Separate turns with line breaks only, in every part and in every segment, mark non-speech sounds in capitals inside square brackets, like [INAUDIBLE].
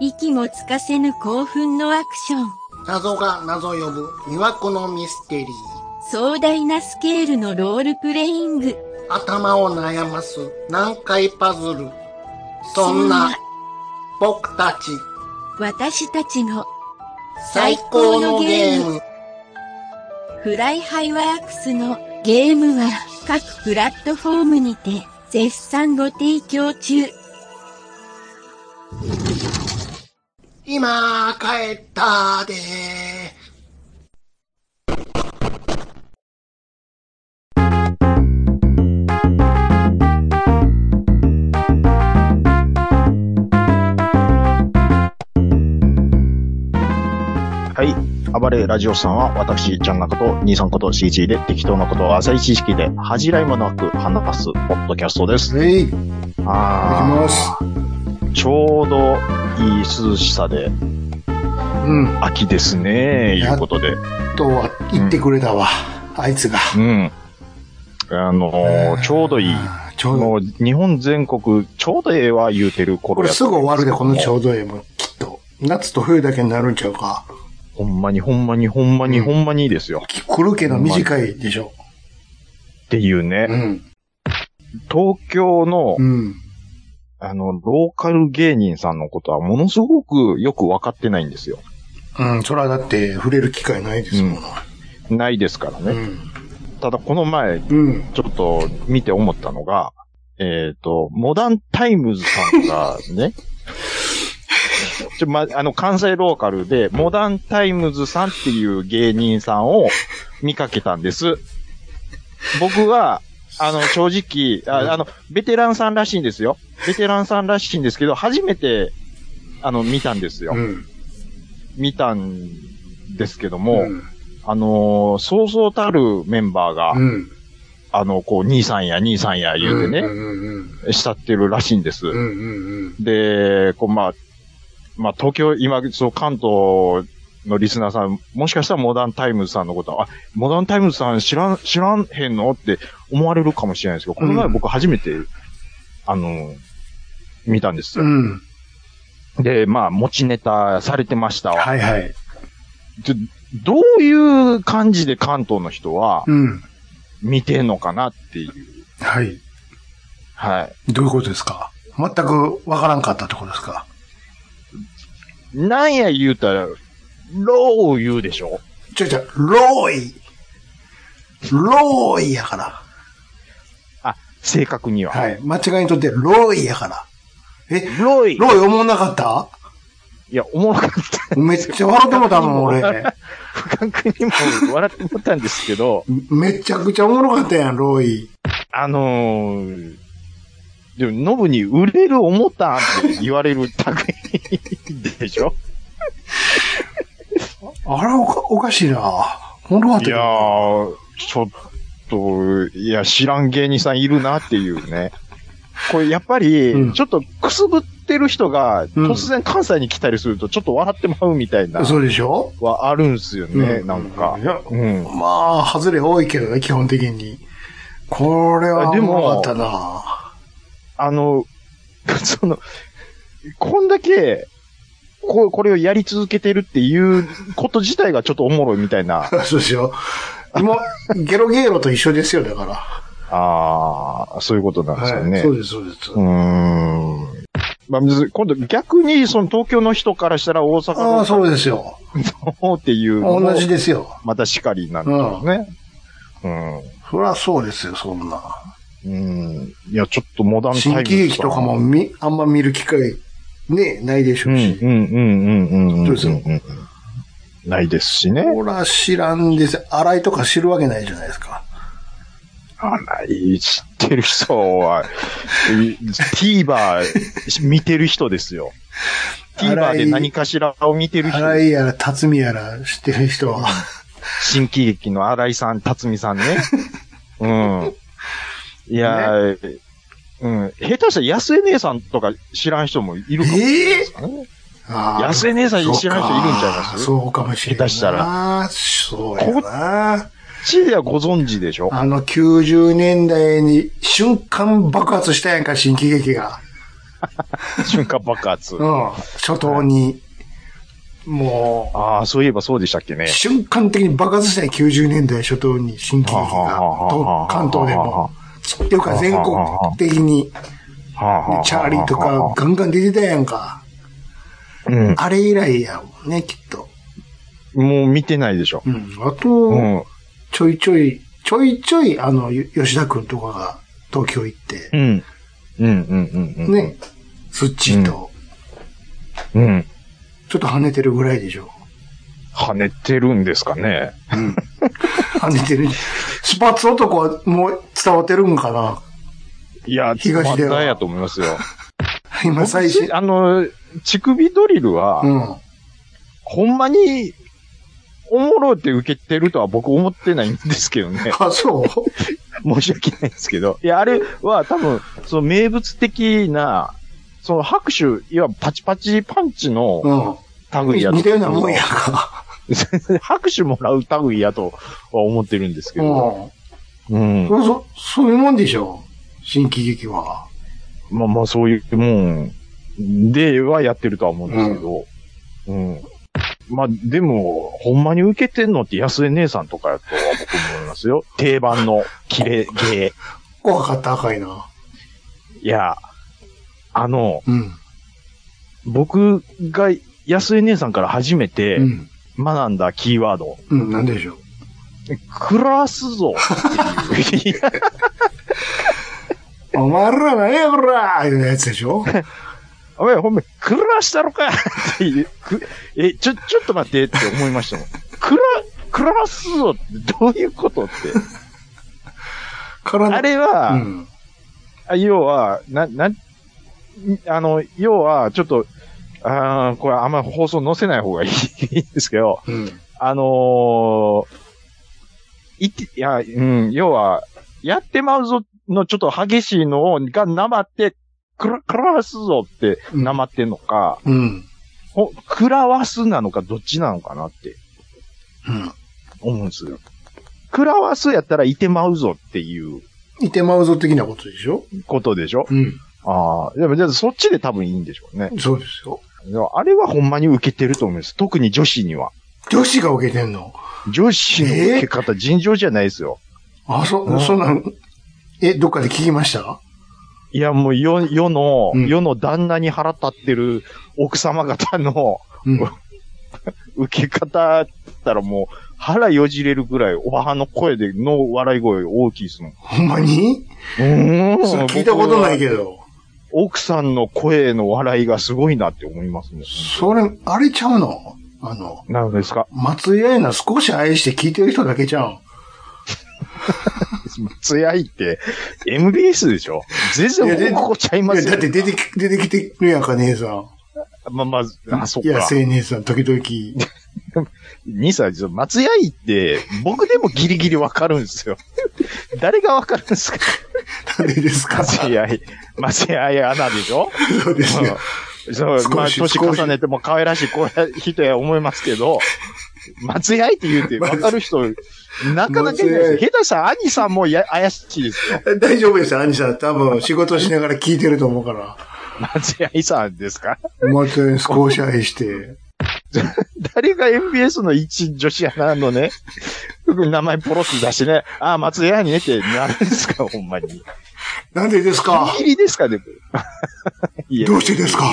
息もつかせぬ興奮のアクション。
謎が謎呼ぶ魅惑のミステリー。
壮大なスケールのロールプレイング。
頭を悩ます難解パズル。そんな、僕たち
私たちの
最高のゲーム。
フライハイワークスのゲームは各プラットフォームにて絶賛ご提供中。
今帰ったで
はい。暴れラジオさんは、私、ちゃん中と、兄さんこと CG で、適当なことを浅い知識で、恥じらいもなく話す、ポッドキャストです。
えい、行き
あ
ます。
ー、ちょうどいい涼しさで、
うん。
秋ですね、いうことで。
とは、言ってくれたわ。あいつが。
うん。あのー
えー
ちょうどいい。
あーちょうど
もう、日本全国、ちょうどええわ、言うてる
こ
頃
れ
やった
すぐ終わるで、このち
もう
ょうどええもんきっと。夏と冬だけになるんちゃうか。
ほんまに、ほんまに、ほんまに、
うん
ほんまにですよ。
来るけど短いでしょ。
っていうね。
ん。
東京の
う、ん。
あの、ローカル芸人さんのことは、ものすごくよくわかってないんですよ。
うん、それはだって触れる機会ないですもの。
ないですから
う
ね。
ん。
ただこの前、
うん。
ちょっと見て思ったのが、えっ、と、モダンタイムズさんが
[LAUGHS]
ね、ちょ、ま、あの、関西ローカルで、モダンタイムズさんっていう芸人さんを見かけたんです。僕は、あの、正直、ああの、ベテランさんらしいんですよ。ベテランさんらしいんですけど、初めて、あの、見たんですよ
う。ん。
見たんですけども、
うん。
あのーそうそうたるメンバーが、
うん。
あの、こう、兄さんや兄さんや言うて
う
ね、
んうん
慕ってるらしいんです。
うん。うんうんうん。
で、こう、まあ、まあ、東京、今、そう、関東のリスナーさん、もしかしたらモダンタイムズさんのことは、あ、モダンタイムズさん知らん、知らんへんのって思われるかもしれないですけど、この前
うん
僕初めて、あのー見たんです
う
よ。
ん。
で、まあ、持ちネタされてましたわ。
はいはい。
でどういう感じで関東の人は
うん。
見てんのかなっていう。
はい。
はい。
どういうことですか全くわからんかったってことですか
なんや言うたら、ロー言うでしょ
ちょいちょい、ローイ。ローイやから。
あ、正確には。
はい。間違いにとってローイやから。え、
ロイ
ローイ思わなかった
いや、おもろかった。 [LAUGHS]
めっちゃ笑ってもうたもん、俺。
不覚にも笑ってもったんですけど、
めちゃくちゃおもろかったやん、ローイ。
あのー、でも、ノブに売れる思ったんって言われる類でしょ
あら、おかおかしいな。おもろかった
い
けど
やー、ちょっと、いや、知らん芸人さんいるなっていうね。 [LAUGHS] これやっぱ
う
り、
ん
ちょっとくすぶってる人が、
うん
突然関西に来たりすると、ちょっと笑ってまうみたいな、
そうでしょ
はあるんすよね、
う
なんか
い。や
うん。
まあ、外れ多いけどね、基本的に。これは、で
でも
も、かったな。 [LAUGHS]
あの、 [LAUGHS] その、こんだけ、ここれをやり続けてるっていうこと自体がちょっとおもろいみたいな。
そうでしょ今、ゲロゲロと一緒ですよ、だから。
ああ、そういうことなんですよね。
はい。そうです、そうです。
うーん。まあ、むず今度逆に、その東京の人からしたら大阪
ああ、
の
そうですよ。
方っていうのも
同じですよ。
またしかりなんですね。うん。
そりゃそうですよ、そんな。
うん。いや、ちょっとモダンタイムズ
新
さん
喜劇とかもみ、あんま見る機会、ね、ないでし
う
ょ
ん、
う
う
し
ん。、うん、うんうん、うん。
そうですよ
んんないですしね。
ほら、知らんですよ。洗いとか知るわけないじゃないですか。
あら、知ってる人は、い TVer 見てる人ですよ。
荒
TVer
い
で何かしらを見てる人
洗いやら、辰巳やら知ってる人は。
新喜劇の新井さん、辰
[LAUGHS]
巳さんね。うん。いやー、うん。下手したら安江姉さんとか知らん人もいるかもしれないですからね。
あー
安江姉さん知らん人いるんちゃいます
そうかそうかもしれない。
下手した
ら。そうやな。
知りはご存知でしょ
あの90年代に瞬間爆発したやんか、新喜劇が。
瞬間爆発。
うん。初頭に、も
ああ、そういえばそうでしたっけね
う、。瞬間的に爆発したい90年代初頭に新喜劇が、と関東でも、っていうか全国的に、
は
チャーリーとか。ガンガン出てたやんか。
うん。
あれ以来やもんね、きっと。
もう見てないでしょ。
うん。あ
う
と、
ん。
ちょいちょい、ちょいちょい、あの、よ吉田くんとかが東京行って、
うん。うん、うん、うん。うん。
ね、スッチーと、
うん。
ちょっと跳ねてるぐらいでしょ。
跳ねてるんですかね。
うん。跳ねてる。スパッツ男はもう伝わってるんかない
や、
東では
まだやと思いますよ。
今最新。
あの、乳首ドリルは、
うん。。
ほんまに、おもろいって受けてるとは僕思ってないんですけどね
[LAUGHS] あ、そう
申し訳ないですけど。いや、あれは多分、その名物的な、その拍手、いわばパチパチパンチの
う
類や
ん。
と。
似たようなもんやんか。
拍手もらう類やとは思ってるんですけ
うん。
ど。うん。
そ、そ、そういうもんでしょ。新喜劇は。
まあまあ、そういうもんではやってるとは思うんですけど。うん。まあ、でも、ほんまに受けてんのって安江姉さんとかやとは僕思いますよ。 [LAUGHS] 定番のキレ芸。
怖かった赤いな。
いや、あの、
うん。
僕が安江姉さんから初めて
うん。
学んだキーワード、
うん、なんでしょう。
暮らすぞっていう。いや
お前ら何やこらーいうやつでし
[LAUGHS]
ょ
お前、ほんま、暮らしたのかっていう、くえ、ちょ、ちょっと待ってって思いましたもん。暮ら、暮らすぞってどういうことって。
体
あれ
う
は、
ん。
あ要は、な、な、んあの、要は、ちょっと、あーこれあんま放送載せない方がいいいいんですけど、
うん。
あのー、いって、いや、うん、要は、やってまうぞのちょっと激しいのをがなまって、くら、くらわすぞって
うん
なまってんのか、
うん。
ほ、くらわすなのかどっちなのかなって
うん。
思うんですよ。くらわすやったらいてまうぞっていう
いてまうぞ的なことでしょ
ことでしょ
うん。
ああ、でもじゃあそっちで多分いいんでしょうね。
そうですよ。
でもあれはほんまに受けてると思います。特に女子には。
女子が受けてんの
女子の受け方尋常じゃないですよ。
あ、そ、
うん
そんなん、え、どっかで聞きました
いや、もう世、世の、
うん
世の旦那に腹立ってる奥様方の [LAUGHS]
うん。
受け方ったらもう腹よじれるぐらいおばはんの声で、の笑い声大きいですもん。
ほんまに
う
それ聞いたことないけ
ど。
ど。
奥さんの声の笑いがすごいなって思いま
[LAUGHS]
すね。
それ、あれちゃうのあの、
なのですか
松井愛菜少し愛して聞いてる人だけじゃん。
つやいって、MBS でしょ全
いやで
然ここちゃいま
いや、
すよ
だって出てき、出てきてるやんか、姉さん。
まあまあ、あ、そっ
いや、
か。
青年さん、時々。
2歳ですよ。松屋井って、僕でもギリギリわかるんですよ。 [LAUGHS] 誰がわかるん
[LAUGHS]
ですか
誰です
[LAUGHS]
か
松屋井。松屋井アナでしょ
そうですよ。
うんそう、まあ、
少し
年重ねても可愛らしい子や人や思いますけど、松屋井って言うてわかる人、なかなかいないです
松
下手したら兄さんもや怪しいですよ。
大丈夫ですよ、兄さん。多分、仕事しながら聞いてると思うから。
松屋井さんですか
松井愛菜少し愛
[LAUGHS]
して。
誰が MBS の一女子アナのね、名前ポロッと出してね、ああ、松屋井ねってなるんですか、ほんまに。
なんでですか
ギリギリですかね [LAUGHS] いや
どうしてですか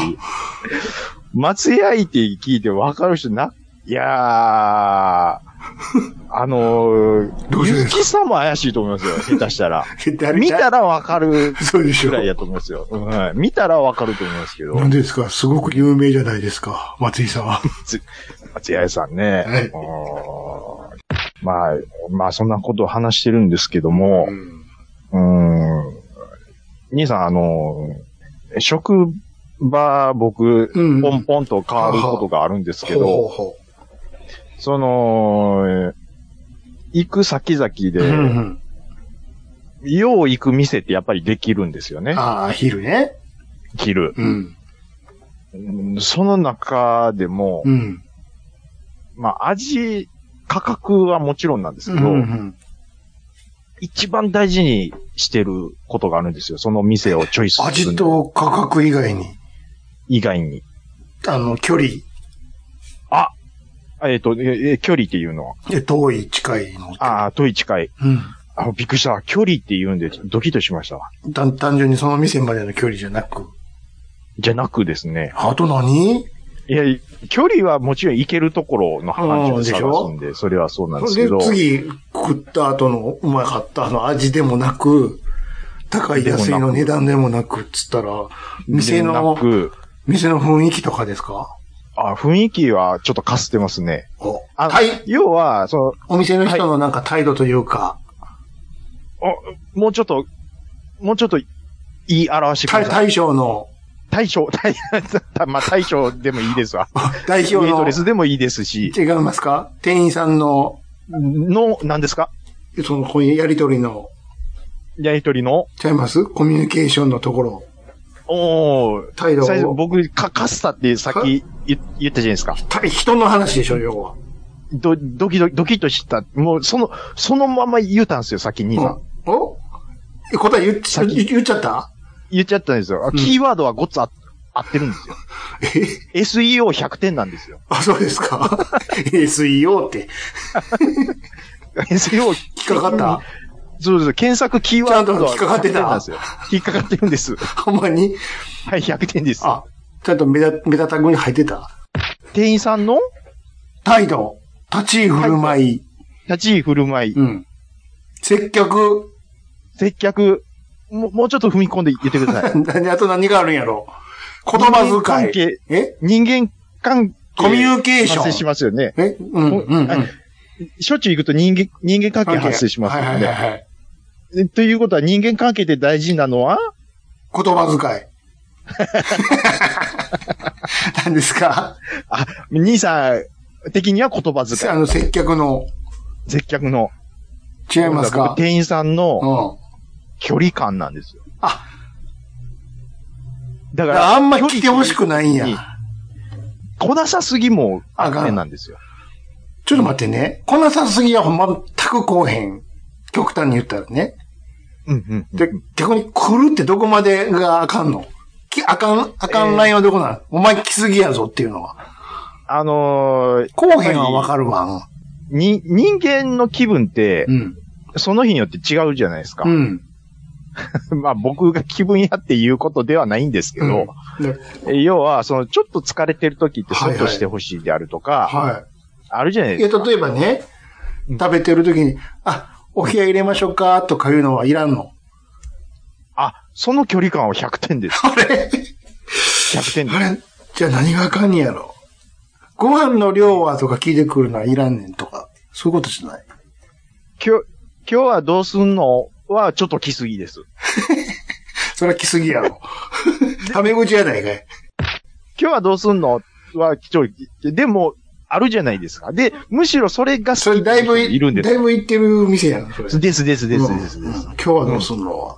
松屋いって聞いて分かる人な、いやー、あのー、
どうしてで
ゆ
すか
きさんも怪しいと思いますよ、下手し
[LAUGHS]
たら。
誰
見たら分かる
そうでし
ぐ
ょ
ら。いやと思いますよ。うん、見たら分かると思いますけど、
なんでですかすごく有名じゃないですか、松井さんは。
松屋さんね。
はいう
ーんまあ、まあそんなことを話してるんですけども、うーん。兄さん、あの、職場、僕、
うん
ポンポンと変わることがあるんですけ
ほう
ど、
ほ
その、行く先々
う。うんう
で、
ん。
よう行く店ってやっぱりできるんですよね。
ああ、昼ね。
昼。
うん。
うんその中でも
う、ん。
まあ味、価格はもちろんなんです
う
けど、
ん。
一番大事にしてることがあるんですよ。その店をチョイスする。
味と価格以外に、
以外に。
あの、距離、
あえっ、と、ええ距離っていうのは。
で、遠い、近いの。
ああ、遠い近い。
う
あ、びっくりした。距離って言うんで、ドキッとしました。
ん。単単純にその店までの距離じゃなく。
じゃなくですね。
あと何
いや、距離はもちろん行けるところの話
うん
を
でし
探
ょ
すんで、それはそうなんですけ
で
ど。、
次、食った後のうまかったあの味でもなく、高い安いの値段でもなく、つったら、店
で
の
な、く、
店の雰囲気とかですか
あ、雰囲気はちょっとかすってますね。
お
あの
はい。
要は、その、
お店の人のなんか態度というか、
もうちょっと、もうちょっと言い表してくだ
対
さい。
大将の、
大将、大、まあ大将 [LAUGHS] でもいいですわ。
代表
ウェイト
の
レ、スでもいいですし、
違いますか店員さんの、
の、何ですか
その、こういうやりとりの、
やりとりの、
ちゃいますコミュニケーションのところ、
おー
態度
最初
を。
僕、か、かすたってさっき言言ったじゃないですか。
た人の話でしょ、要は。
ど、ドキドキ、ドキッとした。もう、その、そのまま言うたんですよ、さっき兄さん。
うんおえ答え言っちゃ
先
言言っちゃった
言っちゃったんですよ。あキーワードはごっつあ合ってるんですよ。
え
SEO100 点なんで
[LAUGHS]
すよ。
あ、そうですか [LAUGHS] ?SEO って。
SEO
引っかかった
[LAUGHS] そうです。検索キーワードは
ちゃんと引っかかってた
100点なんですよ。引っかかってるんです。
ほんまに
はい、100点です。 [LAUGHS]
あ、ちゃんと目立目立たぐに入ってた。
店員さんの
態度、立ち居振る舞い、
立ち居振る舞い、
うん。接客、 [LAUGHS]
接客、もうもうちょっと踏み込んで言ってください。
何あと何があるんやろ [LAUGHS] 言葉
関
遣い。
係、
え
人間関係。
コミュニケーション
発生しますよね。
えうん、うん、うん。
はいしょっちゅう行くと人間、人間関係発生しますよね。
はいはいはいはい。
えということは人間関係で大事なのは
言葉遣い。 [LAUGHS] 何ですか
あ、兄さん的には言葉遣い。
あの、接客の、
接客の。
違いますか
僕店員さん
うん。
の距離感なんですよ。
あ、
だ
だ
か
から
ら、
あんま来てほしくないんや。
こなさすぎも
あかん
あってなんですよ。
ちょっと待ってね。こなさすぎはほんま全くこうへん。極端に言ったらね。
うんうんうん。
で、逆に来るってどこまでがあかんのきあかん、あかんラインはどこなの、お前来すぎやぞっていうのは。
あのー
こうへんはわかるわ。
に、人間の気分って
う、ん。
その日によって違うじゃないですか
う。ん。
[LAUGHS] まあ僕が気分やっていうことではないんですけど、
で
え要は、その、ちょっと疲れてる時って
はいは
そっ
い
としてほしいであるとか、
は
あるじゃない
い。い
で
や、
すか。
例えばね、食べてる時に、あ、お部屋入れましょうかとかいうのはいらんの。
あ、その距離感は100点です。
あれ
100点です
あ。れじゃあ何があかんねやろご飯の量はとか聞いてくるのはいらんねんとか。そういうことじゃない。
今日、今日はどうすんのはちょっと来すぎです。
それは来すぎや
[LAUGHS]
ろ。タメ口やないかい。
今日はどうすんのはちょっと、でも、あるじゃないですか。で、むしろそれが
そ
好
れ
きな
だい
人
ぶ、
もいるんです
だ。いぶ行ってる店やん、それ。
ですですです
うん
ですです。
今日はどうすんの、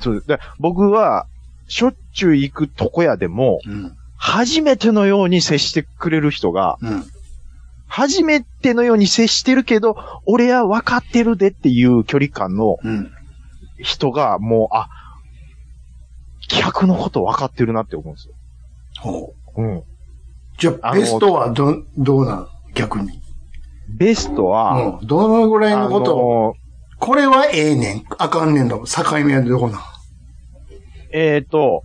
そうですだから僕は、しょっちゅう行くとこやでも、
うん、
初めてのように接してくれる人が、
うん。
初めてのように接してるけど、俺は分かってるでっていう距離感の
うん。
人が、もう、あ、客のこと分かってるなって思うんですよ。
ほう
うん。
じゃ
あ
あ、
の
ベストはど、どうなん逆に。
ベストは、
うん。どのぐらいのことを、
の
これはええねん。あかんねんの。境目はどこなん
えっ、と、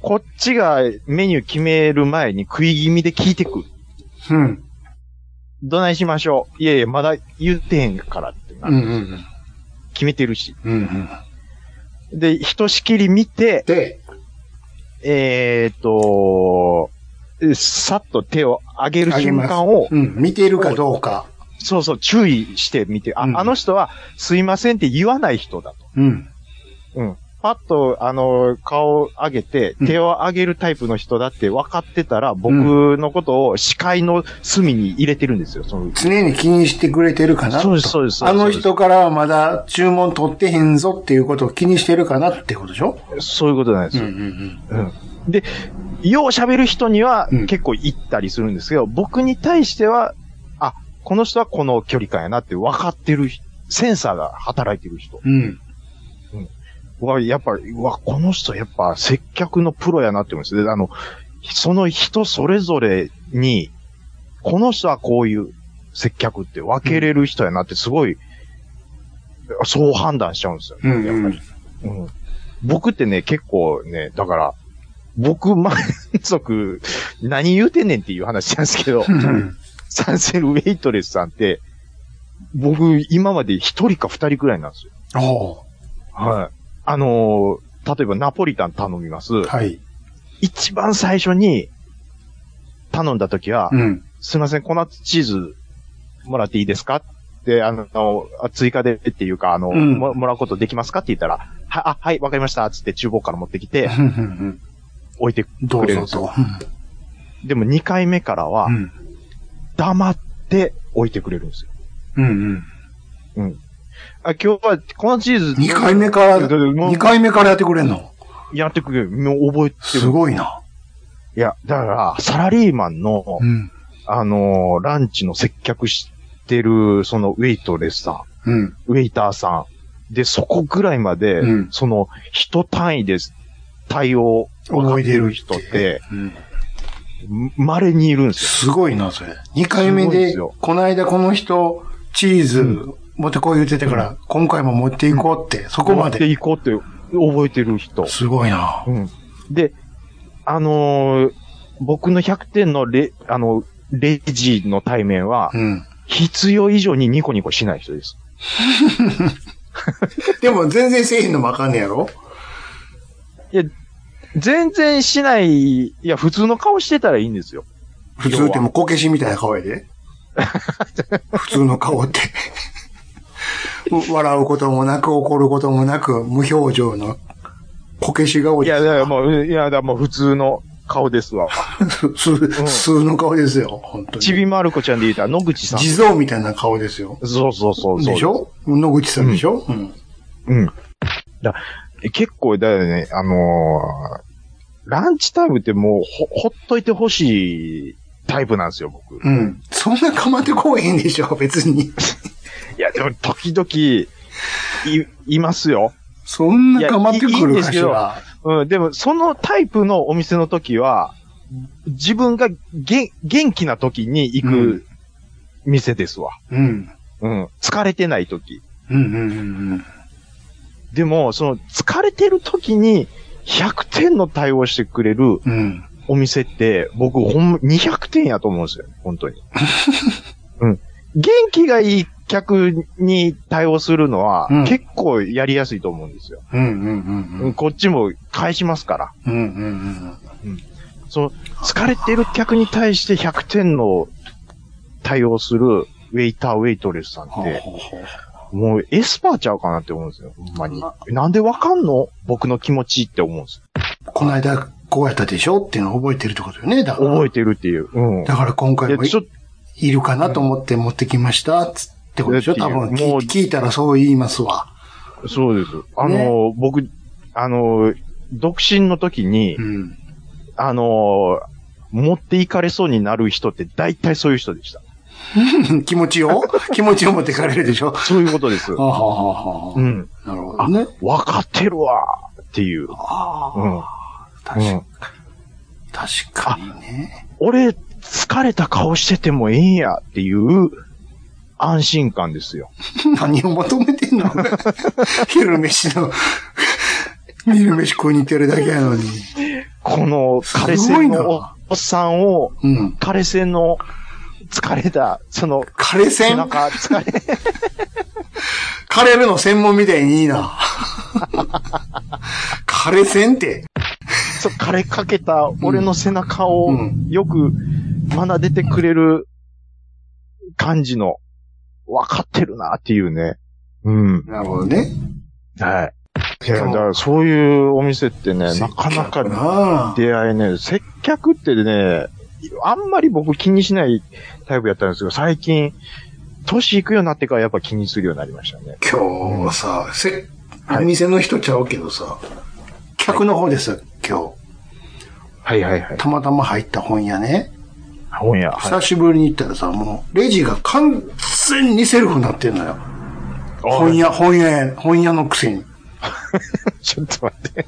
こっちがメニュー決める前に食い気味で聞いてくる。
うん。
どないしましょういやいや、まだ言ってへんからってな
うんうん
決めてるし。
うん。うんうん。
で、ひとしきり見て、
で、
えっ、と、さっと手を上げる
あげ
瞬
ます
間を、
うん。見ているかどうか。
そうそう、注意してみて、あ、
うん
あの人はすいませんって言わない人だと。
うん。
うん。パッと、あの、顔を上げて
う、ん
手を上げるタイプの人だって分かってたら、
う
僕のことを視界の隅に入れてるんですよ、その
常に気にしてくれてるかなと
そうですそうですそう
あ
です
の人からはまだ注文取ってへんぞっていうことを気にしてるかなってことでしょ
そういうことなんですよ。
ん
うんで、よう喋る人には
うん
結構行ったりするんですけど、僕に対しては、あ、この人はこの距離感やなって分かってる人センサーが働いてる人。
うん。うん。
うわ、やっぱ、うわ、この人やっぱ接客のプロやなって思います。で、あの、その人それぞれに、この人はこういう接客って分けれる人やなってすごい、そう判断しちゃうんですよ、ね。
うんうん
やっぱり、うん。僕ってね、結構ね、だから、僕満足、何言うてんねんっていう話なんですけ
[LAUGHS]
ど、
うん
サンセルウェイトレスさんって、僕、今まで一人か二人くらいなんですよ。
おう
はい。あのー例えばナポリタン頼みます。
はい。
一番最初に頼んだ時は、
うん。
すいません、粉チーズもらっていいですかで、あの、あ追加でっていうか、あの、
うん
ももらうことできますかって言ったら、は、あ、はい、わかりました、つって厨房から持ってきて、
うんうん
置いて、
うんどうぞと。
でも2回目からは
う、ん。
黙って置いてくれるんですよ。
うんうん。
あ、今日は、粉チーズ。
二回目から、
だってもう
二回目からやってくれんの
やってくれる。もう覚えてる。
すごいな。
いや、だから、サラリーマンの、
うん。
あのーランチの接客してる、その、ウェイトレスさ
うん。
ん、ウェイターさん。で、そこぐらいまで、
うん
その、人単位です。対応、
覚えてる
人って、
うん。
稀にいるんです
す
よ。
ごいな、それ。二回目
すごいで
で、
すよ
この間この人、チーズ
うん
持ってこい言ってたから、今回も持っていこうって、そこま
で
で。
行こうって覚えてる人。
すごいな。
うん。で、あのー僕の100点のレ、あの、レジの対面は
う、ん。
必要以上にニコニコしない人です。
でも全然製品のもあかんねやろ
全然しない、いや、普通の顔してたらいいんですよ。
普通ってもうこけしみたいな顔や [LAUGHS] で。普通の顔って。笑うこともなく怒ることもなく無表情のこけし顔
い
で
や、いや、もう、いや、だからもう普通の顔ですわ。
す。す普通の顔ですよ、本当に。
ちびまる子ちゃんで言ったら野口さん。
地蔵みたいな顔ですよ。
そうそうそうそう。
でしょ野口さんでしょ、うん
うん。だ結構、だよね、あのーランチタイムってもうほ、ほっといてほしいタイプなんですよ、僕。い
うん。そんな構ってこうへんでしょ、別に。
や、でも、時々、い、いますよ。
そんな構って
いや
く
いいいいん
る
です
か
け
し
ど
ら。
うん、でも、そのタイプのお店の時は、自分がげん元気な時に行く店ですわ。
うん。
うん。疲れてない時。
うんうんうん
でも、その疲れてる時に100点の対応してくれる
うん。うん。
お店って、僕ほんま200点やと思うんですよ。本当に。
[LAUGHS]
うん。元気がいい客に対応するのは、
うん
結構やりやすいと思うんですよ。
うんうんうんうん。
こっちも返しますから。
うんうんうん
その疲れてる客に対して100点の対応するウェイター、ウェイトレスさん
うん。
って、
ほうほうほう
もうエスパーちゃうかなって思うんですよ。ほんまに。なんでわかんの僕の気持ちって思うんですよ
この間、こうやったでしょっていうのを覚えてるってことよね。だから。
覚えてるっていう。うん。
だから今回
い
も
や、
い
ちょっと、
いるかなと思って持ってきました。つってことでしょ
だっ
多分
て
聞
もう
い、聞いたらそう言いますわ。
そうです。あのー、僕、あのー、独身の時に、
うん。
あのー、持っていかれそうになる人って大体そういう人でした。
[LAUGHS] 気持ちを気持ちを持ってかれるでしょ
そういうこ
[LAUGHS]
とです。
はあはあはあはあ
うん。
なるほどね。
わかってるわーっていう。
あ
うん。
あ、
う
確
ん、
か確かにね。
俺、疲れた顔しててもええんやっていう安心感ですよ。
何を求めてん
[LAUGHS]
の昼飯の、昼飯食いに行ってるだけやのに。
この、彼
すごい
線
な
のおっさんを、
うん。
彼線の疲れた、その、
枯れ
背
線
中、疲れ、
枯れるの専門みたいにいいな。枯れ線って。
そう、枯れかけた俺の背中を
うん
よく学出てくれる感じの、分かってるなっていうね。うん。
なるほどね。
はい。いや、だからそういうお店ってね、なかなか
接客な
出会えね、接客ってね、あんまり僕気にしないタイプやったんですけど、最近、年いくようになってからやっぱ気にするようになりましたね。
今日さ、せ、お
い
店の人ちゃうけどさ、客の方です、今
はいはいは
日。
い。
たまたま入った本屋ね。
本屋。はい
久しぶりに行ったらさ、もう、レジが完全にセルフになってんのよ。本屋、本屋や、本屋のくせに。
[LAUGHS] ちょっと待って。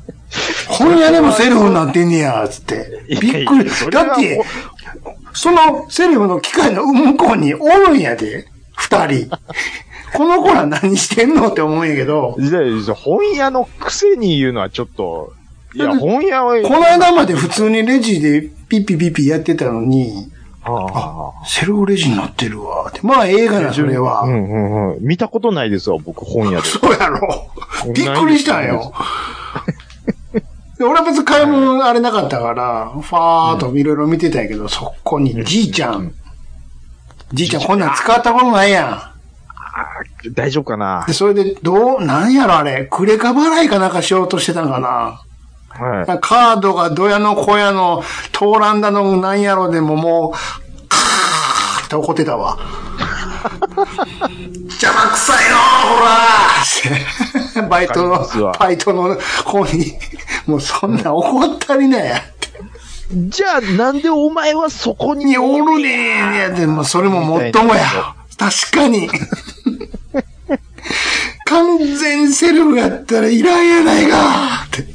本屋でもセルフになってんねや、つって。びっ
いや
く
い
り
やそ。れは
だって、そのセルフの機械の向こうにおるんやで、二人。 [LAUGHS] この子ら何してんのって思うんやけど、
いやいや本屋のくせに言うのはちょっ [LAUGHS] と、いや、本屋は、
この間まで普通にレジでピッピピッピやってたのに、
ああ
セルフレジになってるわ、って。まあ映画や、それは。
うんうんうん。見たことないですわ、僕、本屋で。
そうやろ。びっくりしたんよ。で俺は別に買い物あれなかったから、ファーっといろいろ見てたんやけど、そこにじいちゃん。じいちゃんこんなん使ったことないや。
大丈夫かなん
で、それで、どう、なんやろあれ、クレカ払いかなんかしようとしてたんかな。
はい。
なんかカードがどやの小屋の、通らんだのなんやろでももう、カーって怒ってた
[LAUGHS]
わ。邪魔くさいのーほらーってバイト
わかりますわ
の、バイトの子に、もうそんな怒ったりね
じゃあ、なんでお前はそこ
い
に
や、おるねーいや、でもそれももっともや。確か
[LAUGHS]
に。完全セルフやったらいらんやないかーって。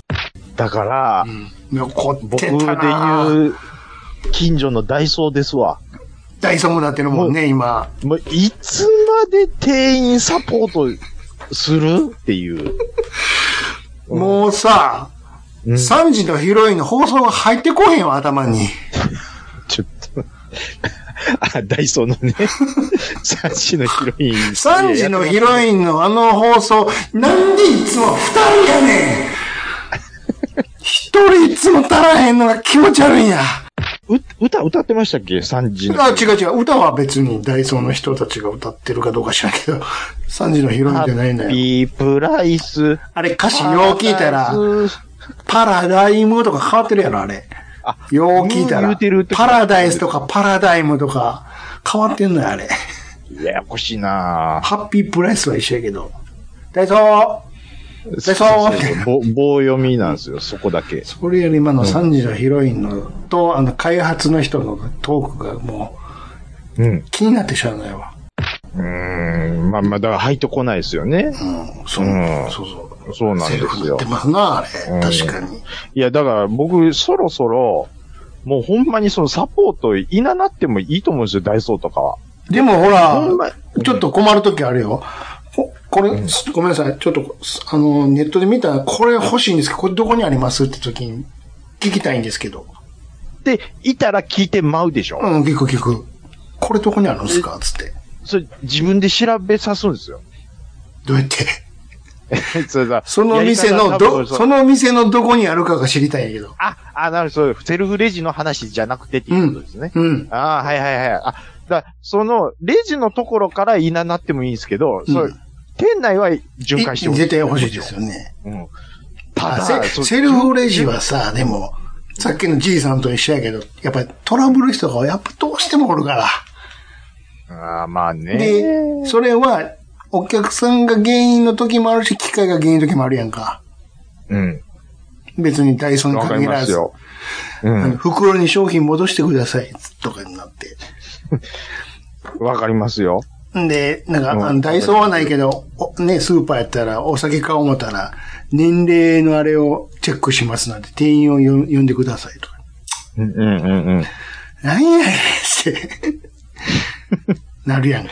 だから、
怒っ
僕
て
で
たなー
言う、近所のダイソーですわ。
ダイソーもなってるもんね、今。
もういつまで店員サポートするっていう。
もうさ、
うん
3時のヒロインの放送が入ってこへんわ、頭に。
ちょっと。 [LAUGHS] あ、ダイソーのね、3時のヒロイン。
3時のヒロインのあの放送、なんでいつも2人や
[LAUGHS]
ねん一人いつも足らへんのが気持ち悪いん
[LAUGHS]
や。
う歌、歌ってましたっけ ?3 時の。
あ、違う違う。歌は別にダイソーの人たちが歌ってるかどうか知らんけど、3時のヒロインじゃないんだよ。
ビープライス。
あれ歌詞よう聞いたら、パラダイムとか変わってるやろ、あれ。
あ
よう聞いた
言
ら
うてる。時
パラダイスとかパラダイムとか変わってんのよ、あれ。
ややこしいな
ハッピープライスは一緒やけど。ダイソー
ぁ。
そう
ぼ棒読みなんですよ、そこだけ。
それより今の3時のヒロインのと、あの、開発の人のトークがも
うん。
う気になってしゃあないわ。
うーん。まあまあ、だから入ってこないですよね。
うん、そう、
うん
そうそう。
そうなん
セ
です
ルフになっ
よ
てますな、あれ。
ん
確かに。
いや、だから僕、そろそろ、もうほんまにそのサポートいななってもいいと思うんですよ、ダイソーとかは。
でもほら
ほんまや、
ちょっと困るときあるよ。ここれ、ごめんなさい。ちょっと、あの、ネットで見たら、これ欲しいんですけど、これどこにありますって時に聞きたいんですけど。
で、いたら聞いてまうでしょ。
うん、聞く聞く。これどこにあるんですかつって。
それ自分で調べさすんですよ。
どうやって
それだ
その店
や
の
り方は多
ど、
分そう
その店のどこにあるかが知りたいんやけど。
あ、あ、なるほど、そうセルフレジの話じゃなくてっていうことですね。
うん。
ああ、はいはいはい。あ、だその、レジのところからいななってもいいんですけど、
うん
そう店内は循環してほしい。
絶対欲しいですよね。
うん。た
あ
だ、
セ
そう
セルフレジはさ、でも、さっきのじいさんと一緒やけど、やっぱりトラブル人がやっぱどうしてもおるから。
ああ、まあね。
で、それは、お客さんが原因の時もあるし、機械が原因の時もあるやんか。
うん。
別にダイソーに
わかり
限
ま
ら
す
ず。
よ。う
あの
ん。
袋に商品戻してください、とかになって。
わかりますよ。
んで、なんか、
うん
あのダイソーはないけど、おね、スーパーやったら、お酒買おう思ったら、年齢のあれをチェックしますなんて、店員をよ呼んでくださいとか。
うんうんうんうん。
なんやねんって、なるやんか。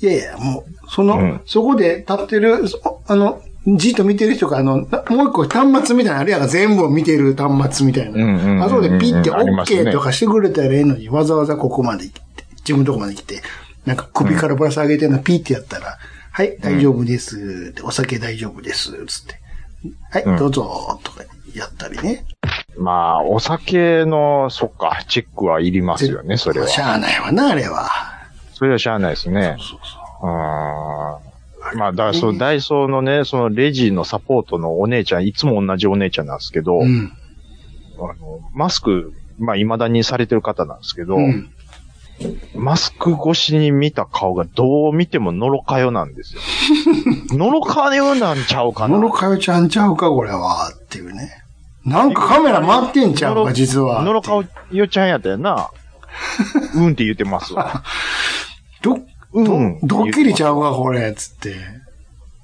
いやいや、もう、その、
うん
そこで立ってる、そあの、じっと見てる人が、あの、なもう一個端末みたいなのあるやんか、全部を見てる端末みたいな。
うんうんうんうん
あそこでピッて
ありますね
OK とかしてくれたらええのに、わざわざここまで来て、自分のとこまで来て、なんか首からぶら下げてるのピッてやったら、はい、大丈夫です。でお酒大丈夫です。つって。はい、
うん
どうぞ。とか、やったりね。
まあ、お酒の、そっか、チェックはいりますよね、それは。
しゃあないわな、あれは。
それはしゃあないですね。
そうそう。
うーん。まあ、だから、その、ダイソーのね、その、レジのサポートのお姉ちゃん、いつも同じお姉ちゃんなんですけど、
うん。
あのマスク、まあ、未だにされてる方なんですけど、
うん。
マスク越しに見た顔がどう見てものろかよな
[LAUGHS]
んですよ。のろかよなんちゃうかな。
のろかよちゃんちゃうか、これは。っていうね。なんかカメラ回ってんちゃうか、実は。
のろかよちゃんやった
[LAUGHS]
よな。うんって言ってますわ。
ど、
う
ど
ん、
ドッキリちゃうか、これ。つって。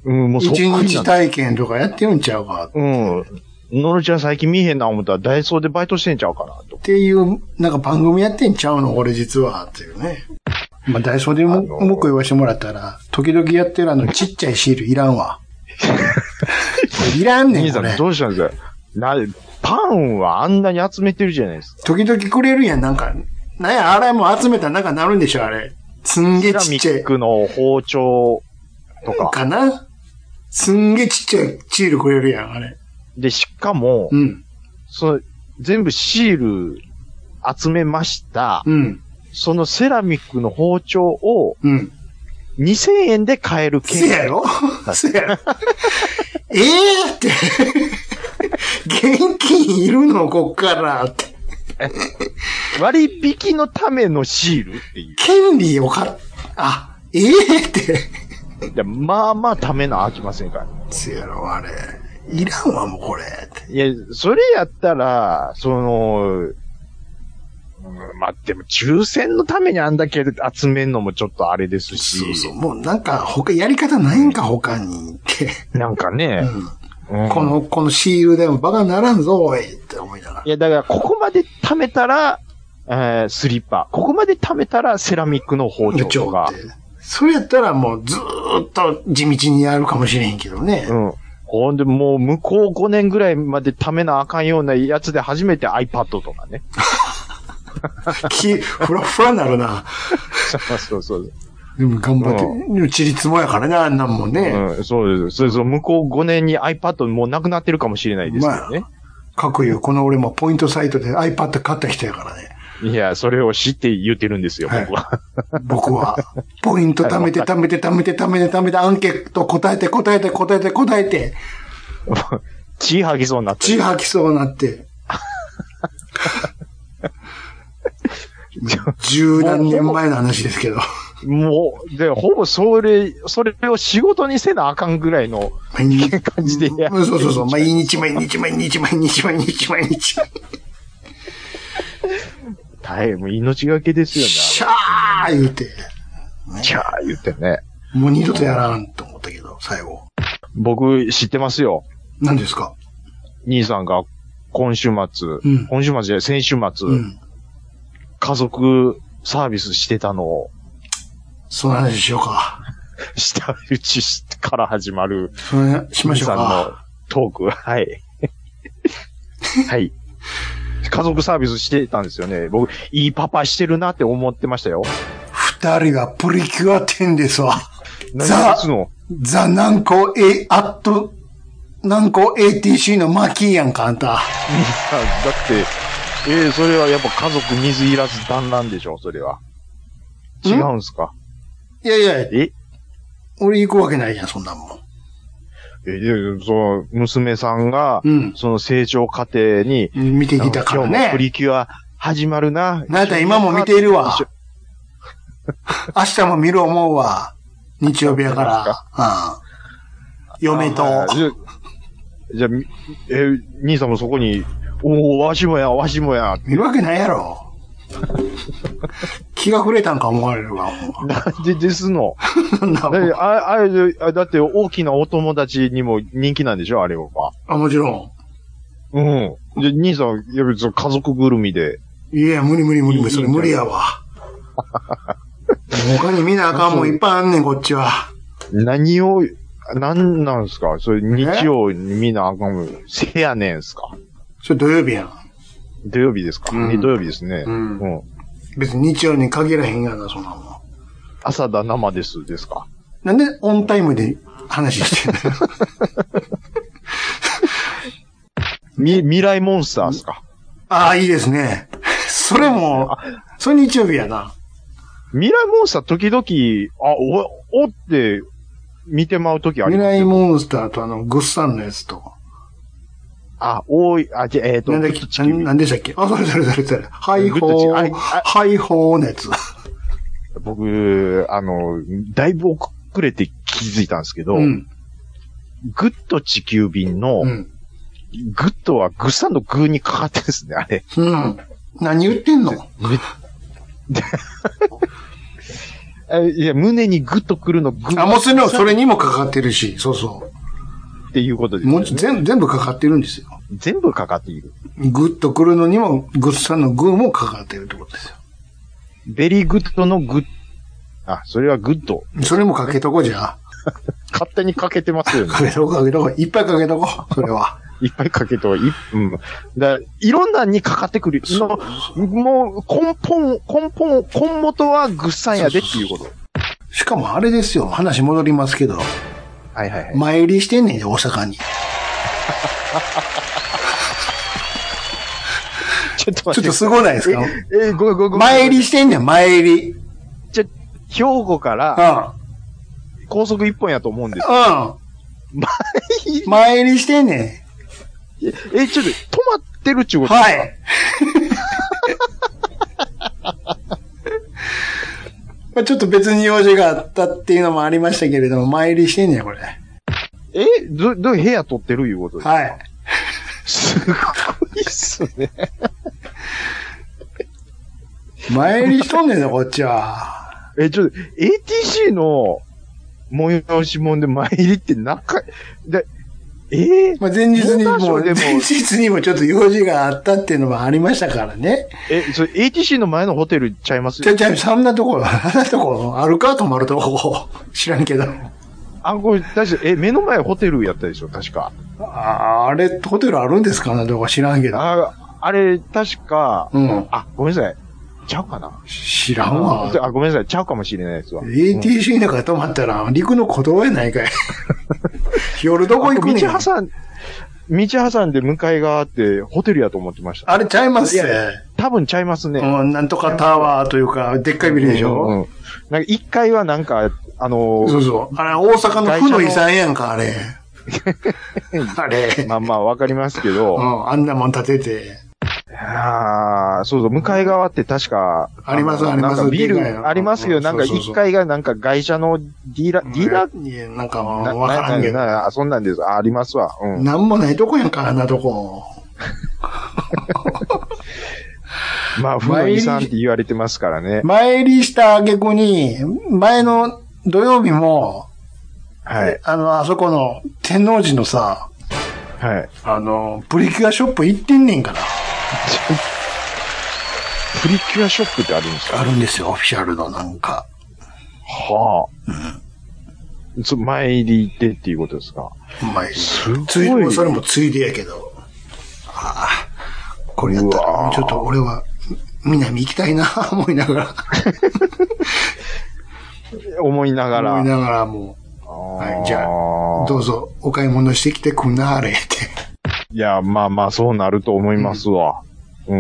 ううん、もうそっくり
一
なん
日体験とかやってるんちゃうか。
うん。のるちゃん最近見えへんな思ったら、ダイソーでバイトしてんちゃうかな、と
っ。ていう、なんか番組やってんちゃうの俺実は、っていうね。まあ、ダイソーでも、
あのー
文句言わしてもらったら、時々やってるあの、ちっちゃいシールいらんわ。 [LAUGHS] いらんね
兄
ん、こ
さ
れ
ん、。どうしたんですかな、パンはあんなに集めてるじゃないですか。
時々くれるやん、なんか。なんや、あれも集めたらなんかなるんでしょ、あれ。すんげ
セ
え
ラ
ち
ミ
っちゃい
ッ。クの包丁とか。
かなすんげえちっちゃいシールくれるやん、あれ。
で、しかも
う、ん。
その全部シール集めました。
うん。
そのセラミックの包丁を
うん。
2000円で買える券。
せやろせやろ。ええって。現金いるのこっからって。
割引のためのシールっていう。
権利を買っ、あ、ええって。
でまあまあためな飽きませんから。
せやろ、あれ。いらんわ、もうこれ。って
いや、それやったら、その、うんまあでも抽選のためにあんだけ集めんのもちょっとあれですし、
そうそう。もうなんか、他、やり方ないんか、他に。って。
なんかね、うん
この、このシールでもバカにならんぞ、おい。って思いながら
い。やだからここまで貯めたら、えースリッパ、ここまで貯めたらセラミックの包丁
部長
とか
っ、て。それやったらもうずーっと地道にやるかもしれへんけど
[LAUGHS]
ね。
うん。ほんで、もう、向こう5年ぐらいまでためなあかんようなやつで初めて iPad とかね。 [LAUGHS]
き、ふらふらなるな。
そうそうそう。
でも頑張って。
う
でもちりつもやからね、あんなんもんね。
うん、そうです。そうそう、向こう5年に iPad もうなくなってるかもしれないですけどね。
各言う、この俺もポイントサイトで iPad 買った人やからね。
いや、それを知って言ってるんですよ、
はい
僕は。
僕
[LAUGHS]
は。ポイント貯めて貯めて貯めて貯めて貯めてアンケート答えて答えて答えて答えて、
血吐きそうになって
血
る。
吐きそうにな
[LAUGHS]
って。十何年前の話ですけど。
もう、で、ほぼそれ、それを仕事にせなあかんぐらいの感じでやって
うんそうそうそう。毎日毎日毎日毎日毎日毎日。
大変、もう命がけですよね。
シャー言うて。
あれキャー言ってね。
もう二度とやらんと思ったけど、最後。
僕知ってますよ。
何ですか
兄さんが今週末、
うん
今週末じゃない、先週末、
うん。
家族サービスしてたのを、
その話しようか。
下打ちから始まる、
それしましょう
さんの
か。
トーク。
[LAUGHS]
はい。はい。家族サービスしてたんですよね。僕、いいパパしてるなって思ってましたよ。
二人はプリキュア10ですわ。
何ですの
ザ・南高 A、アット、南高 ATC のマキーやんか、あんた。
だって、ええそれはやっぱ家族水いらず団らんでしょ、それは。
ん
違うんすか
いやいや、
え
俺行くわけないじゃん、そんなんもん。
えでその、娘さんが、
うん
その成長過程に、
見てきたから
今日もプ
ね。
リキュア始まるな。
あなた今も見ているわ
一緒
明日も見る思うわ。日曜日やから。うん。嫁と。
あじゃあじゃあ、みえー、兄さんもそこに、おお、わしもや、わしもや。
見るわけないや
[LAUGHS]
ろ。気が触れたんか思われるわ。ほ
なんでで
[LAUGHS]
すの。
んな
だ
もん
ってあ、あれ、あだって大きなお友達にも人気なんでしょあれは。
あ、もちろ
うん。で、兄さん、やべ、その家族ぐるみで。
ん。いや、無理無理無理無理。それ
いいんだ
無
よ
理や
[LAUGHS]
わ。他に見なあかんもんいっぱいあんねん、こっちは。
何を、なんなんすかそれ日曜にみんなあかんもんせやねんすか
それ土曜日やん。
土曜日ですか、
うん
え土曜日ですね。
うん
うん。
別に日曜に限らへんやな、そんなもん。
朝だ生です、ですか
なんでオンタイムで話してん
[LAUGHS]
の
み、未来モンスターですか
ああ、いいですね。それも、それ日曜日やな。
未来モンスター時々、あ、お、おって見てまう時あり
未
ます
来モンスターとあの、グッサンのやつと。
あ、多い、あ、じゃ、えっ、と、
なんだっ
ち
け
ょっと地球儀
ななんでしたっけあ、それそれそれそれ。ハイ
グッ
ホ
ドあ
ー、
れあ
ハイホーのやつ。
僕、あの、だいぶ遅れて気づいたんですけど、
うん。
グッド地球便の、
うん。
グッドはグッサンのグーにかかってるんですね、あれ。
うん。何言ってんの
えあいや、胸にグッとくるのグ
あ、もうそれの、そ
れ
れにもかかってるし、そうそ
っていうことで
う。
すよ
も
ね
う全全部かかってるんですよ。
全部かかっている。
グッとくるのにも、グッさんのグーもかかってるってことですよ。
ベリーグッドのグッ、あ、それはグッド。
それもかけとこじゃあ。
勝手にかけてま
[LAUGHS]
すよね。
かけとこかけとこ。いっぱいかけとこ。それは。
いっぱいかけと、い、うん。だいろんなにかかってくる。その、もう、根本、根本、根元はぐっさんやでっていうこと。
しかもあれですよ。話戻りますけど。
はいはいはい。
前売りしてんねんで、大阪に。
ちょっと
ち
待
ょ
っ
ってと。すごないですか
え、えごめんごめんごめん。
前入りしてんねん、前入り。うん。
ちょ、兵庫から
う
高速一本やと思うんです。
ん。前入りしてんね。
え、ちょっと、止まってるっちゅうんこと
はい。
[LAUGHS]
まあちょっと別に用事があったっていうのもありましたけれども、前入りしてんねん、これ。
え、ど、どういう部屋取ってるいうことですか
はい。
すごいっすね。
前入りしとんねんぞ、こっちは。
え、ちょっと、ATC の催し物で前入りってなんか、だえー
まあ、前日に
モーターシ
も
ョー
う、
で
前
も
日にもちょっと用事があったっていうのもありましたからね。
え、それ ATC の前のホテルちゃいます
ちゃちゃ、そんなところ、あんなところ、あるか泊まるとこ。知らんけど。
あ、これ、確か、え、目の前ホテルやったでしょ、確か。
ああれ、ホテルあるんですかなとか知らんけど。
あ、あれ、確か、
うん。
あ、ごめんなさい。ちゃうかな
知らんわ。
あ、ごめんなさい。ちゃうかもしれないですわ。うん
ATC なんか泊まったら、陸の言葉やない
[LAUGHS]
かい。夜どこ行くねん
あ。道挟ん、道挟んで向かい側ってホテルやと思ってました。
あれちゃいます
いや多分ちゃいますね。
うん、なんとかタワーというか、でっかいビルでし
うん
ょ、
うんなんか1階はなんか、あの
そ
ー
うそう。あれ、大阪の負の遺産やんか、あれ。あれ。
[LAUGHS] まあまあわかりますけど、
うん、あんなもん立てて。
ああ、そうそう、向かい側って確か、
あります
の
あります
なんかビ
でかいの
ル、ありますけど、
うん
なんか
そうそうそう
1階がなんか会社のディーラー、ディーラー
いやなんか、
な
わからんけど
な。なあそんなんです。あ、ありますわ。うん。
なんもないとこやんか、あんなとこ。
まあ、ふのいさんって言われてますからね。
前入りした挙句に、前の土曜日も、
はい。
あの、あそこの天王寺のさ、
はい。 [LAUGHS]
あの、プリキュアショップ行ってんねんから。
プリキュアショップってあるんですか
あるんですよ、オフィシャルのなんか。
はあ。つ前入りでっていうことですか。
前
すごい
つい、それもついでやけど。ああ、これやった
うわ
ら、
ー
ちょっと俺は、南行きたいな、 [LAUGHS] 思いながら。
思いながら。
思いながらもはいじゃ
あ
う、ど
ー
うぞ、お買い物してきてくんなはれって。 [LAUGHS]
いや、まあまあ、そうなると思いますわ。うん。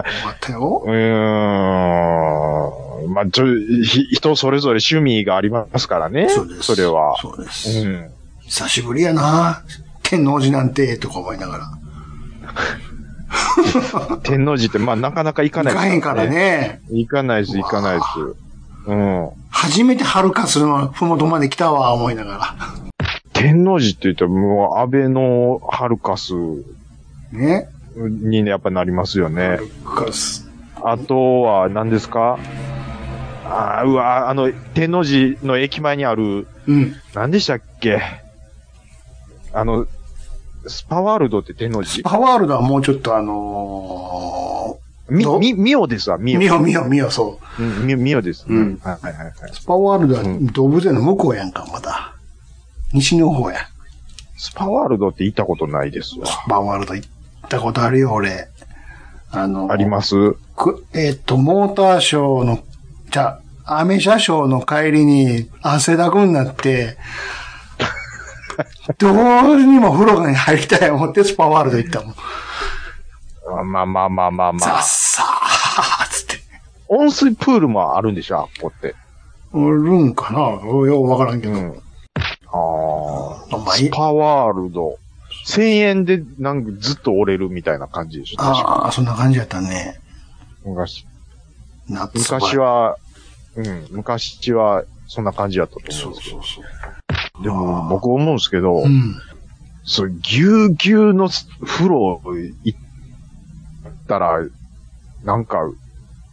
終わ
あ、
ったよ。
うーん。まあ、ちょ、ひ人それぞれ趣味がありますからね。
そうです。
れは。
そうです。
うん。
久しぶりやな天王寺なんて、とか思いながら。
天王寺って、まあ、なかなか行かな
行
い、
かへんから。ね。
行かないです、行かないです。うん。
初めて春かすのふもとまで来たわ、思いなが
天王寺って言ったら、もう、安倍のハルカス
ら。ね。
にねやっぱなりますよね。
春かす。
あとは、何ですかあーうわ、あの、天王寺の駅前にある、
うん。
何でしたっけあの、スパワールドって天王
ス
寺
パワールドはもうちょっとあの
み、
ど
み、ミオですわ、ミ
ー、
オ。
見よ見よ見よ、そう。
うん、ミオミオです。
うん
はいはいはいはい。
スパワールドは
うん
動物園の向こうやんか、また。西の方や。
スパワールドって行ったことないですわ。
スパワールド行ったことあるよ、俺。あの、
あります
くえっ、と、モーターショーの、じゃあ、アメ車ショーの帰りに汗だくにな
[LAUGHS]
って、どうにも風呂に入りたい思ってスパワールド行ったもん。
あまあまあまあまあま
ザッ
あ。
サーつって。
温水プールもあるんでしょ、あっこって。
おるんかなようわからんけ
う
ど。
ん。あ
お
あ。
前
スパワールド。1000円で、なんかずっと折れるみたいな感じでしょ、確か。
ああ、そんな感じやったね。
昔、
夏場
昔。は、うん、昔は、そんな感じだったと
そう
思うんです
そうそう。
けど。でも、僕思うんですけど、
うん。
そう、ぎゅうぎゅうの風呂行ったら、なんか、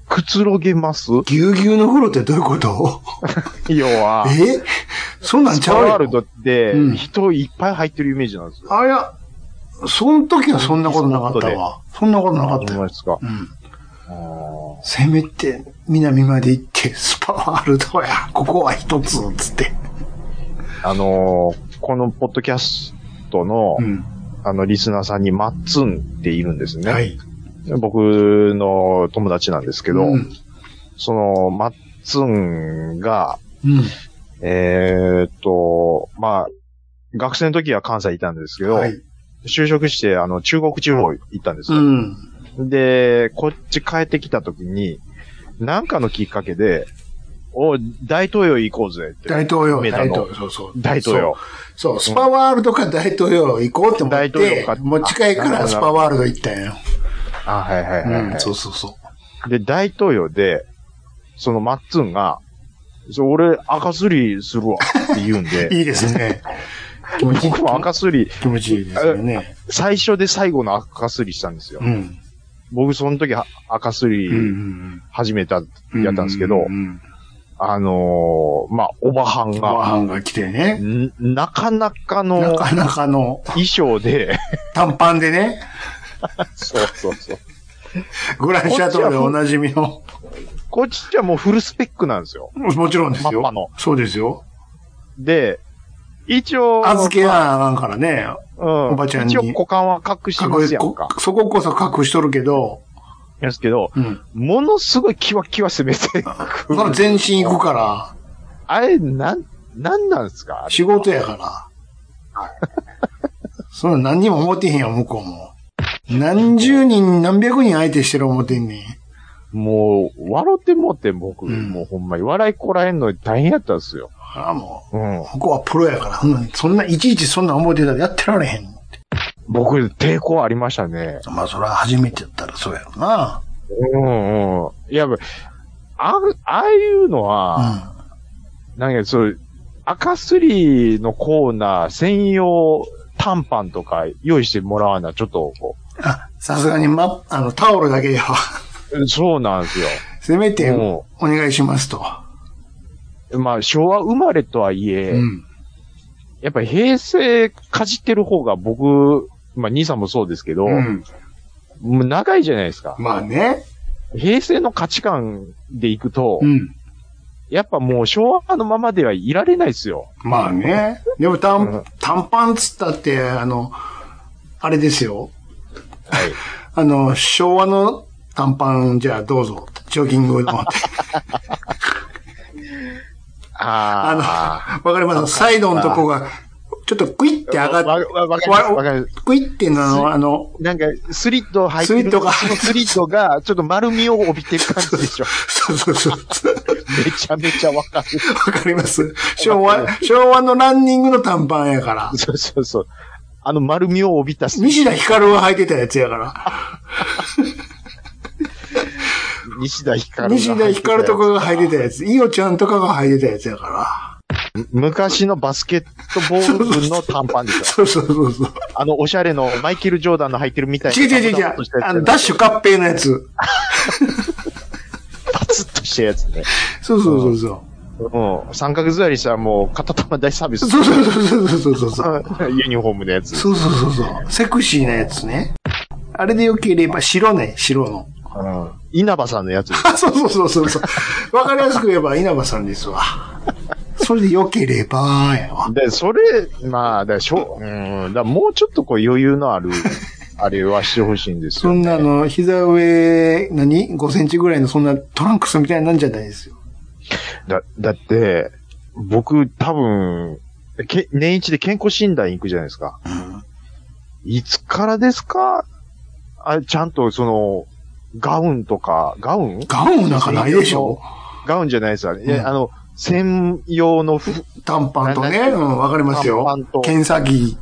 くつろげます
ぎゅうぎゅうの風呂ってどういうこと、
要は
えそんなん
ス
ち
パ
ゃう
ワール
よ
ドって
うん
人いっぱい入ってるイメージなんですよ。
あ、いや、その時はそんなことなかったわ。そんなことなかった
思い
よ。
ますか。
うん。
あー
せめて、南まで行って、スパワールドや、ここは一つ、つって。
あのーこのポッドキャストの、
うん。
あの、リスナーさんにマッツンっているんですね。
はい。
僕の友達なんですけど、
うん。
その、マッツンが、
うん。
えーっと、まあ、学生の時は関西にいたんですけど、
はい。
就職して、あの、中国地方行ったんです
う
よ、
ん。
で、こっち帰ってきた時に、なんかのきっかけで、お、大統領行こう
[LAUGHS]
ぜって。
大統領、
メタ
大
の
統領、そうそう。
大統領。
そう。そう、スパワールドか大統領行こうって思っ
大統領
て
か、
持ち帰りからスパワールド行ったんよ。
あ、はいはいはい、
う
は
ん、そうそうそ
い。で、大統領で、そのマッツンが、そう俺、赤すりするわって言うん
う。
で、
[LAUGHS] いいですね。気持ちいい。
僕も赤すり、
気持ちいいですよね。
最初で最後の赤すりしたんですよ
う。ん。
僕、その時は赤す
うんう
り
ん
始めた、
うん。
やったんですけど
う、ん。
あのーまあ、おばはん
ご
が、
飯が来てね。
んなかなかの
なかなかの
衣装
[LAUGHS]
で、
短パンでね、
そうそうそう。
グランシャトーでおなじみの。
こっちはもうフルスペックなんですよ。
もちろんですよ。
マッパの
そうですよ。
で、一応、
預けなあかんからね。
うん、
おばちゃんに
一応股間は隠しますやんか。
こそここそ隠しとるけど、
ですけど、
うん。
ものすごいキワキワ攻めてく
だから
る。
全身行くから、
あれ、なん、なんなんですかあれ
仕事やから。そんな何にも思ってへんよ、向こうも。何十人、何百人相手してる思ってんねん。
もう、笑ってもって僕、
うん
もうほんまに笑いこらえんの大変やったんですよ。
ああ、も
うん
う、。向こうはプロやから、そんな、そんな、いちいちそんな思ってたらやってられへん。
僕、抵抗ありましたね。
まあ、それは初めてやったらそうやろな。
うんうん。いや、あ、ああいうのは、
う
なんか、そう、赤すりのコーナー専用短パンとか用意してもらわな、ちょっとこ
ん。あ、さすがに、ま、あの、タオルだけは、
う。そうなんですよ。
[LAUGHS] せめて、
も
お願いしますと。
う、まあ、昭和生まれとはいえ、
うん。
やっぱり平成かじってる方が僕、まあ、兄さんもそうですけど、
うん。
もう長いじゃないですか。
まあね。
平成の価値観でいくと、
うん。
やっぱもう昭和のままではいられないですよ。
まあね。でも
う
短
ん、
短パンつったって、あの、あれですよ。
[LAUGHS] はい。
あの、昭和の短パン、じゃあどうぞ。ジョギン
[LAUGHS]
グの。わ
あ
かりますサイドのとこが、ちょっとクイって上
あ。わ、
がっ
わ、わかります。わかります。
て、クイってなの、あの、
なんか、スリット入ってる。
スリットが
そのスリットが、ちょっと丸みを帯びてる感じで
[LAUGHS]
しょ。
そうそうそう。
[LAUGHS] めちゃめちゃわかる。
わかります昭和、昭和のランニングの短パンやから。
そうそうそう。あの丸みを帯びたスリ
西田ヒカルが履いてたやつやから。 [LAUGHS]
西田ひかる。
西田ヒカルとかが履いてたやつ。イオちゃんとかが履いてたやつやから。
昔のバスケットボール部の短パンですよ。
そうそうそうそう。
あの、おしゃれのマイケル・ジョーダンの履いてるみたいな。
違う違う違う違う。あの、ダッシュカッペイのやつ。
パツッとしたやつね。
そうそうそうそ
うん。三角座りしたらもう、片玉大サービス
う。。そうそうそうそうそうそう。
うんユニフォームのやつ。
そうそうそうそう。セクシーなやつね。あれでよければ、白ね、白の。 [LAUGHS]
うん稲葉さんのやつ。
あ、そうそうそうそうそう。わかりやすく言えば、稲葉さんですわ。それでよければ、やわ。
で、それ、まあ、だからしょ、うん、だからもうちょっとこう余裕の
[LAUGHS]
ある、あれはしてほしいんです
そ
よ、
んなの、膝上、何 ?5 センチぐらいの、そんなトランクスみたいなんじゃないですよ。
だ、だって、僕多分、け年一で健康診断行くじゃないですか。いつからですかあちゃんとその、ガウンとか、ガウン
ガウンなんかないでしょ
ガウンじゃないですよ。い
う
や
ん
あの、専用の服、
短パンとね。
なな
うん、わかりますよ
短パンと。
検査着。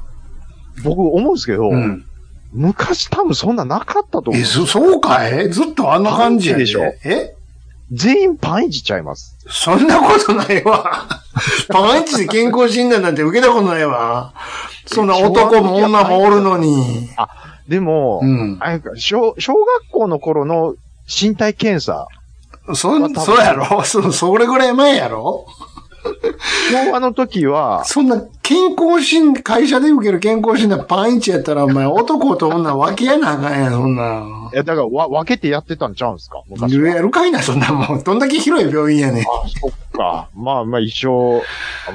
僕思うんですけど、
うん。
昔多分そんななかったと思う
え、。そ、そうかいずっとあんな感じや
パンチでしょ
え
全員パンイチちゃいます。
そんなことないわ。 [LAUGHS] パンチで健康診断なんて受けたことないわ。そんな男も女もおるのに。
でも、
うん。
あれか小小学校の頃の身体検査
そん、そうやろそ、それぐらい前やろ
昭和の時
[LAUGHS]
は、
そんな、健康診、会社で受ける健康診断パンイチやったら、お前、男と女分けやなあかんやん、そんなん。
いや、だからわ、分けてやってたんちゃうんすか昔は。
やるかいな、そんなもん。どんだけ広い病院やねん。
あ、そっか。まあまあ、一生、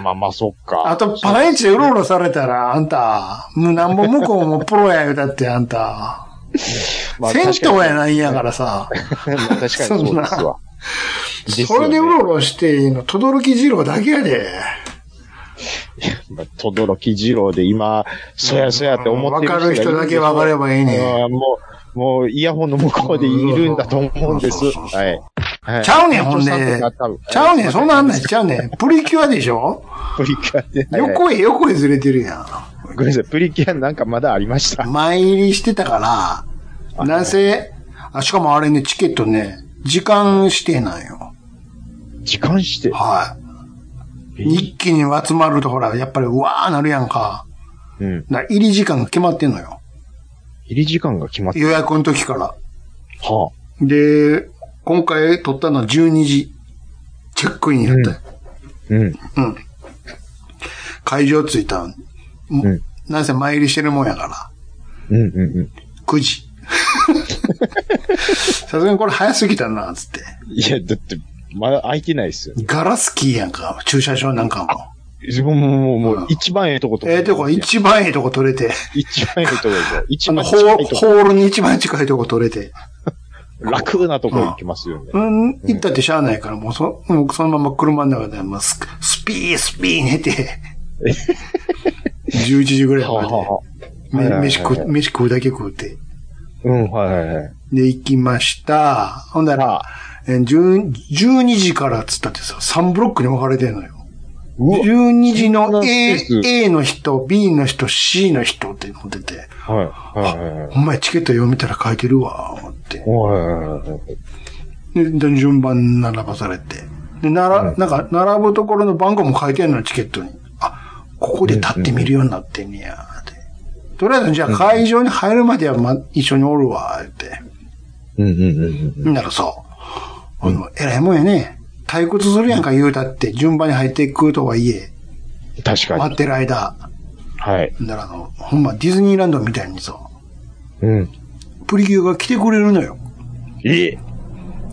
まあまあ、そっか。
あと、パンイチでうろうろされたら、あんた、もうなんぼ向こうもプロやよ、だって、あんた。
まあ
銭湯
[LAUGHS]
や
な。
ないんやから
[LAUGHS]
さ。
確かにそうですわ。
[LAUGHS]
す
そ
よね
れでうろうろしていいの、とどろき二郎だけやで。
まあ、とどろき二郎で今、そやそやって思ってる
わかる人だけ
わ
分かればいいね。
もう、もう、イヤホンの向こうでいるんだと思うんです。
そうそうそうそう
はい。はい。
ちゃうねん、ほんで。ちゃうねん、そんなあんない
[LAUGHS]
んちゃうねん。プリキュアでしょ
プリキュアで。はい
横へ横へずれてるやん。
ごめんなさい、プリキュアなんかまだありました。
前入りしてたから、なんせ、あ、しかもあれね、チケットね、時間指定なんよ。
[LAUGHS] 時間して。
はい。一気に集まるとほら、やっぱりうわーなるやんか。
うん。
だから入り時間が決まってんのよ。
入り時間が決まって。
予約の時から。
は
で、今回撮ったのは12時。チェックインやったよ。
あ、うん。
うん。会場着いたん。
ん
なんせ前入りしてるもんやから。
うんうんう
9時。
[LAUGHS]
さすがにこれ早すぎたな、つって。
ん。いや、だって、まだ空いてないですよ。
ガラスキーやんか、駐車場なんかも。
もう、もう、もう、一番ええとこと。
ええとこ、一番ええとこ取れて、
一番ええとこですよ。一
あの、
番
ホ
近
ー
いとこ。
ホールに一番近いとこ取れて。
楽なとこ行きますよね。
うん、行ったってしゃあないから、もうそ、もうそのまま車の中で、まあ、ススピースピー寝
[LAUGHS]
て、11時ぐらい
はあはあ
ま
は
で、
は
め
い
飯食う、飯食うだけ食うて。
あうん、はいはいはい。
で、行きました。ほんだら
は、
えー10 12時からっつったってさ、3ブロックに分かれてんのよ。
うわ
12時
そんな
の
ス
A
ペー、ス
A の人、B の人、C の人って思ってて、
はい。はいはいはい。
お前チケット読みたら書いてるわ、思って。
はいはいはい。
で、で順番並ばされて。で、なら、なんか、並ぶところの番号も書いてんの、チケットに。あ、ここで立って見るようになってんねや、って。とりあえず、じゃあ会場に入るまでは、ま、一緒におるわ、って。
うんうんうん
んならさ、あの、偉いもんやね。退屈するやんか、言うたって、順番に入っていくとはいえ、
うん。確か
待っ
に。
てる間。
はい。
んなら、あの、ほんま、ディズニーランドみたいにさ、
うん。
プリキュアが来てくれるのよ。
ええ。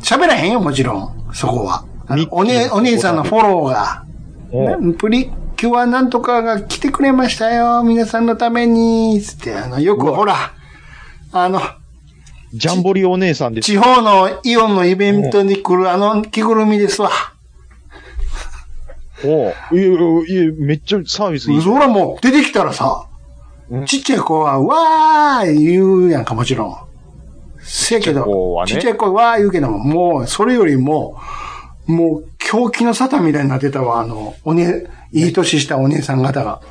喋らへんよ、もちろん。そこは。あの
ミッキー
お姉、お姉さんのフォローが。
お
ねプリキュアなんとかが来てくれましたよ、皆さんのために、つって、あの、よくほら、あの、
ジャンボリお姉さんです。
地方のイオンのイベントに来るあの着ぐるみですわ。
おういやいや、めっちゃサービスいい。
そらもう出てきたらさ
う、ん
ちっちゃい子は、わー言うやんか、もちろん。せやけ
ちっちゃい子
ど
は、ね
ちっちゃい子はわー言うけども、もう、それよりも、もう、狂気の沙汰みたいになってたわ、あの、おね、いい年したお姉さん方が。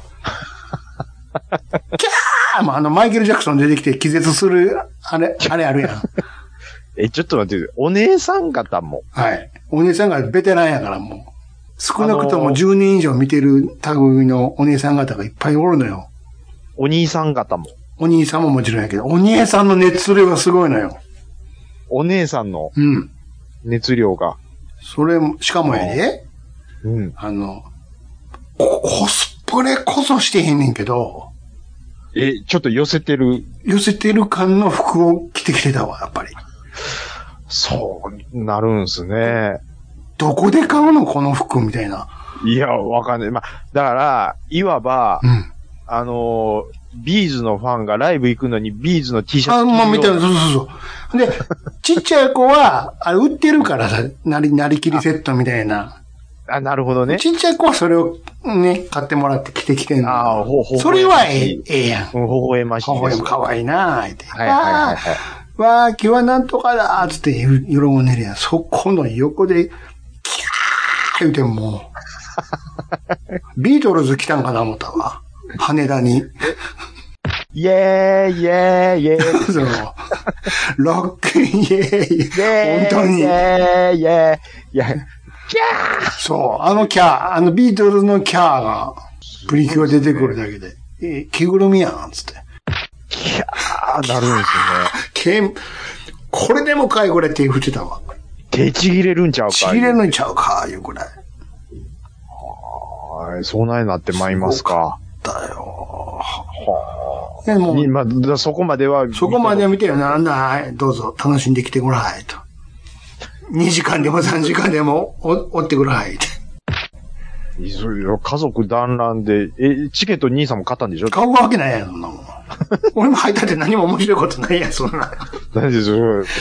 [LAUGHS] キャーもうあの、マイケル・ジャクソン出てきて気絶する、あれ、あれあるやん。
[LAUGHS] え、ちょっと待って、お姉さん方も。
はい。お姉さんがベテランやから、もう。少なくと
あ
も
の
10人以上見てる類のお姉さん方がいっぱいおるのよ。
お兄さん方も。
お兄さんももちろんやけど、お兄さんの熱量がすごいのよ。
お姉さんの
うん。
熱量が。
それも、しかもやで、
うん。
あの、ココスプレこそしてへんねんけど、
え、ちょっと寄せてる。
寄せてる感の服を着てきてたわ、やっぱり。
そう、なるんすね。
どこで買うのこの服みたいな。
いや、わかんない。まあ、だから、いわば
う、ん。
あのービーズのファンがライブ行くのにビーズの T シャツ
あ、まあ、
着
み
る
たい
よう
な、そうそうそう。で、ちっちゃい子は、あれ売ってるからさ、なり、なりきりセットみたいな。
あ、なるほどね。
ちっちゃい子はそれをね、買ってもらって着てきてんの。
ああ、ほほほ
それはええ、ええやん。
うん、微笑ましい
ほほ
で
え
す。
もかわいいなぁ、言うて。
はいはいはいは
あ
い。
ーわあ、今日はなんとかだーっつって喜んでるやん。そこの横で、キャー言うても
[LAUGHS]
う。ビートルズ来たんかな思ったわ。羽田に。 [LAUGHS]
イェーイ、イェーイ、イェーイ。
その、ロックンイエーイ。
本
本当に
イ。ェーイ、イェーイ。いや、
そう、あのキャー、あのビートルズのキャーが、プリキュア出てくるだけで、えー着ぐるみやん、つって。
キャーなるんですよね。
けん、これでもかいこれって振ってたわ。
手ちぎれるんちゃうか。
ちぎれるんちゃうか、いうぐらい。
はい、そうなんなってまいりますか。
だよ。
は
で
あ。
も、
にまあだそこまでは。
そこまでは見てよな。なんだ、はいどうぞ、楽しんできてくらい、と。2時間でも3時間でも、お、おってくらい、って。
いずれ家族団らんで、え、チケット兄さんも買ったんでしょ [LAUGHS]
買うわけないやん、そんなもん。俺も入ったって何も面白いことないやん、そんな。
大丈夫です。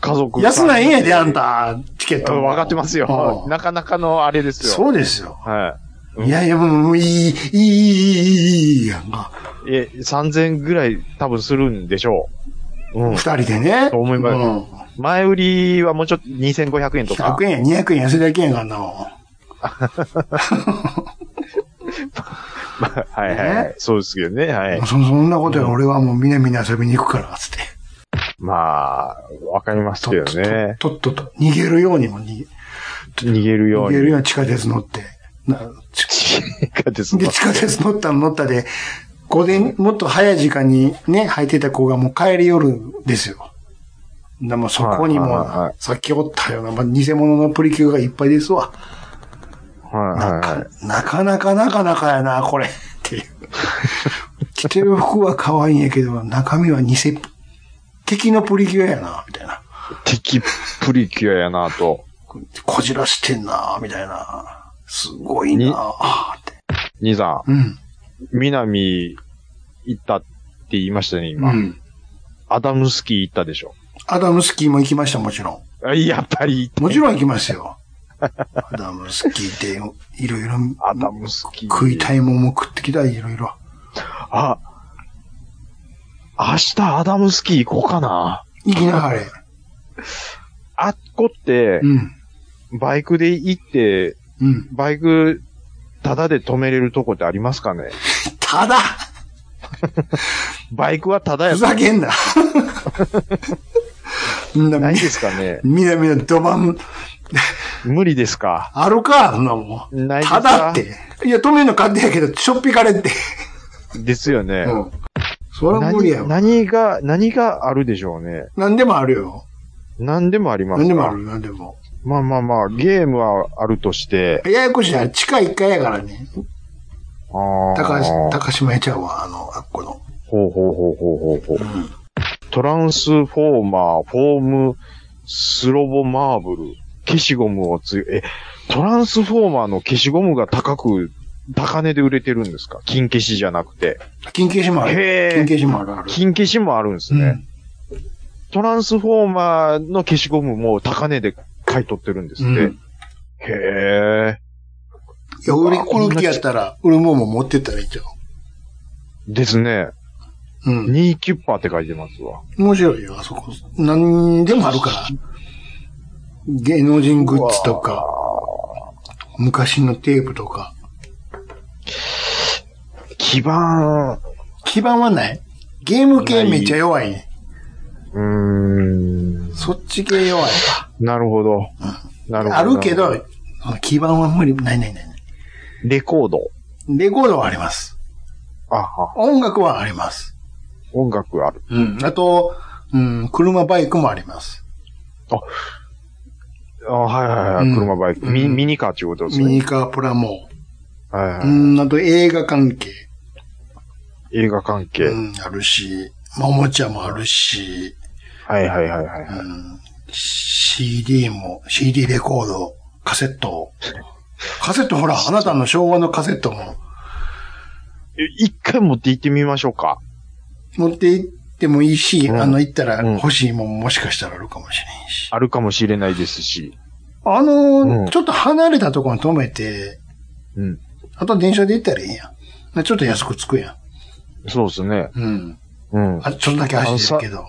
家族。
安ないんやで、あんた、チケット。
分かってますよ
う。ん
なかなかのあれですよ。
そうですよ。
はい
やいや、もう、いい、いい、いい、いい、いいやんか。
い。え、3000ぐらい多分するんでしょう。うん
二。人でね。
そう思います
うん。
前売りはもうちょっと2500円とか
100。円や200円安いだけやんかんなも
まあはいはいはい
ね。
そうですけどね。はい
ん。。そそんなことより俺はもうみなみな遊びに行くから、つって。
まあ、わかりますけどね。
とっとと、逃げるようにもに、
逃げるよ
逃
う
げる
[LAUGHS] に。
ように地下鉄乗って。なち
がですね
で、地下鉄乗ったの乗ったで、午前、もっと早い時間にね、入ってた子がもう帰り夜ですよ。でもそこに
はいはいはいは
も
い、
さっきおったような、まあ、偽物のプリキュアがいっぱいですわ。
はい
な
はい
か
はい。
なかなかなかなかやな、これ。っていう。着てる服は可愛いんやけど、中身は偽、敵のプリキュアやな、みたいな。
敵プリキュアやなと。
こじらしてんな、みたいな。すごいな、って。
兄さ
うん。
ん、南行ったって言いました
う
ね、今。
ん。
アダムスキー行ったでしょ。
アダムスキーも行きました、もちろん。
あやっぱり行って
もちろん行きますよ。アダムスキーで、いろいろ、
アダムスキー。
食いたいもんも食ってきた、いろいろ。
あ、明日アダムスキー行こうかな。
行きなはれ。
あっこって
う、ん。
バイクで行って、
うん。
バイク、ただで止めれるとこってありますかね
ただ、
バイクはただや
ふ
った
ざ
ら
けんな。 [LAUGHS] んな
ない
み
ですかね
みなみなドバン、
無理ですか
あるか、そんなもん。
ないですか
ただって。いや、止めるの勝手やけど、しょっぴかれって。
ですよね。
うん。それは無理や
何
わ。
何が、何があるでしょうね。
何でもあるよ。
何でもあります
何
か
でもある、何でも。
まあまあまあ、ゲームはあるとして。
ややこしいな。地下1階やからね。
あー
高橋、高島屋ちゃうわ、あの、あっこの。
ほうほうほうほうほうほう。
うん
トランスフォーマー、フォーム、スロボマーブル、消しゴムをつゆ、え、トランスフォーマーの消しゴムが高く、高値で売れてるんですか金消しじゃなくて。
金消しもある。
へ
金
え。
消しもあるある。
金消しもあるんですね。トランスフォーマーの消しゴムも高値で買い取ってるんです
う
っ
ん。
て。
うん。
へえ。
いや、売り、売る気やったら、売るもんも持ってったらいいじゃん。
ですね。
うん。
ニーキュッパーって書いてますわ。
面白いよ、あそこ。何でもあるから。芸能人グッズとか、昔のテープとか。
基盤、
基盤はないゲーム系めっちゃ弱いね。
うーん。
そっち系弱いか。
なるほど。なるほど。
あるけ
な
ど
ほ、
基盤は無理、ないないないない。
レコード。
レコードはあります。
あは、
音楽はあります。
音楽ある。
うん。あと、うん、車バイクもあります。
あはいはいはい。
うん
車バイク。ミ
うん
ミニカーっていうことです
ミ
ね。
ニカープラモ。
はいは
う
い、
ん、あと映画関係。
映画関係。
うん、あるし、まあおもちゃもあるし、
はいはいはいはい。
うん CD も、CD レコード、カセッ
[LAUGHS]
ト。カセットほら、あなたの昭和のカセットも
え一回持って行ってみましょうか。
持って行ってもいいし、
うん
あの、行ったら
うん
欲しいもんもしかしたらあるかもしれんし。
あるかもしれないですし。
あのー
うん
ちょっと離れたところに止めて、
うん。
あと電車で行ったらいいやんで。ちょっと安くつくや
そうですね。
ん。うん。
うん。
あ、ちょっとだけ走ってるけど。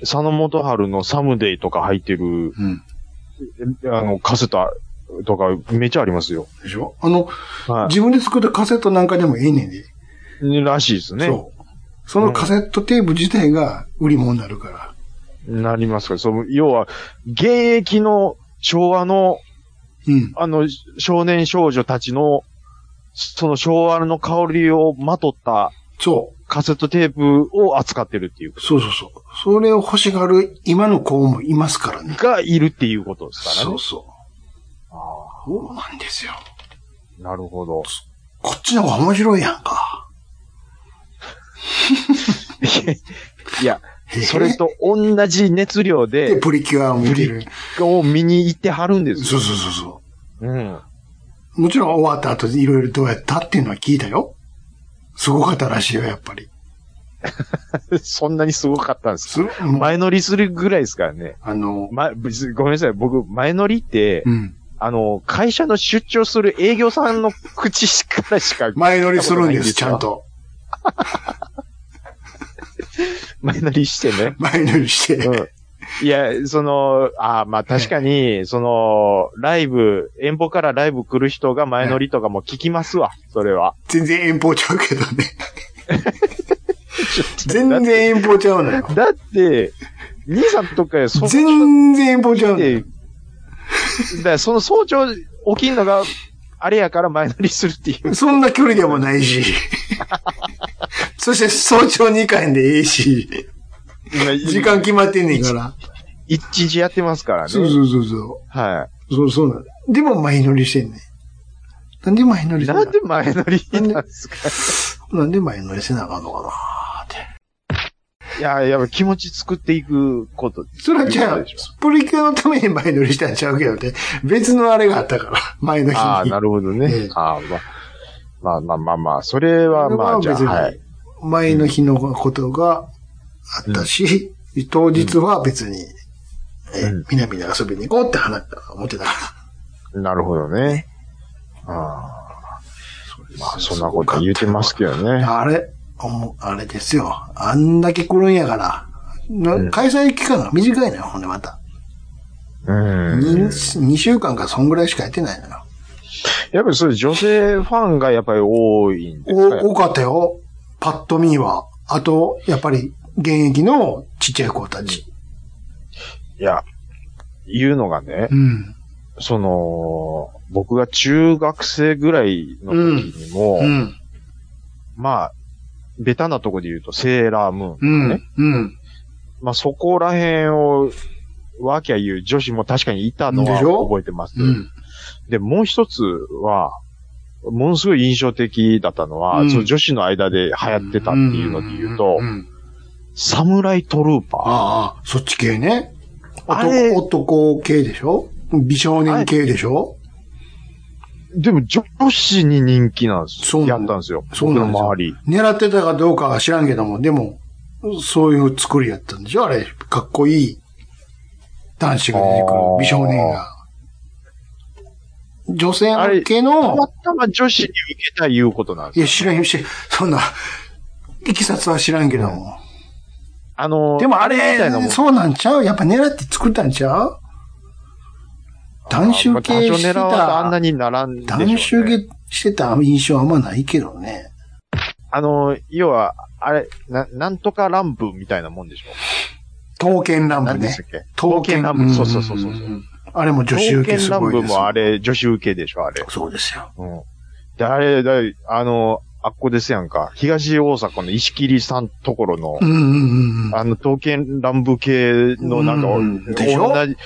佐野元春のサムデイとか入ってる、
うん。
あの、カセットとかめっちゃありますよ。
でしょあの、
は
自分で作ったカセットなんかでもええねんで。
い。ねらしいですね。
そう。そのカセットテープ自体が売り物になるから。
なりますから、その、要は、現役の昭和の、
うん。
あの、少年少女たちの、その昭和の香りをまとった
そう。
カセットテープを扱ってるっていう。
そうそうそう。それを欲しがる今の子もいますからね。
がいるっていうことですから
そ
ね
う。そう。
あ
そうなんですよ。
ーなるほど。
こっちの方が面白いやんか。
いや、 [LAUGHS] それと同じ熱量
で、
で、
プリキュアを見てる。
を見に行ってはるんです
そう
よ。
そうそうそ
うん。
う。もちろん終わった後でいろいろどうやったっていうのは聞いたよ。すごかったらしいよ、やっぱり。
[LAUGHS] そんなにすごかったんです。
す、もう
前乗りするぐらいですからね。
あの、
ま、別ごめんなさい。僕、前乗りって、
うん。
あの、会社の出張する営業さんの口からしか、
前乗りするんで
いい
す、
です
ち
か
ゃんと。
前乗りしてね。
前乗りして。
うん。いや、その、あーまあ確かに、その、ライブ、遠方からライブ来る人が前乗りとかも聞きますわ、それは。
全然遠方ちゃうけどね。全
だっ
然
て。
遠方ちゃうのよ。
だって、兄さんとかよそっ
全然遠方ちゃうのよ
て。、だからその早朝起きんのが、あれやから前乗りするっていう。
そんな距離でもない
[LAUGHS]
し。そして早朝2回でええし。時間決まってんねんから。
一時やってますからね。
そうそうそうそ
は
う。そうそうなんだ。でも前乗りしてんねん。なんで前乗り
い。
して
なん
の
で前乗りなんですか
なんで前乗りせなあかんのかなって。
いや、やっぱ気持ち作っていくこと。
それはじゃあ、プリキュアのために前乗りしたんちゃうけどね。別のあれがあったから、前 [LAUGHS] の日に。
ああ、なるほどね。
ええ
ああ、まあ、まあまあまあまあ、それはま
そ
あ、じ
れ
ゃあ、
別に
はい。
前の日のことがあったし、当日は別に、え
うん
みなみな遊びに行こうって話だ思ってたから。
なるほどね。ああ、まあ、そんなこと言うてますけどね。
あれ、思うあれですよ。あんだけ来るんやから。な
うん
開催期間が短いのよ、ほんでまた。
うん。
2, 2週間かそんぐらいしかやってないのよ。
やっぱりそういう女性ファンがやっぱり多いんですか
お多かったよ。パッと見は。あと、やっぱり、現役のちっちゃい子たち。
いや、言うのがね、
うん。
その、僕が中学生ぐらいの時にも、
うん。
まあ、ベタなとこで言うと、セーラームーンとか
う
ね。
ん。うん。
まあそこら辺を、わきゃ言う女子も確かにいたのは
でしょ
覚えてます。
うん。
で、もう一つは、ものすごい印象的だったのは、
うん
その女子の間で流行ってたっていうので言うと
ん、んん
サムライトルーパ
ああ、そっち系ね。
あれ
男男系でしょ美少年系でしょ
ー。でも女子に人気なんです
そう
よ。
な
や
ん
ったんですよ。
そうなんですよ
僕の周り。
狙ってたかどうかは知らんけども、でも、そういう作りやったんでしょあれ、かっこいい男子が出てくる
あー
美少年が。女性系
たま
の、
たま女子に受けたいうことなん
い
で
や、
す
知
よ。
らん、知らん、そんな、いきさつは知らんけども。
あのー、
でもあ
みたい
れ
なもん、
そうなんちゃうやっぱ狙って作ったんちゃう男子受けして
まあ多少狙わずあんな
た、
に並んでしょうね
男子受けしてた印象はあんまないけどね。
あのー、要は、あれ、な、なんとかランプみたいなもんでしょ
刀剣乱舞
何で
ね
した。っけ
刀剣
刀
乱舞。
剣乱舞そうそうそうそう
うんうんうん。あれも女子
刀
受け
剣
す
乱
ごい
舞
ですよ。
もあれ、女子受けでしょ、あれ。
そうですよ。
うん。で、あれ、だいあの、あっこですやんか。東大阪の石切さんところの
う、んうんうん。
あの、刀剣乱舞系のなんか、
うんでしょ
同じ、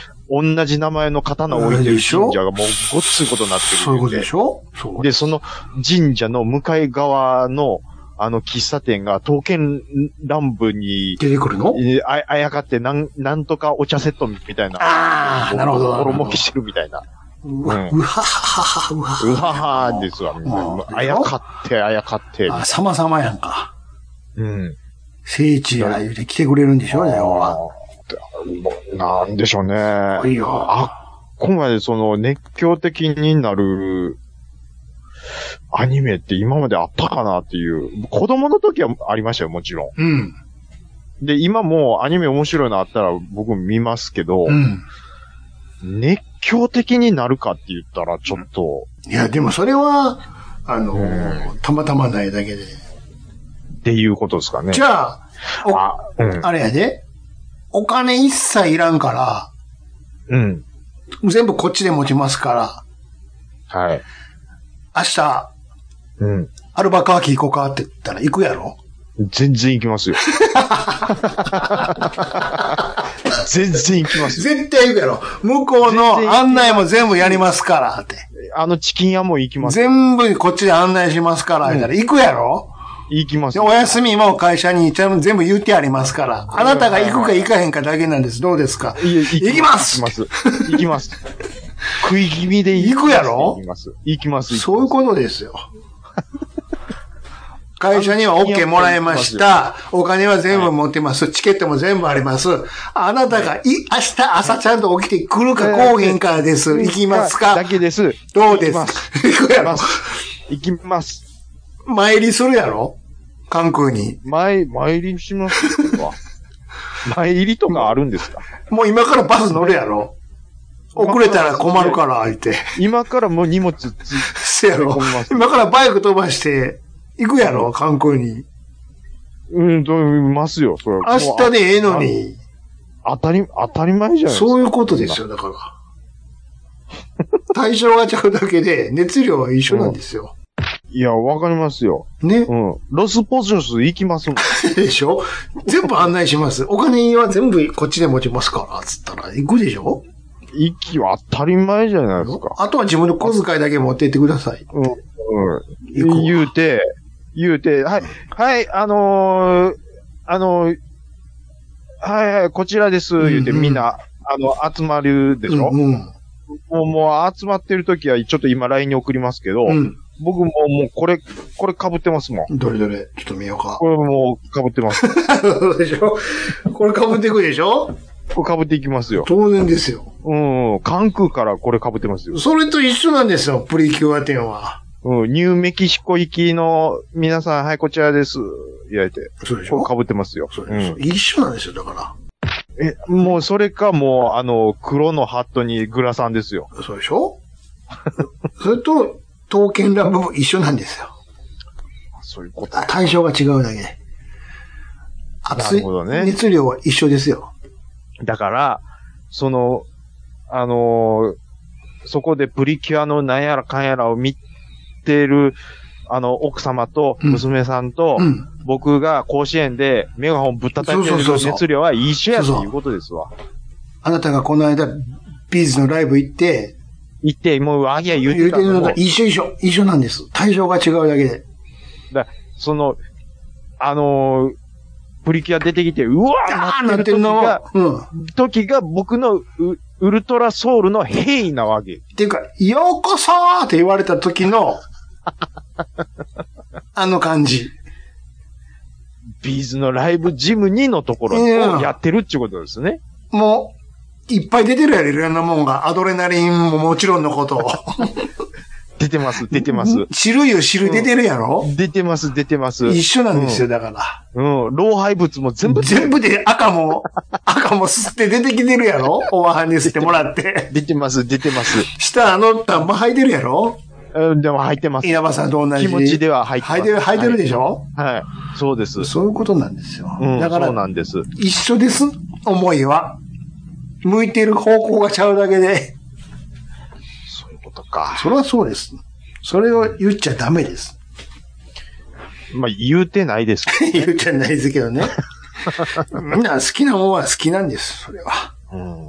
同じ名前の刀を置いてる神社がもうごっついことになってる。
そういうことでしょそう。
で、その神社の向かい側の、あの、喫茶店が刀剣乱舞に、
出てくるの
えーああやかって、なん、なんとかお茶セットみたいな。
ああ、なるほど。
衣着してるみたいな。
うわ、うわはははは
う
は。
わはーですわ、みんな。
うん
あやかって、あやかって。
あ、様々やんか。
うん。
聖地や言うて来てくれるんでしょ要は。
あーなんでしょうね。
いいよ。
あっこまでその熱狂的になるアニメって今まであったかなっていう。子供の時はありましたよ、もちろ
うん。
ん。で、今もアニメ面白いのあったら僕見ますけど、
うん。
熱狂的になるかって言ったらちょっと
いや、でもそれは、あの、
う
たまたまないだけで。
っていうことですかね。
じゃあ、お
あ、うん。
あれやで、お金一切いらんから、
うん。
全部こっちで持ちますから、
はい。
明日、
うん。
アルバカーキ行こうかって言ったら行くやろ
全然行きますよ。全然行きますよ。
絶対行くやろ。向こう
全然行き
の
ます
案内も全部やりますからって。
あのチキン屋も行きます。
全部こっちで案内しますから、言うたら行くやろ
行きます
で
よ。
お休みも会社にちゃんと全部言ってありますから。あなたが行くか行かへんかだけなんです。どうですか
いや
行きます
行きます。行きます。食い気味で
行くやろ
行きます。行きます。
そういう
と
ことですよ。会社には OK もらいました。お金は全部持ってます。チケットも全部あります。あなたがい、明日朝ちゃんと起きてくるか来おへんかです。行きますか
だけです。
どうですか
行きます
行くやろ
行きます。
参りするやろ関空に。
前、参りしますわ。前入りとかあるんですか
もう今からバス乗るやろ遅れたら困るから、相手。
今からもう荷物つ、
せやろ
混みます
今からバイク飛ばして、行くやろ関空に。
うん、と、ますよ、それ
明日でええの。
もう
に。
あ当たり、当たり前じゃないですか。
そういうことですよ、だから。対象がちゃうだけで、熱量は一緒なんですよ。
いや、わかりますよ。
ね
う。ん。ロスポジョス行きますもん。
でしょ全部案内します。お金は全部こっちで持ちますから、つったら、行くでしょ
行きは当たり前じゃないですか。
あとは自分の小遣いだけ持ってってください。
うん。
行
う
こ
ん。
う
言うて、言うて、はい、はい、あのー、あのー、はいはい、こちらです、言うて、
うんうん
みんな、あの、集まるでしょ、
うんうん。
もう、もう集まってる時は、ちょっと今 LINE に送りますけど、
うん。
僕ももうこれ、これ被ってますもん。
どれどれ、ちょっと見ようか。 [LAUGHS]
これもう被ってます。
そうでしょこれ被っていくでしょ
これ被っていきますよ。
当然ですよ。
うん、関空からこれ被ってますよ。
それと一緒なんですよ、プリキュア展は。
うん、ニューメキシコ行きの皆さん、はい、こちらです。言われて。
そうでしょ
これ被ってますよ。
そう
う
でしょ
ん、
一緒なんですよ、だか
え、もうそれかもう、あの、黒のハットにグラサンですよ。
ら。そうでしょ [LAUGHS] それと、刀剣乱舞も一緒なんですよ。
そういうこと。
対象が違うだけで。熱、
ないるほどね
熱量は一緒ですよ。
だから、その、あのーそこでプリキュアのなんやらかんやらを見てる、あの、奥様と娘さんと、
うん。
僕が甲子園でメガホンぶったたいて
そうそうそうそ
る
う
熱量は一緒やっていうことですわ。
あなたがこの間、ビーズのライブ行って、
行って、もう、あぎゃ言
言
っ
うて
てた
る
の
の
も
と、一緒一緒、一緒なんです。対象が違うだけで。
その、あのープリキュア出てきて、うわ
あ
ー
ーな
な
っ
ってて
る
る時
の
が
は、、うん。っ
時が僕のウウルトラソウルの変異なわけ。
ていうか、ようこそーって言われた時
[LAUGHS]
の、あの感じ。
ビーズのライブジム2のところを
いや
やってるってことですね。
もう、いっぱい出てるやろ、いろんなもんが。アドレナリンももちろんのこと。
出てます、出てます。
知るよ、知る出てるやろ、
出てます、出てます。
一緒なんですよ、だから。
うん、老廃物も全部
全部で赤も、赤も吸って出てきてるやろおばはんに吸ってもらって。
出てます、出てます。
下あのタンも履いてるやろ
うん、でも入ってます。
稲葉さんと同じ。
気持ちでは入ってます
履いてる、履いてるでしょ、
はい。そうです。
そういうことなんですよ。
うん、
だか
そうな
ら、
んです。
一緒です、思いは。向いてる方向がちゃうだけで。
そういうことか。
それはそうです。それを言っちゃダメです。
まあ、言うてないですけ
[LAUGHS] 言うてないですけど
[LAUGHS]
ね。みんな好きなもんは好きなんです、それは。
ど。うん。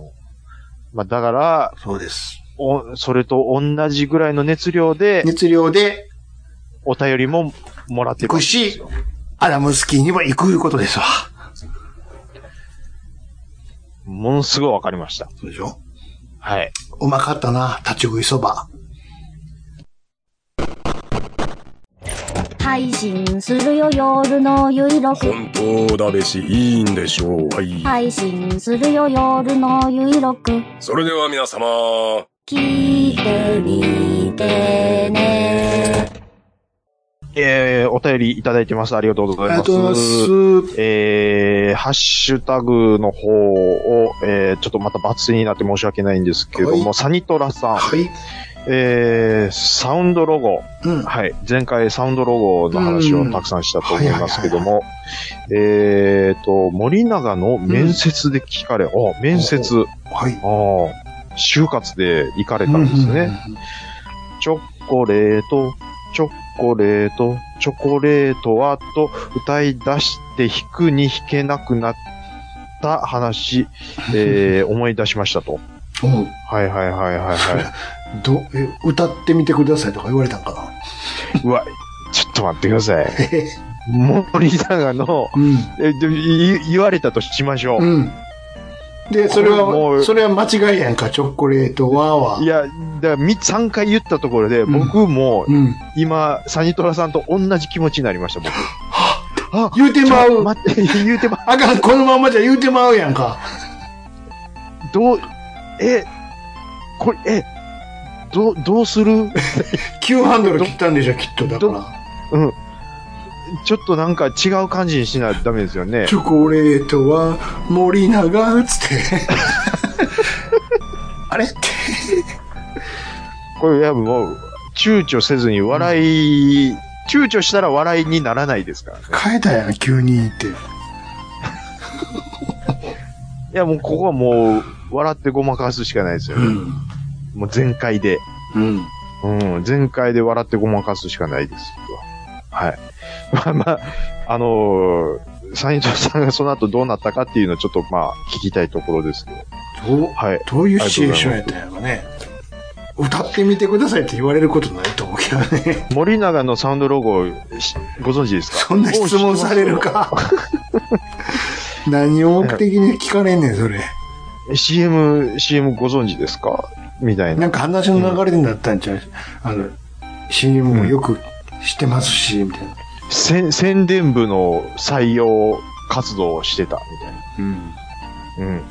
まあ、だから、
そうです。
お、それと同じぐらいの熱量で、
熱量で
お便りももらって
行くし、アダムスキーにも行くいうことですわ。
ものすごいわかりました。
そうでしょ
はい。
うまかったな、立ち食いそば。
配信するよ夜のゆいろく
本当だべし、いいんでしょう。はい。
配信するよ夜のゆいろく
それでは皆様、
聞いてみてね
えー、お便りいただいてます。ありがとうご
あ
ざい
り
ます。
がとうございます。
えー、ハッシュタグの方を、えー、ちょっとまた抜粋になって申し訳ないんですけども、
はい
サニトラさん、
はい。
えー、サウンドロゴ、
うん。
はい、前回サウンドロゴの話をたくさんしたと思いますけども、えーと、森永の面接で聞かれ、お、面接、
はい。
あー就活で行かれたんですね。チョコレート、チョコレート、チョコレートはと歌い出して弾くに弾けなくなった話、 [LAUGHS] えー思い出しましたと。
うん
はいはいはい [LAUGHS] はいは。
どえ歌ってみてくださいとか言われたんかない
うわ、ちょっと待ってください。
えへへ
森永の、
うん。
えでい言われたとしましょう。
うん。で、それ
も
は、
う。
それは間違いやんか、チョコレートははい
や、だからみ3回言ったところで、
ん
僕も
うん。
今、サニトラさんと同じ気持ちになりました、僕。あ、
言うて
ち
ま
ょ
う。
待って、言うてま
あかん、このままじゃ言うてまうやんか。
どう、え、これ、え、どう、どうする
急ハンドル切ったんでしょ、きっと。だか
ど
ら。
ちょっとなんか違う感じにしないとダメですよね
チ。ョコレートは森永、つって。 [LAUGHS] あれって。
これ、やもう、躊躇せずに笑い、躊躇したら笑いにならないですからね。
変えたやん、急にって。
いや、もうここはもう、笑ってごまかすしかないですよ
う
ね。
ん。
もう全開で。
うん。
うん、全開で笑ってごまかすしかないですよ。はい。 [LAUGHS] まあまあ、あのー、サニトラさんがその後どうなったかっていうのをちょっとまあ、聞きたいところですけど。
どう、
はい。
どういうシチュエーションやったんやろね。歌ってみてくださいって言われることないと思うけど [LAUGHS] ね。
森永のサウンドロゴ、しご存知ですか
そんな質問されるか。何を目的に聞かれんねん、それ。
?CM、CM ご存知ですかみたいな。
なんか話の流れになったんちゃう、あの、CM もよく知ってますし、みたいな。
せ宣伝部の採用活動をしてた、みたいな。
うん。
うん。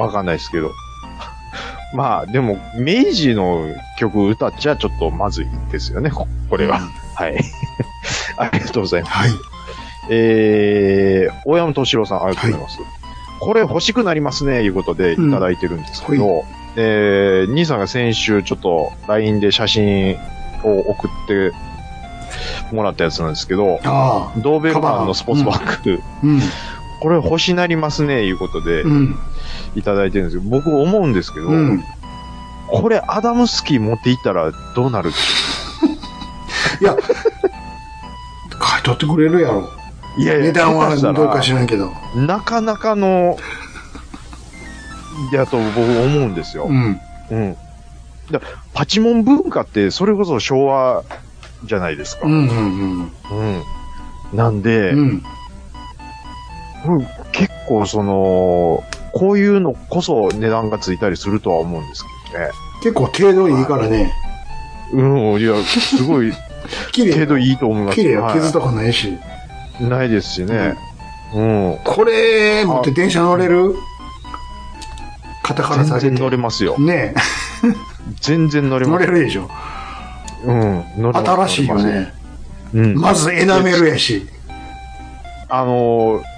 わかんないですけど。 [LAUGHS] まあ、でも、明治の曲歌っちゃちょっとまずいですよね、ここれは。はい。 [LAUGHS] ありがとうございます。
はい。
えー、大山敏郎さん、ありがとうございます。これ欲しくなりますね、いうことでいただいてるんですけど、えー、兄さんが先週ちょっと LINE で写真を送ってもらったやつなんですけど、
ああ。
ドーベルマンのスポーツバッグ、
うん。
これ欲しなりますね、いうことで
うん。
いただいてるんですけど、僕思うんですけど、
うん。
これアダムスキー持っていったらどうなる
いや、買い取ってくれるやろ。
いや
値段は
下手した
どう
ら
か知らんけど。
なかなかの、やと僕思うんですよ
う。ん。
うん。だパチモン文化ってそれこそ昭和じゃないですか。
う
うん。
んうん
なんで、
うん。うん。
うん結構その、こういうのこそ値段がついたりするとは思うんですけどね。
結構程度いいからね。
うん、いや、すごい
綺麗。
程度いいと思います。
綺麗よ。
はい
傷とかないし。
ないですしね。うん。
これ、持って電車乗れる肩から下
全
げ
然
て。
乗れますよ。
ね
全然乗
え、
れ
乗
ます
れ。るでしょ。
うん。乗れます
新しいよ。ね。
乗れますう
まず
ん。
エナメルやし。
あのー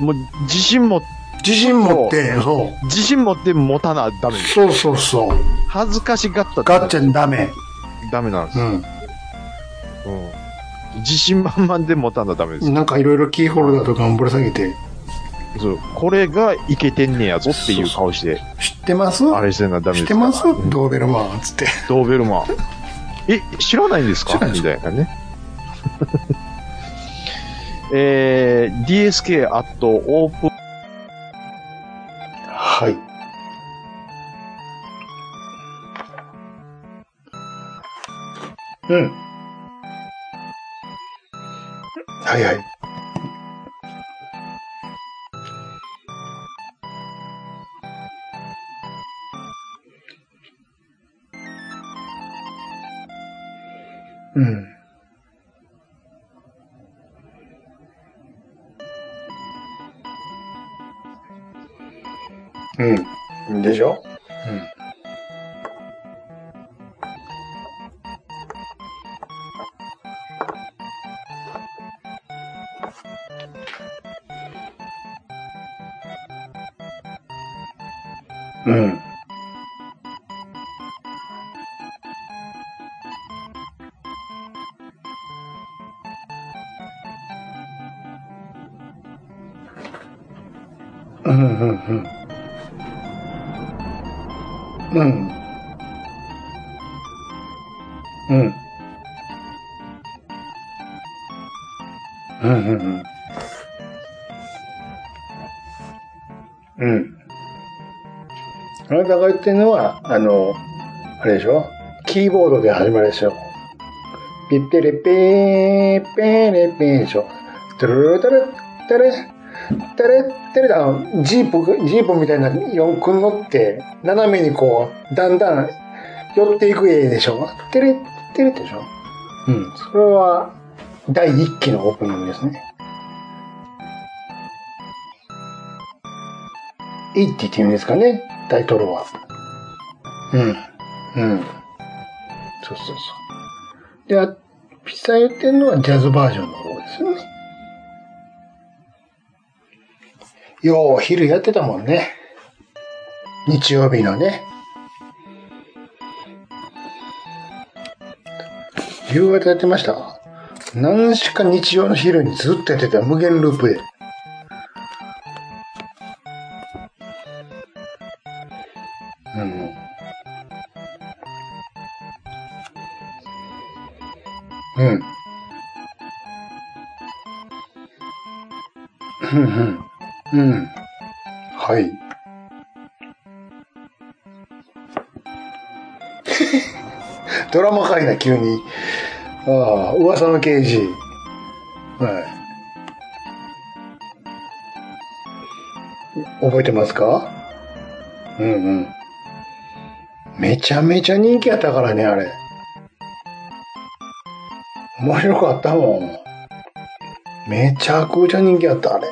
もう、自信も、
自信持って、そう。
自信持って持たなダメです。
そうそうそう。
恥ずかしがった
ガッチャンダメ。
ダメなんです。
う
うん。自信満々で持たなダメです。
ん。なんかいろいろキーホルダーとかもぶら下げて、
そう。これがいけてんねやぞっていう顔して、
知ってます
あれしてんなダメ
知
で
っ
す
て
から。
ますドーベルマンつって。
ドーベルマン。え、知らないんですか
知らないで
み
す
たいなね。 [LAUGHS] えー、DSK アットオープン
はい。うん。はいはい。うん。うん。でしょうん。うん。うんうんうん。うん。うん。うんうんうん。うん。あなたが言ってるのは、あの、あれでしょキーボードで始まるでしょピッテレペー、ペーレペーでしょトゥルルルルルルテレテレだ、あのジープ、ジープみたいな四駆乗って、斜めにこう、だんだん寄っていく絵でしょテレ、テレでしょうん。それは、第一期のオープニングですね。イッティっていうんですかね、タイトルは。うん。うん。そうそうそう。で、あピッサ言ってるのはジャズバージョンの方ですよね。よう、昼やってたもんね。日曜日のね。夕方やってました何しか日曜の昼にずっとやってた無限ループで。うん。うん。うんうん。うん。はい。ドラマかいな、急に。ああ、噂の刑事。はい。覚えてますかうんうん。めちゃめちゃ人気やったからね、あれ。面白かったもん。めちゃくちゃ人気やった、あれ。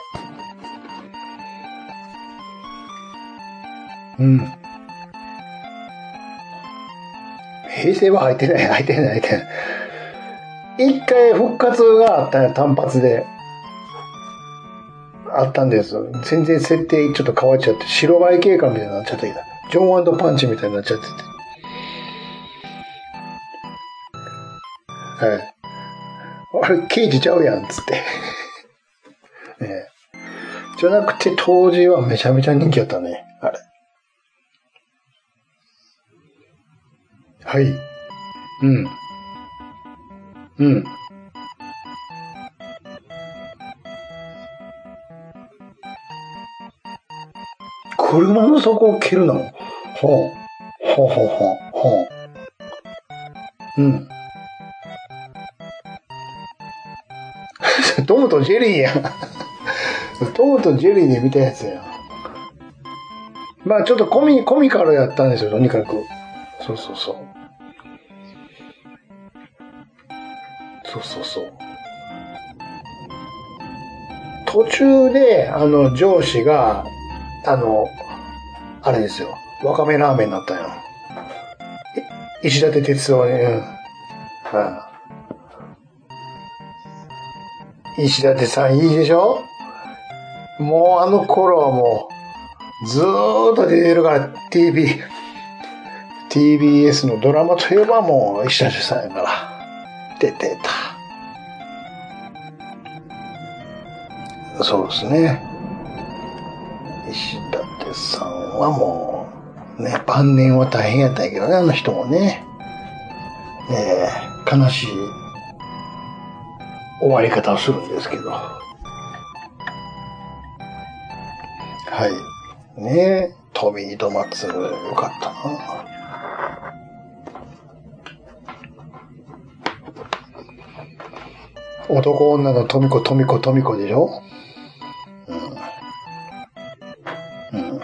うん。平成は入ってない、 [LAUGHS] 入ってない、入ってない。一回復活があったんや単発で。あったんですよ。全然設定ちょっと変わっちゃって、白バイ警官みたいになっちゃってきた。ジョンパンチみたいになっちゃってて。はい。あれ、刑事ちゃうやん、つって。 [LAUGHS] ねえじゃなくて、当時はめちゃめちゃ人気やったね、あれ。はい。うん。うん。車の底を蹴るのほう。ほうほうほう。ほう。うん。 [LAUGHS] トムとジェリーやん。 [LAUGHS] トムとジェリーで見たやつやん。まあちょっとコミコミカルやったんですよ、とにかく。そうそうそう。そうそうそう。途中で、あの、上司が、あの、あれですよ。わかめラーメンになったよ。い石立哲夫に、うん。はい。石立さんいいでしょもうあの頃はもう、ずーっと出てるから、TV、TBS のドラマといえばもう石立さんやから出てたそうですね石立さんはもうね晩年は大変やったんやけどねあの人もねええ悲しい終わり方をするんですけどはいねえトミー・ドマツよかったな男女の富子富子富子でしょうん。うん。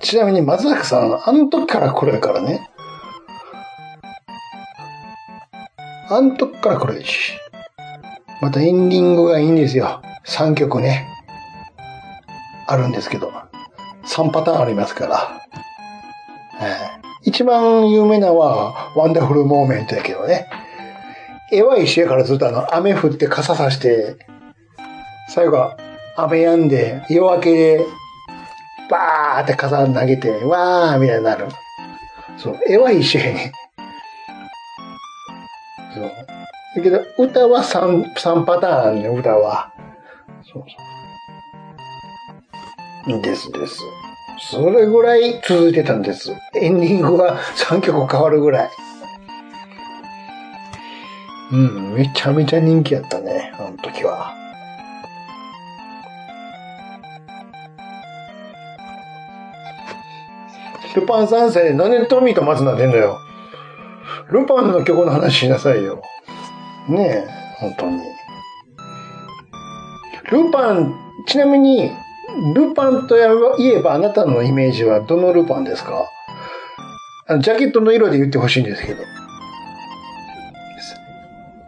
ちなみに松崎さん、あの時から黒いからね。あの時から黒いし。またエンディングがいいんですよ。3曲ね。あるんですけど。3パターンありますから。ええ一番有名なのは、ワンダフルモーメントやけどね。絵は一緒やからずっとあの、雨降って傘さして、最後は雨止んで、夜明けで、バーって傘投げて、わーみたいになる。そう、絵は一緒やね。そう。だけど、歌は3、三パターンあんねん、歌は。そうそう。ですです。それぐらい続いてたんです。エンディングが3曲変わるぐらい。うん、めちゃめちゃ人気やったね、あの時は。ルパン三世、なんでトミーと松菜出んのよ。ルパンの曲の話しなさいよ。ねえ、本当に。ルパン、ちなみに、ルパンといえばあなたのイメージはどのルパンですかあのジャケットの色で言ってほしいんですけど。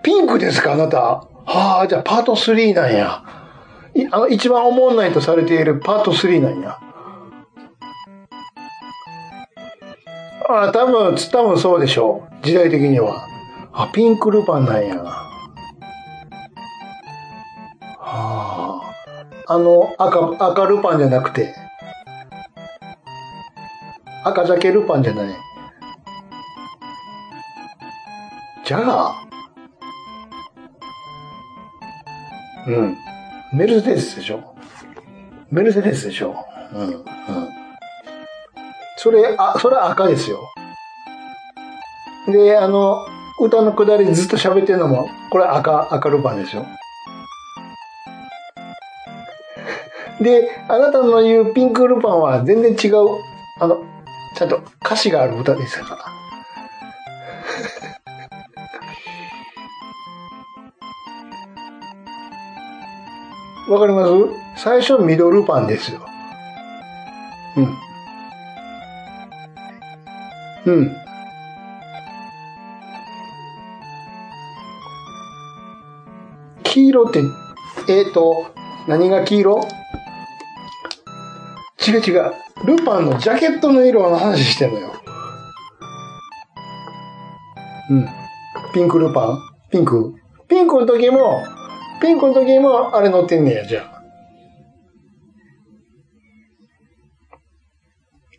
ピンクですかあなた。はあ、じゃあパート3なんや。いあの、一番おもんないとされているパート3なんや。ああ、多分、多分そうでしょう。時代的には。あ、ピンクルパンなんや。はあ。あの、赤、赤ルパンじゃなくて。赤ジャケルパンじゃない。ジャガーうん。メルセデスでしょメルセデスでしょうん。うん。それ、あ、それは赤ですよ。で、あの、歌のくだりずっと喋ってるのも、これ赤、赤ルパンですよ。 [LAUGHS] で、あなたの言うピンクルパンは全然違う、あの、ちゃんと歌詞がある歌ですから。わかります最初ミドルパンですよ。うん。うん。黄色って、えーと、何が黄色違う違う。ルパンのジャケットの色の話してんのよ。うん。ピンクルパンピンクピンクの時も、ピンクの時もあれ乗ってんねや、じゃあ。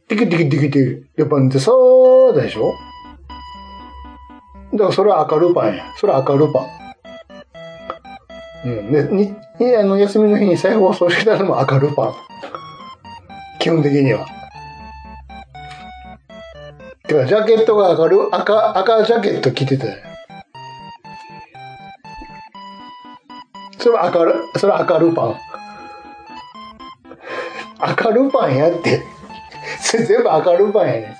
テキテキテキテキ、ルパンってそうでしょだからそれは赤ルパンや。それは赤ルパン。うん。で、に、にあの、休みの日に再放送してたのも赤ルパン。基本的には。てか、ジャケットが赤ル、赤、赤ジャケット着てたよ。それは赤ル、それは赤ルパン。赤ルパンやって。それ全部赤ルパンやねん。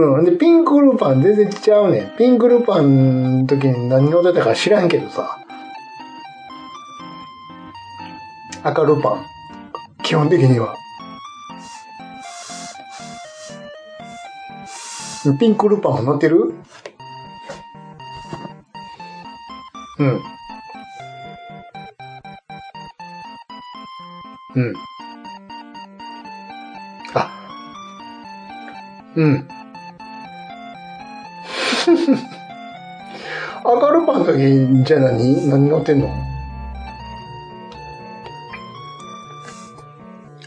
うん。で、ピンクルパン全然ちゃうねん。ピンクルパンの時に何乗ってたか知らんけどさ。赤ルパン。基本的には。ピンクルパンは乗ってるうん。うん。あ。うん。赤ルパンの時、じゃあ何何乗ってんの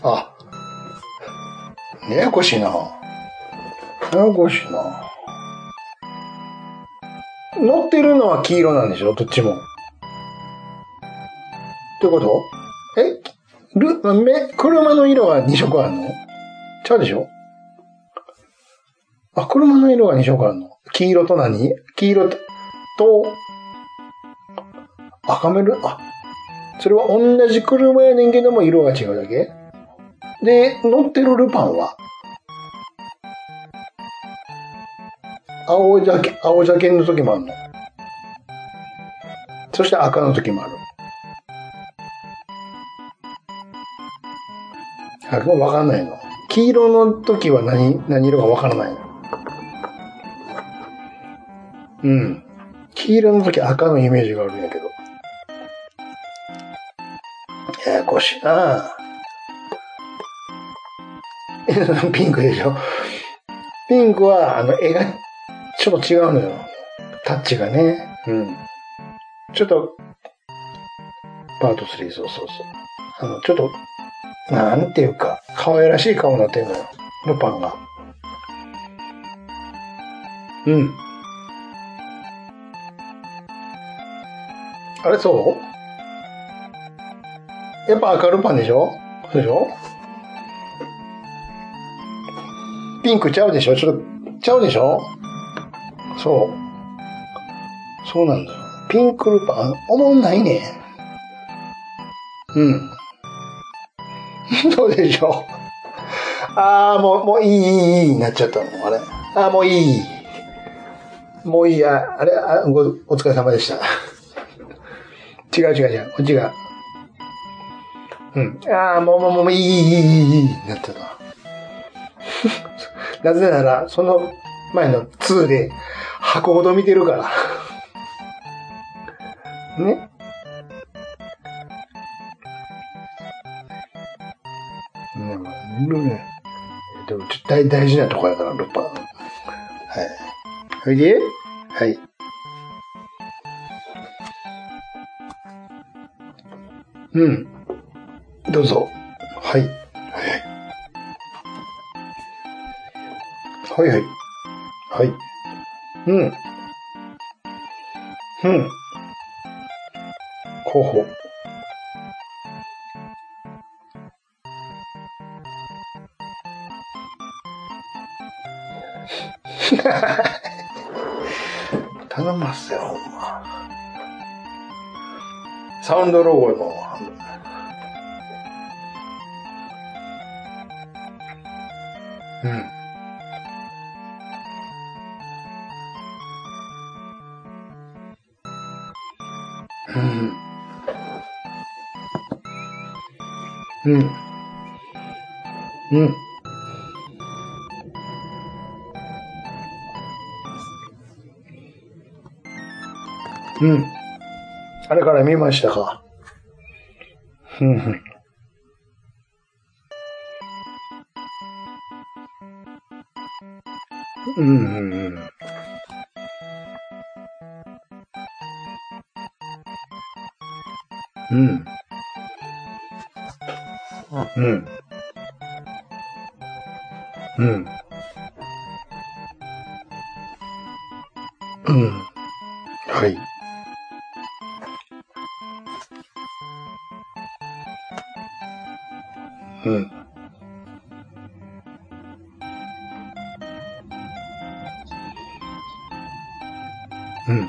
あ。ややこしいな。ややこしいな。乗ってるのは黄色なんでしょどっちも。ってことえる、め、車の色は2色あるのちゃうでしょあ、車の色が2色あるの黄色と何黄色と、赤メル、あ、それは同じ車やねんけども色が違うだけで、乗ってるルパンは青ジャケ、青ジャケの時もあるの。そして赤の時もある。あ、もうわかんないの。黄色の時は何、何色かわからないの。うん。黄色の時赤のイメージがあるんやけど。ややこしいな [LAUGHS] ぁ。ピンクでしょ。ピンクは、あの、絵がちょっと違うのよ。タッチがね。うん。ちょっと、パート3、そうそうそう。あの、ちょっと、なんていうか、可愛らしい顔になってるのよ。ルパンが。うん。あれそうやっぱ赤ルパンでしょそうでしょピンクちゃうでしょちょっと、ちゃうでしょそう。そうなんだよ。ピンクルパン、おもんないね。うん。どうでしょう。ああ、もう、もういい、いい、いいになっちゃったの、あれ。ああ、もういい。もういい、ああれあご、お疲れ様でした。違う違う違う、こっちが。うん。ああ、もう、もう、もういい、いい、いい、いい、いい、になっちゃった。なぜなら、その前の2で箱ほど見てるから。 [LAUGHS] ね。ね、まあ、ね。でも、ちょっと大大事なとこやから、ルパン。はい。それではい。うん。どうぞ。はい。はい。はいはい。はい。うん。うん。ほうほう。 [LAUGHS] 頼ますよ、ほんま。サウンドロゴの。うん。うん。うん。うん。うん。あれから見ましたかうんうん。うんうんうん。うん。うん。うん。うん。はい。うん。うん。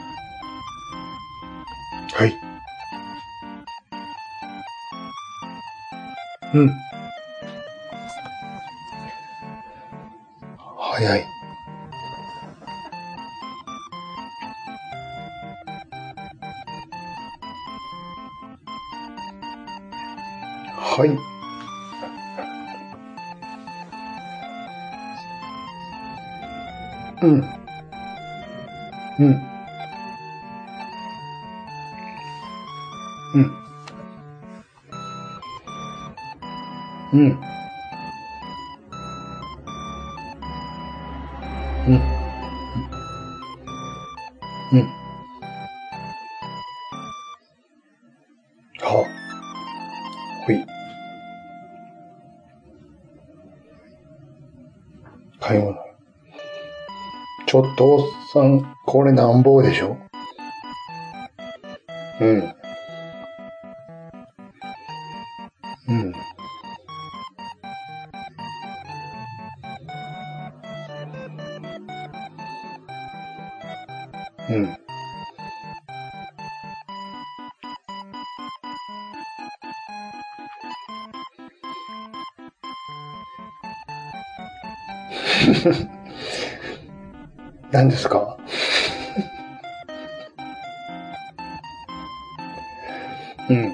はい。うん。早い。はい。うん。うん。うん。うん。うん。うん。はあ。ほい。買い物。ちょっと、おっさん、これなんぼでしょうん。うん。うん。 [LAUGHS] 何ですか [LAUGHS] うん。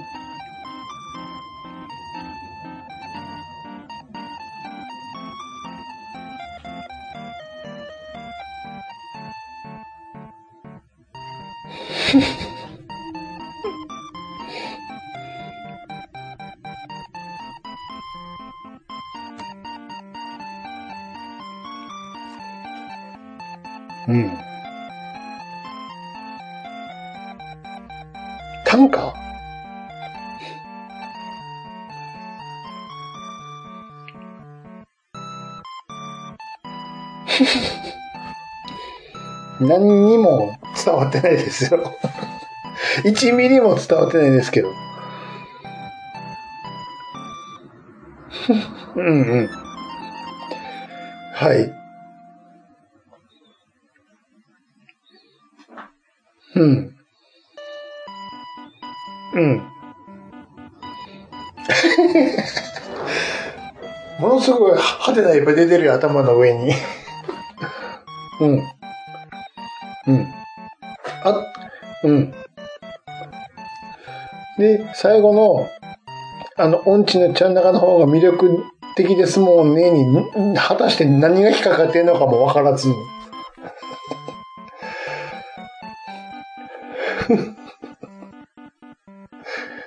うん。短歌 [LAUGHS] 何にも伝わってないですよ。1ミリも伝わってないですけど。 [LAUGHS] うんうん。はい。うん。うん。 [LAUGHS] ものすごい派手ないっぱい出てるよ、頭の上に。うん。うん。あ、うん。で、最後の、あの、音痴のちゃん中の方が魅力的ですもんねに、ん果たして何が引っかかってんのかもわからずに。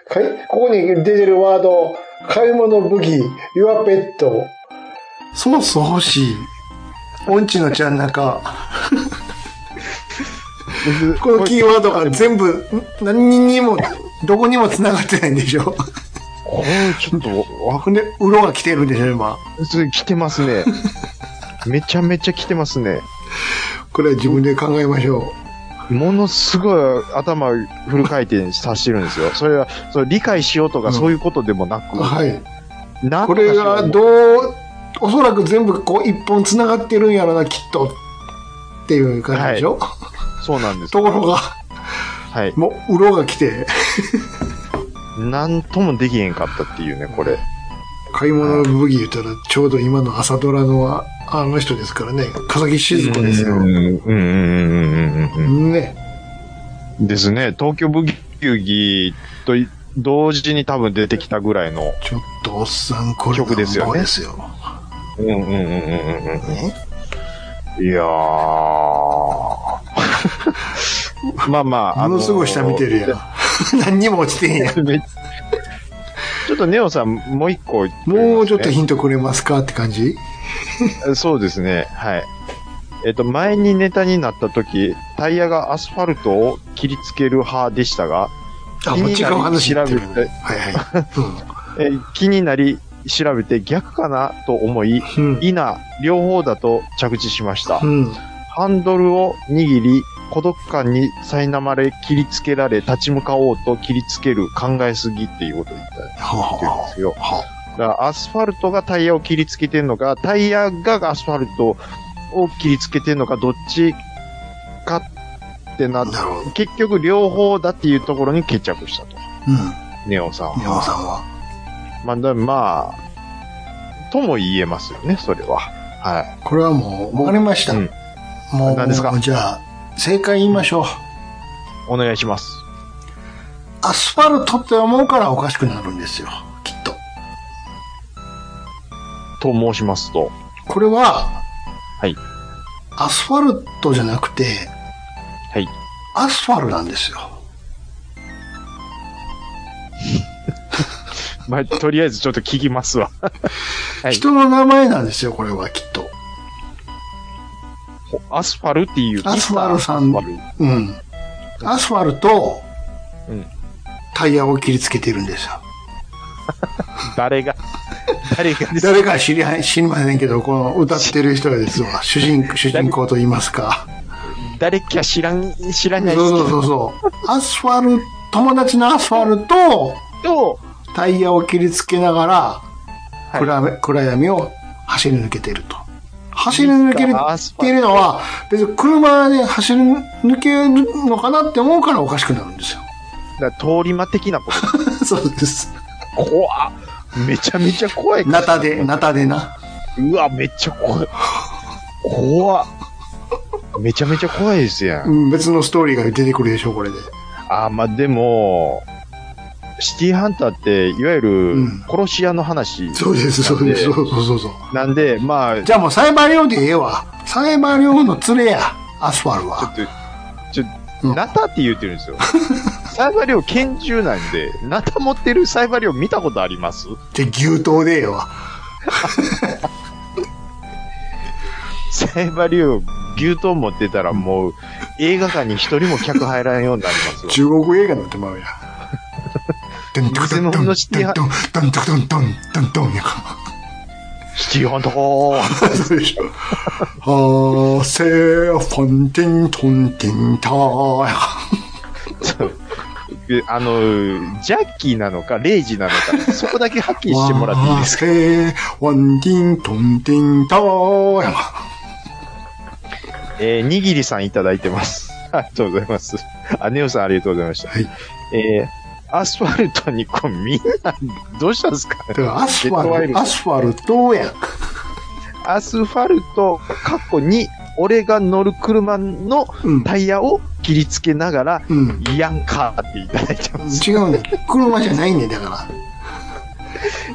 かいここに出てるワード、買い物武器、your pet。そもそも欲しい。音痴のちゃん [LAUGHS] 中。このキーワードが全部、ん何にも、どこにも繋がってないんでしょ。
これちょっと、わ
ほんで、ウロが来てるんでしょ、今。
それ来てます
[LAUGHS]
ね。めちゃめちゃ来てますね。
これは自分で考えましょ
ものすごい頭フル回転させてるんですよ。それは、それ理解しようとかそういうことでもなく、
う。はい。
なん
こ
か
れが
しら
どう、おそらく全部こう一本繋がってるんやろな、きっと。っていう感じでしょ、
そうなんです。
ところが、
はい。
もう、ウロが来て、
なんともできへんかったっていうね、これ。
買い物ブギー言ったら、ちょうど今の朝ドラのあの人ですからね、笠木静子ですよ。
うんうんうんうんうんうん
ね。
うん。ですね。東京ブギウギとい同時に多分出てきたぐらいの。
ちょっとおっさん、これ
曲ですよ
なん
ね
ぼですよ。
うんうんうんうんうん
ね
うん。いやー。 [LAUGHS] まあまあ。あ
ものすごい下見てるやん。 [LAUGHS] 何にも落ちてへんやん。
めちょっとネオさん、もう一個、
もうちょっとヒントくれますかって感じ
と。そうですね。はい。えっと、前にネタになった時、タイヤがアスファルトを切りつける派でしたが、
あ、
気
もう
に
違う
なり
話
調べ
言ってる
て
はいは
えー気になり調べて逆かなと思い、
い。うん。
いな、両方だと着地しました
う。ん。うん。
ハンドルを握り、孤独感に苛まれ、切りつけられ、立ち向かおうと切りつける、考えすぎっていうことを言った。ってるんですよ。
は
だからアスファルトがタイヤを切りつけてんのか、タイヤがアスファルトを切りつけてんのか、どっちかってなって
なるほど。
結局両方だっていうところに決着したと。
うん。
ネオンさんは。
宮本さんは。
まあ、だまあ、とも言えますよね、それは。はい。
これはもう、わかりました。
うん
もう、
何ですか
もうじゃあ、正解言いましょう。
お願いします。
アスファルトって思うからおかしくなるんですよ。きっと。
と申しますと。
これは、
はい。
アスファルトじゃなくて、
はい。
アスファルなんですよ。
まあ、とりあえずちょっと聞きますわ。はい
人の名前なんですよ、これはきっと。
アスファルっていう。
アスファルさん
アスファル
うん。アスファルと、
うん
タイヤを切りつけてるんですよ。
誰が、誰がです
誰か知りは知りませんけど、この歌ってる人がです
[LAUGHS]
わ、主人公主人公と言いますか。
誰か知らん、知ら
そ
な
う
いですけ
そうそうそう。アスファル、友達のアスファルと
ど、
タイヤを切りつけながら、
い
暗め暗闇を走り抜けてると。走り抜ける
アス
っ
ファル
て
ト
いうのは、別に車で走り抜けるのかなって思うからおかしくなるんですよ。
だから通り魔的なこ
[LAUGHS]
と。
そうです。
怖っめちゃめちゃ怖い。
ナタで、ナタでな。
うわ、めっちゃ怖い。怖っめちゃめちゃ怖いですやん。
うん別のストーリーが出てくるでしょ、これで。
あーまあでも、シティハンターって、いわゆる
うん、
殺し屋の話。
そうです、そうです、そうそうそうそう。
なんで、まあ、ち
じゃあもうサイバー寮でええわ。サイバー寮の連れや、アスファル
ょ
は
っ。と、ちょ
うん
ナタって言ってるんですよ。
[LAUGHS]
サイバー量拳銃なんで、ナタ持ってるサイバー量見たことあります
じゃあ牛刀でええわ。
サイバリュー牛刀持ってたらもう映画館に一人も客入らんようになりますよ。
中国映画になってまうやん。ドンド
偽
ンドンドン
物のシティハン
ドンドンドンドンドンドンやか
シティハンター
ら。 [LAUGHS] そうでしょ。あーせーファンティントンティンターやか
あの、ジャッキーなのか、レイジなのか、そこだけはっきり
ら。
してもらっていいですか
かせーファンティントンティンターやか
えー、にぎりさんいただいてます。 [LAUGHS] ありがとうございます。あ、ネオさんありがとうございました。
はい
えーアスファルトにこう、みんな、どうしたんですか
だからアスフ
ジェット
ァ
ワイ
ル
ル
ト、
ド
アスファルトやん。
アスファルト、過去に、俺が乗る車の
うん。
タイヤを切りつけながら、
うん。
やんかーっていただいてます。
違うね。車じゃないね、だか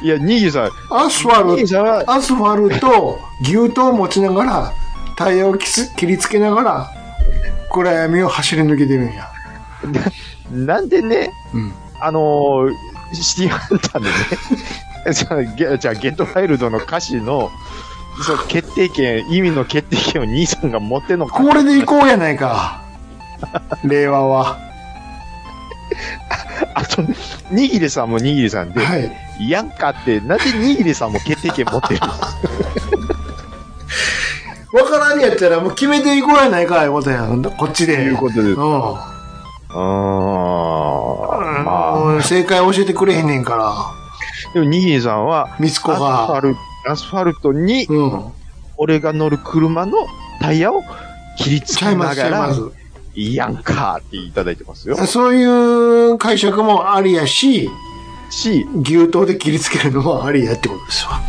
いや、ニーギーさん、
ら。アスファ
ニーギ
ル
ーさんは、
ト、アスファルト、牛刀を持ちながら、タイヤをきつ切りつけながら、暗闇を走り抜けてるんや。
なんでね、
うん。
あのーシティハンターでね、 [LAUGHS] じゃあゲ、じゃあゲットワイルドの歌詞の、そう、決定権、意味の決定権を兄さんが持ってんのか
これで行こうやないか。令和は。
あと、にぎりさんもにぎりさんで、
はい。
やんかって、なんでにぎりさんも決定権持ってるの
わからんやったらもう決めていこうやないかいうことやんこっちで。
いうこと
[LAUGHS] う
で
ん。
す。うーん。まあ、
うん正解教えてくれへんねんから。
でもにぎりさんは、
みつこ
アスファ
が。
ルアスファルトに、
うん。
俺が乗る車のタイヤを切りつ
ちゃ
け
いま
な
す、ちゃ
が
いま
ら、
す。
やんかっていただいてますよ。
そういう解釈もありやし、
し、
牛刀で切りつけるのもありやってことですわ。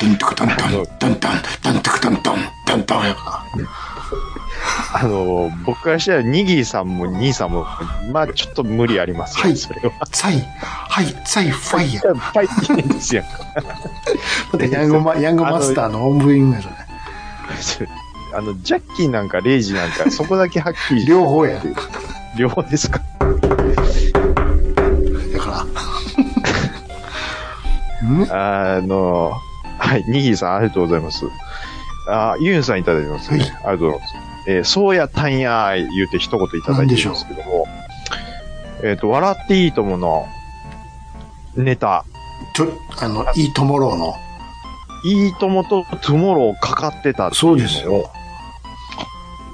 ドントクドントン、ドントン、ドントクドントン、ドントンやか
あの、僕からしたら、にぎりさんも兄さんも、まあ、ちょっと無理ありますよ。
はい
それは。
ら。サイ、はい、サイ、ファイヤー。
やっぱりいいんですよ。
だ [LAUGHS] ってヤングマ、ヤングマスターのオンブイングやそれ。
あの、ジャッキーなんかレイジなんか、そこだけはっきり。
両方や。
両方ですか
だから。
あの、はい、にぎりさん、ありがとうございます。あ、ユンさんいただいてますね。
はい
ありがとうございます。えーそうやったんやーい、言うて一言いただいてますけども。えっ、と、笑っていいともの、ネタ、
ちょ、あの、いいトモローの。
いいともとトゥモローかかってたっていのを
そうですよ。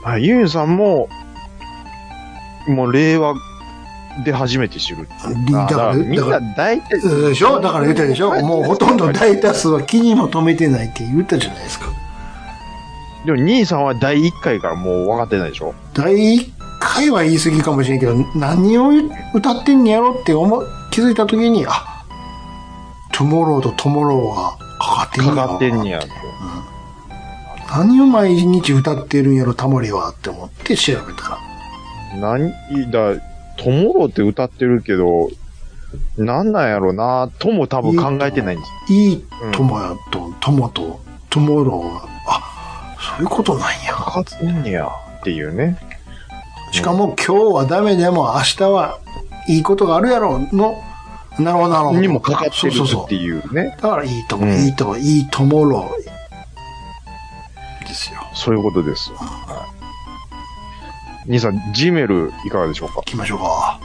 あユンさんも、もう令和で初めて知る。
だか
あ
ら、
ーみん
だから
な、大体、
そうでしょだから言ったでしょもうほとんど大多数は気にも留めてないって言ったじゃないですか。
でも兄さんは第1回からもう分かってないでしょ
第1回は言い過ぎかもしれんけど、何を歌ってんやろって思う、気づいた時に、あ、トゥモローとトモローがかかってん
か
や
かってんねや。
何を毎日歌ってるんやろ、タモリはって思って調べたら。
何、だ、トモロって歌ってるけど、なんなんやろなとも多分考えてないんです。
いいトモやと、トモと、トモローが、あ、そういうことなんや。
かかってんねや。っていうね。
しかも今日はダメでも明日はいいことがあるやろの、なるほどなるほど。
にもかかってる
そうそう
っ
そ
ていうね。
う。だからいいとも、
うん
いいとも、いいともろですよ。
そういうことです。はい兄さん、ジメルいかがでしょうか。
行きましょうか。は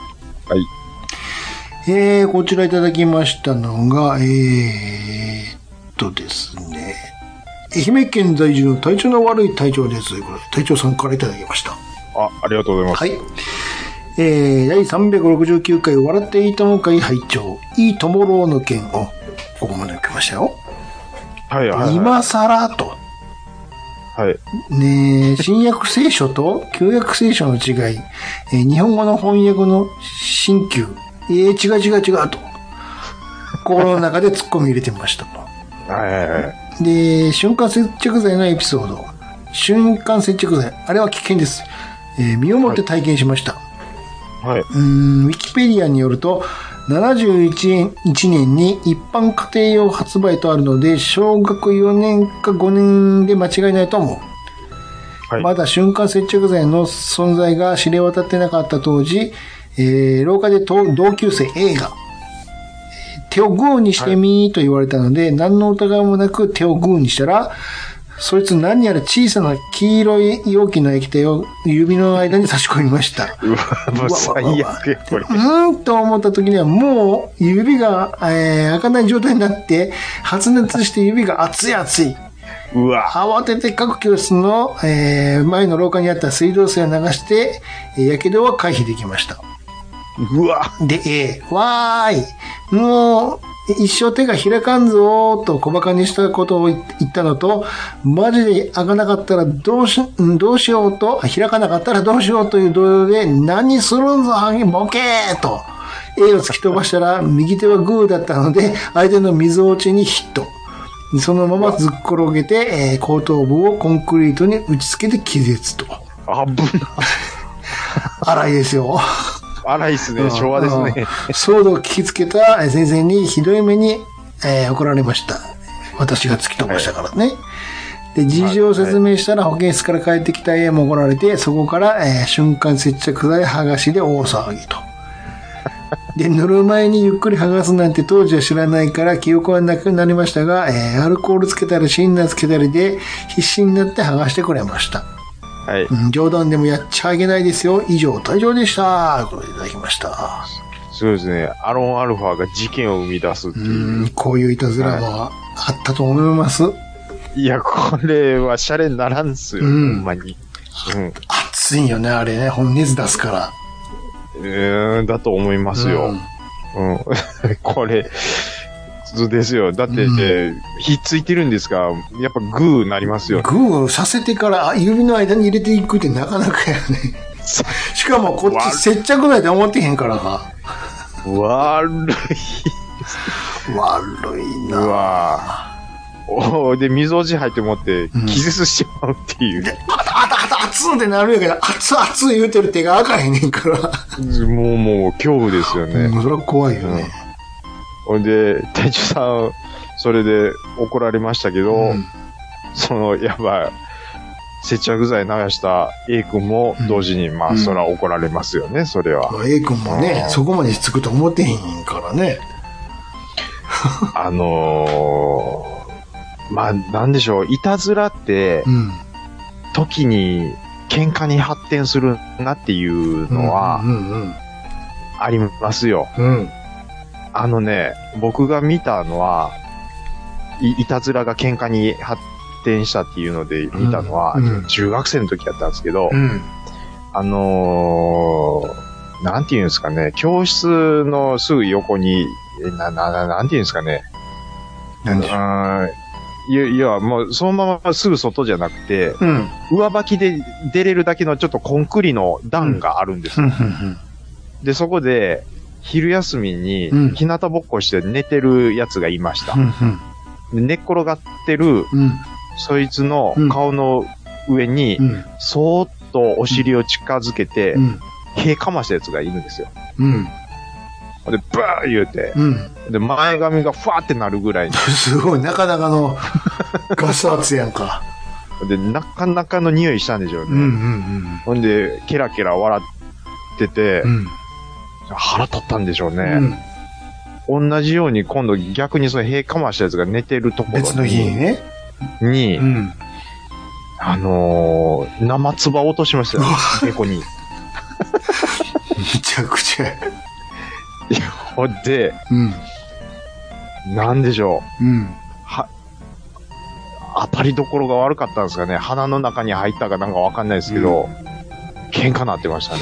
いえー、こちらいただきましたのが、えーっとですね。愛媛県在住の体調の悪い隊長です。ということで隊長さんからいただきました。
あ、ありがとうございます。
はい。えー、第369回、笑っていいとも会拝聴いいともろうの件を、ここまで受けましたよ。
はい、はい、はい。
今更と。
はい。
ねえ、新約聖書と旧約聖書の違い、えー日本語の翻訳の新旧、えー、違う違う違うと、心の中で突っ込み入れてましたと。
はい、はい、はい。
で、瞬間接着剤のエピソード。瞬間接着剤。あれは危険です。えー身をもって体験しました。
はい。
うーん、ウィキペディアによると、71年に一般家庭用発売とあるので、小学4年か5年で間違いないと思う。
はい
まだ瞬間接着剤の存在が知れ渡ってなかった当時、えー廊下でと同級生 A が、手をグーにしてみーと言われたので、何の疑いもなく手をグーにしたら、そいつ何やら小さな黄色い容器の液体を指の間に差し込みました。
うわ、もう最悪や、これ。
うーんと思った時にはもう指が、えー開かない状態になって発熱して指が熱い熱いう
わ。
慌てて各教室の、えー前の廊下にあった水道水を流してえーやけどは回避できました
うわ。
で、えーわーいもう一生手が開かんぞーと小馬鹿にしたことを言ったのと、マジで開かなかったらどうし、うんどうしようと、あ開かなかったらどうしようという動揺で、何するんぞ、ハゲボケーと、A を突き飛ばしたら、右手はグーだったので、相手の溝落ちにヒット。そのままずっ転げて、えー後頭部をコンクリートに打ち付けて気絶と。
あぶな。
荒いですよ。
荒いっすね。昭和ですね。
騒動を聞きつけた先生にひどい目に、えー怒られました。私が突き飛ばしたからね。で、事情を説明したら保健室から帰ってきた A も怒られて、そこから、えー瞬間接着剤剥がしで大騒
[LAUGHS]
ぎと。で、乗る前にゆっくり剥がすなんて当時は知らないから記憶はなくなりましたが、えーアルコールつけたりシンナーつけたりで必死になって剥がしてくれました。
はい。
うん冗談でもやっちゃいけないですよ。以上、退場でした。ということでいただきました。
すごいですね。アロンアルファが事件を生み出すって
う
いう。
ん、こういういたずらはあったと思います。
いや、これはシャレにならんっすよ。
うん
ほんまに。うん。
熱いよね、あれね。本熱出すから。
うーん、だと思いますよ。うん。 [LAUGHS] これ、そうですよ。だって、
うん
えーひっついてるんですが、やっぱグーなります
うん
よ。
グーをさせてからあ指の間に入れていくってなかなかやね。しかもこっち接着剤で思ってへんからさ。
悪
悪い
い
な。
わ。おーで、水落ち入ってもって
ん、
気絶しちまうっていう。
あたあたあた熱ってなるやけど、熱熱言うてる手が開かへんねんから。
もうもう、恐怖ですよね。
うん、それは怖いよね。
ほんで、隊長さん、それで怒られましたけど、
うん
その、やばい、接着剤流した A 君も同時に、ま
う
あ、
ん
そら怒られますよね、それは。
まあ A 君もね
う、ん
そこまでしつくと思ってへんからね。
あのー、まあ、なんでしょう、いたずらって
う、ん。
時に喧嘩に発展するなっていうの
う
は、
んうん
ありますよ。
うん。うん。
あのね、僕が見たのは、いいたずらが喧嘩に発展したっていうので見たのは、
うんうん
中学生の時だったんですけど、
うん。
あのー、なんていうんですかね、教室のすぐ横に、えな、な、ななんていうんですかね、
なんでしょ
あーいや、いや、もうそのまますぐ外じゃなくて、
う。うん。
上履きで出れるだけのちょっとコンクリの段があるんですよ。で、そこで、昼休みに
うん、
日向ぼっこして寝てるやつがいました。
う
で寝っ転がってる、
ん。
そいつの顔の上に、
うん。
そーっとお尻を近づけて、
うん。
毛かましたやつがいるんですよ。
うん。
で、バー言うて、
うん。
で、前髪がファーってなるぐらい
[LAUGHS] すごい、なかなかのガス圧やんか。
の、で、なかなかの匂いしたんでしょうね。
ん
ほんで、ケラケラ笑ってて、
ん。
腹立ったんでしょう
う
ね、
ん。
同じように今度逆にその毛かましたやつが寝てるところ
別の日に
に、
ね。
に
ん。
あのー、生唾落としましたよ、猫に。
めちゃくちゃ。
ほんで、
うん。
なんでしょう。
うん。
当たりどころが悪かったんですかね。鼻の中に入ったかなんかわかんないですけど、喧嘩なってまし
[LAUGHS]
たね。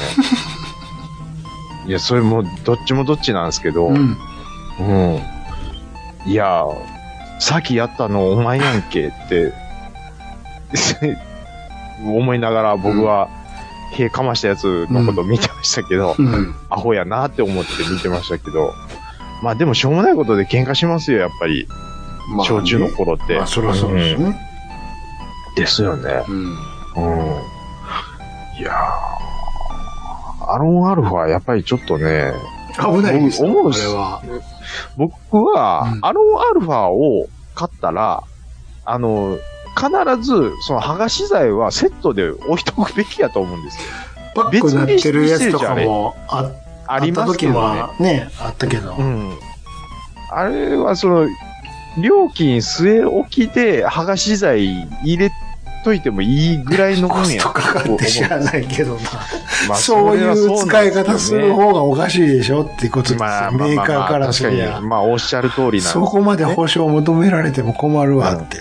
いや、それもうどっちもどっちなんですけど、
う
う。
んん。
いや、さっきやったのお前やんけって、 [LAUGHS] 思いながら僕は、屁かましたやつのこと見てましたけど、
うん。
アホやなって思って見てましたけど、まあでもしょうもないことで喧嘩しますよ、やっぱり。
まあ
小中の頃って。
まあ、そりゃそうです
ん
ね。
ですよね。
うん。
うん。いやー、アロンアルファはやっぱりちょっとね、
危ないですよ、
思う
こ
っす
れは。
僕は
う、ん
アロンアルファを買ったら、あの、必ず、その剥がし剤はセットで置いとくべきやと思うんですよ。
パックになってるやつとかもあ
あり
った
ますけ
時
どね。
はね、あったけど
う。ん。あれはその、料金据え置きで剥がし剤入れといてもいいぐらいの
コ
分
ス
や
ト
と
かかって知
思
らないけどな。
まあ
そうい
れはそう
う使い
なん
方
です
す
よね
る方がおかしいでしょってことですよ。
まあ、ま
メ
あ
ー
まあ
カーからすり
確
ゃ
かに、。まあ、おっしゃる通りなん
そこまで保証を求められても困るわって。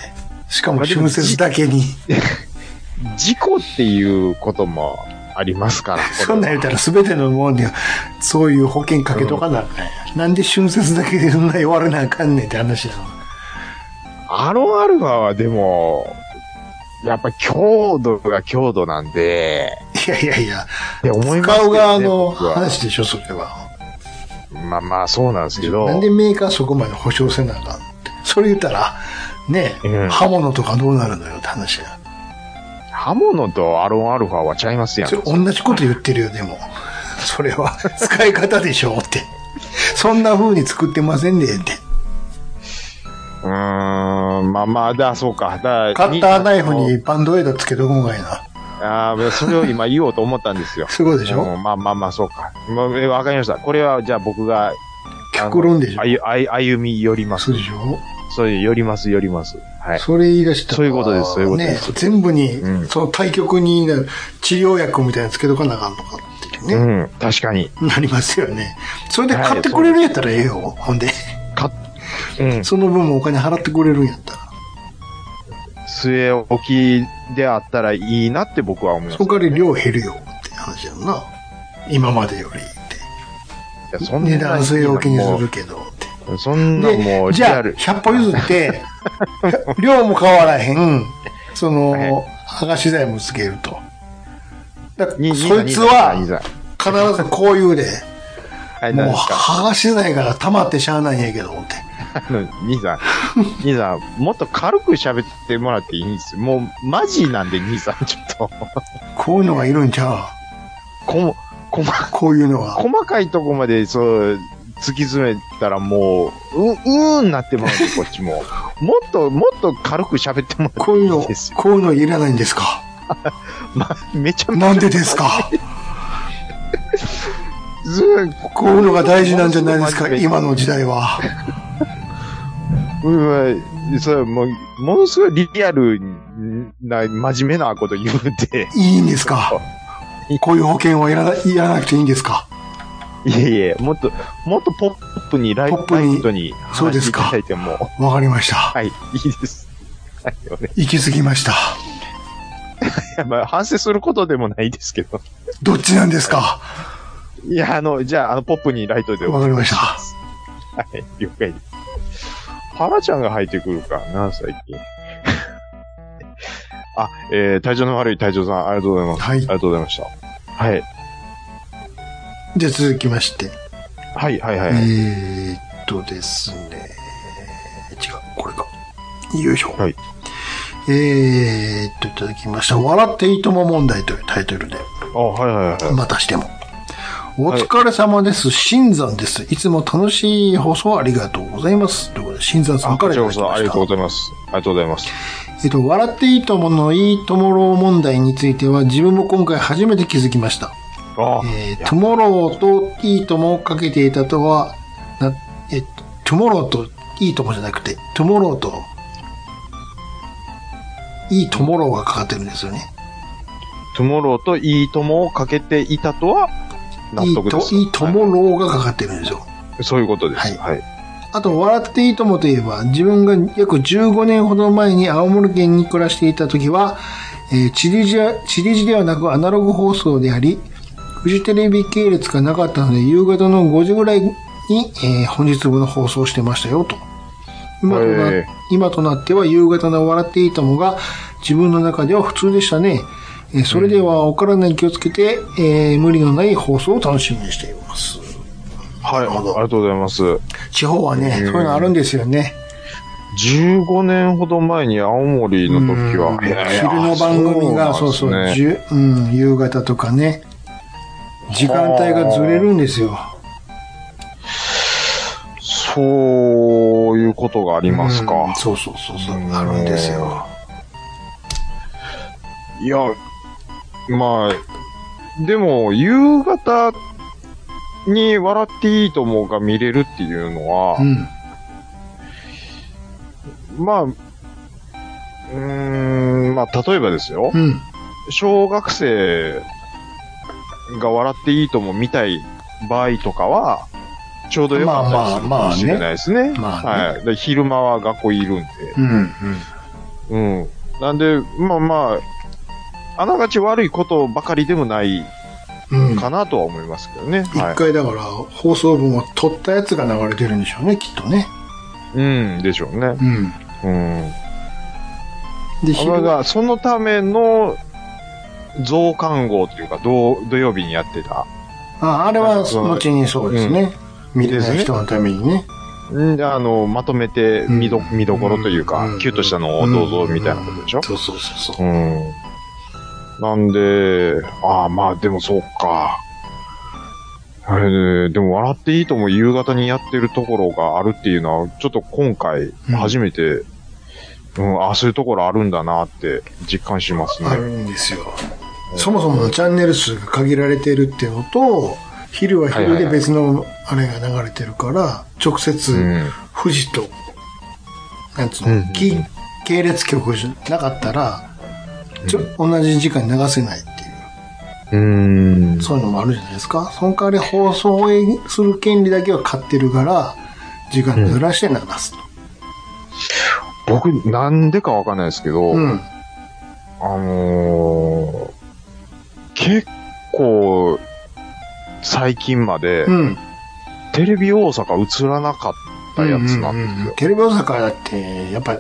しかも春節だけに。
事故っていうこともありますから。
そんなん言うたら全てのもんには、そういう保険かけとかなあかんや、なんで春節だけでそんな弱れなあかんねんって話なの。
アロンアルファはでも、やっぱ強度が強度なんで、
いやいやいや、
って思います
使う
よね
側の
僕は
話でしょ、それは。
まあまあそうなんですけど
なん、でメーカーそこまで保証せなあかんって。それ言ったら、ね、
うん
刃物とかどうなるのよって話や。
刃物とアロンアルファはちゃいますやん
そ。れ同じこと言ってるよ、でも。それ
[LAUGHS]
は、使い方でしょって。そんな風に作ってませんねんって。
うーん、まあまあ、だ、そうか。だ
カッターナイフ。
に
にバンドエイドつけとくんがいいな。。
ああ、それを今言おうと思ったんですよ
そういうことでしょ
うんまあまあまあ、そうか。まあえわかりました。これは、じゃあ僕が、
極論でしょ
あゆあゆ歩み寄ります
そう。でしょ
そういう、寄ります、寄ります。はい。
それ言い出したら
そういうことですそういうことです
ね、全部に、
うん
その対局になる治療薬みたいなのつけとかなあかんのかっていうね、
うん、確かに。
なりますよね。それで
はい
買ってくれるんやったらええよ、ほんで。
か、うん、
その分もお金払ってくれるんやったら。
末置きであったらいいなって僕は思います。
そこから量減るよって話やんな。今までよりって。
いやそんな
値段据え置きにするけどって。
もうそんなもう、
で、じ
リ
ゃ
ア
あ、
ル。
100歩譲
[LAUGHS]
って、量も変わらへん、その、
はい
剥がし剤もつけると。だから
に
そいつ
にに
は、
に
必ずこういうで、
はい、
も
何
う
ですか
剥がし剤から溜まってしゃあないんやけど、って。
あの兄さん、兄さん、もっと軽く喋ってもらっていいんですよ。もう、マジなんで、兄さん、ちょっと、
こういうのがいるんちゃ
こも、こま、
うこういうのが。
細かいとこまで、そう、突き詰めたらもう、う、うーんなってもらって、こっちも。もっと、もっと軽く喋ってもらって
こういう
い
の
いです、よ。
こういうのいらないんですか
ま、めちゃめちゃ、
なんでですか
ずー
こういうのが大事なんじゃないですか今の時代は。
うんうん、それもう、ものすごいリアルな、真面目なこと言うて、 [LAUGHS]
いいんですかこういう保険はいらない、いらなくていいんですか
いやいや、もっと、もっとポップに、ライ
ポップに
トに
そうで
話し
す
てい
か
ただいても、
わかりました。
はい、いいです。はい、お願い
行き過ぎました。
いやまあ、反省することでもないですけど。
どっちなんですか
いや、あの、じゃあ、あの、ポップにライトでお
わかりました
す。はい、了解です。ハラちゃんが入ってくるかな、最近。 [LAUGHS] あ、えー、体調の悪い隊長さん、ありがとうございます。
はい
ありがとうございました。はい。
じゃあ続きまして。
はい、はい、はい。
えーっとですね。違う、これか。よいしょ。
はい
えーっと、いただきました。笑っていいとも問題というタイトルで、
あ、はいはいはい。
またしても。お疲れ様です。新山です。いつも楽しい放送ありがとうございます。ということで、新山さん
あ、
か
こ
ら
ち
いた
ら
だ
こ
きま
そあ
し
りがとう
た
ご。ざいます。ありがとうございます。
えっと、笑っていいとものいいともろう問題については自分も今回初めて気づきました。
あ、
えー、トゥモローといいともをかけていたとは、なえっと、トゥモローといいともじゃなくて、トゥモローと、いいともろうがかかってるんですよね。
トゥモローといいともをかけていたとは、納
いい
得
と
で、す。
いいともろうがかかってるんですよ。
はいそういうことで
は
す。
い
はい。
あと、笑っていいともといえば、自分が約15年ほど前に青森県に暮らしていた時は、えー地理じゃ、地理じではなくアナログ放送であり、フジテレビ系列がなかったので、夕方の5時ぐらいに、えー本日分の放送をしてましたよ、と。今とな
へー
今となっては夕方の笑っていいともが自分の中では普通でしたね。えーそれではお体に気をつけて、えー無理のない放送を楽しみにしています。
はい、
ほど
ありがとうございます。
地方はね、
うん
そういうのあるんですよね。
15年ほど前に青森の時は、へえ
昼の番組が、そうそう
なんです
じ
ね
ゅうん、夕方とかね、時間帯がずれるんですよ。
そういうことがありま
う
す
ん
か。
そうそうそうそう
う、ん
あるんですよ。
いや、まあ、でも、夕方に笑っていいともが見れるっていうのは
う、ん。
まあ、うーん、まあ、例えばですよ。
うん。
小学生が笑っていいとも見たい場合とかは、ちょうどよかったりするかもしれないですね。
まあまあねまあ
はい。で昼間は学校いるんで。
うん。
うん。なんで、まあまあ、あながち悪いことばかりでもない
うん。
かなとは思いますけどね。
一
はい。
回だから、放送分を取ったやつが流れてるんでしょうね、きっとね。
うん、でしょう
う
ね。
ん。
うん。
で、
あ
昼
のが、そのための増刊号というか、土土曜日にやってた。
ああれは、
そう
後にそうですね。見れない人のためにね。
んあの、まとめて見ど、見どころというか、
うん
キュッとしたのをどうぞみたいなことでしょ
うんそうそうそうそう。
うん。なんで、ああ、まあでもそうか。あれね、でも笑っていいとも夕方にやってるところがあるっていうのは、ちょっと今回
うん
初めて、うん、ああ、そういうところあるんだなって実感しますね
あ。るんですよ。そもそものチャンネル数が限られてるっていうのと、昼は昼で別のあれが流れてるから、直
う
接
ん。
富士と、なんつう
うんうんう
の
ん、
き系列局じゃなかったら、ちょ同じ時間に流せないっていう、
うん。
そういうのもあるじゃないですか。その代わり放送をする権利だけは買ってるから、時間ずらして流すと。
僕、なんでかわかんないですけど、
うん。
あのー、結構、最近まで、
うん。
テレビ大阪映らなかったやつなんですよ。
うんテレビ大阪だって、やっぱ、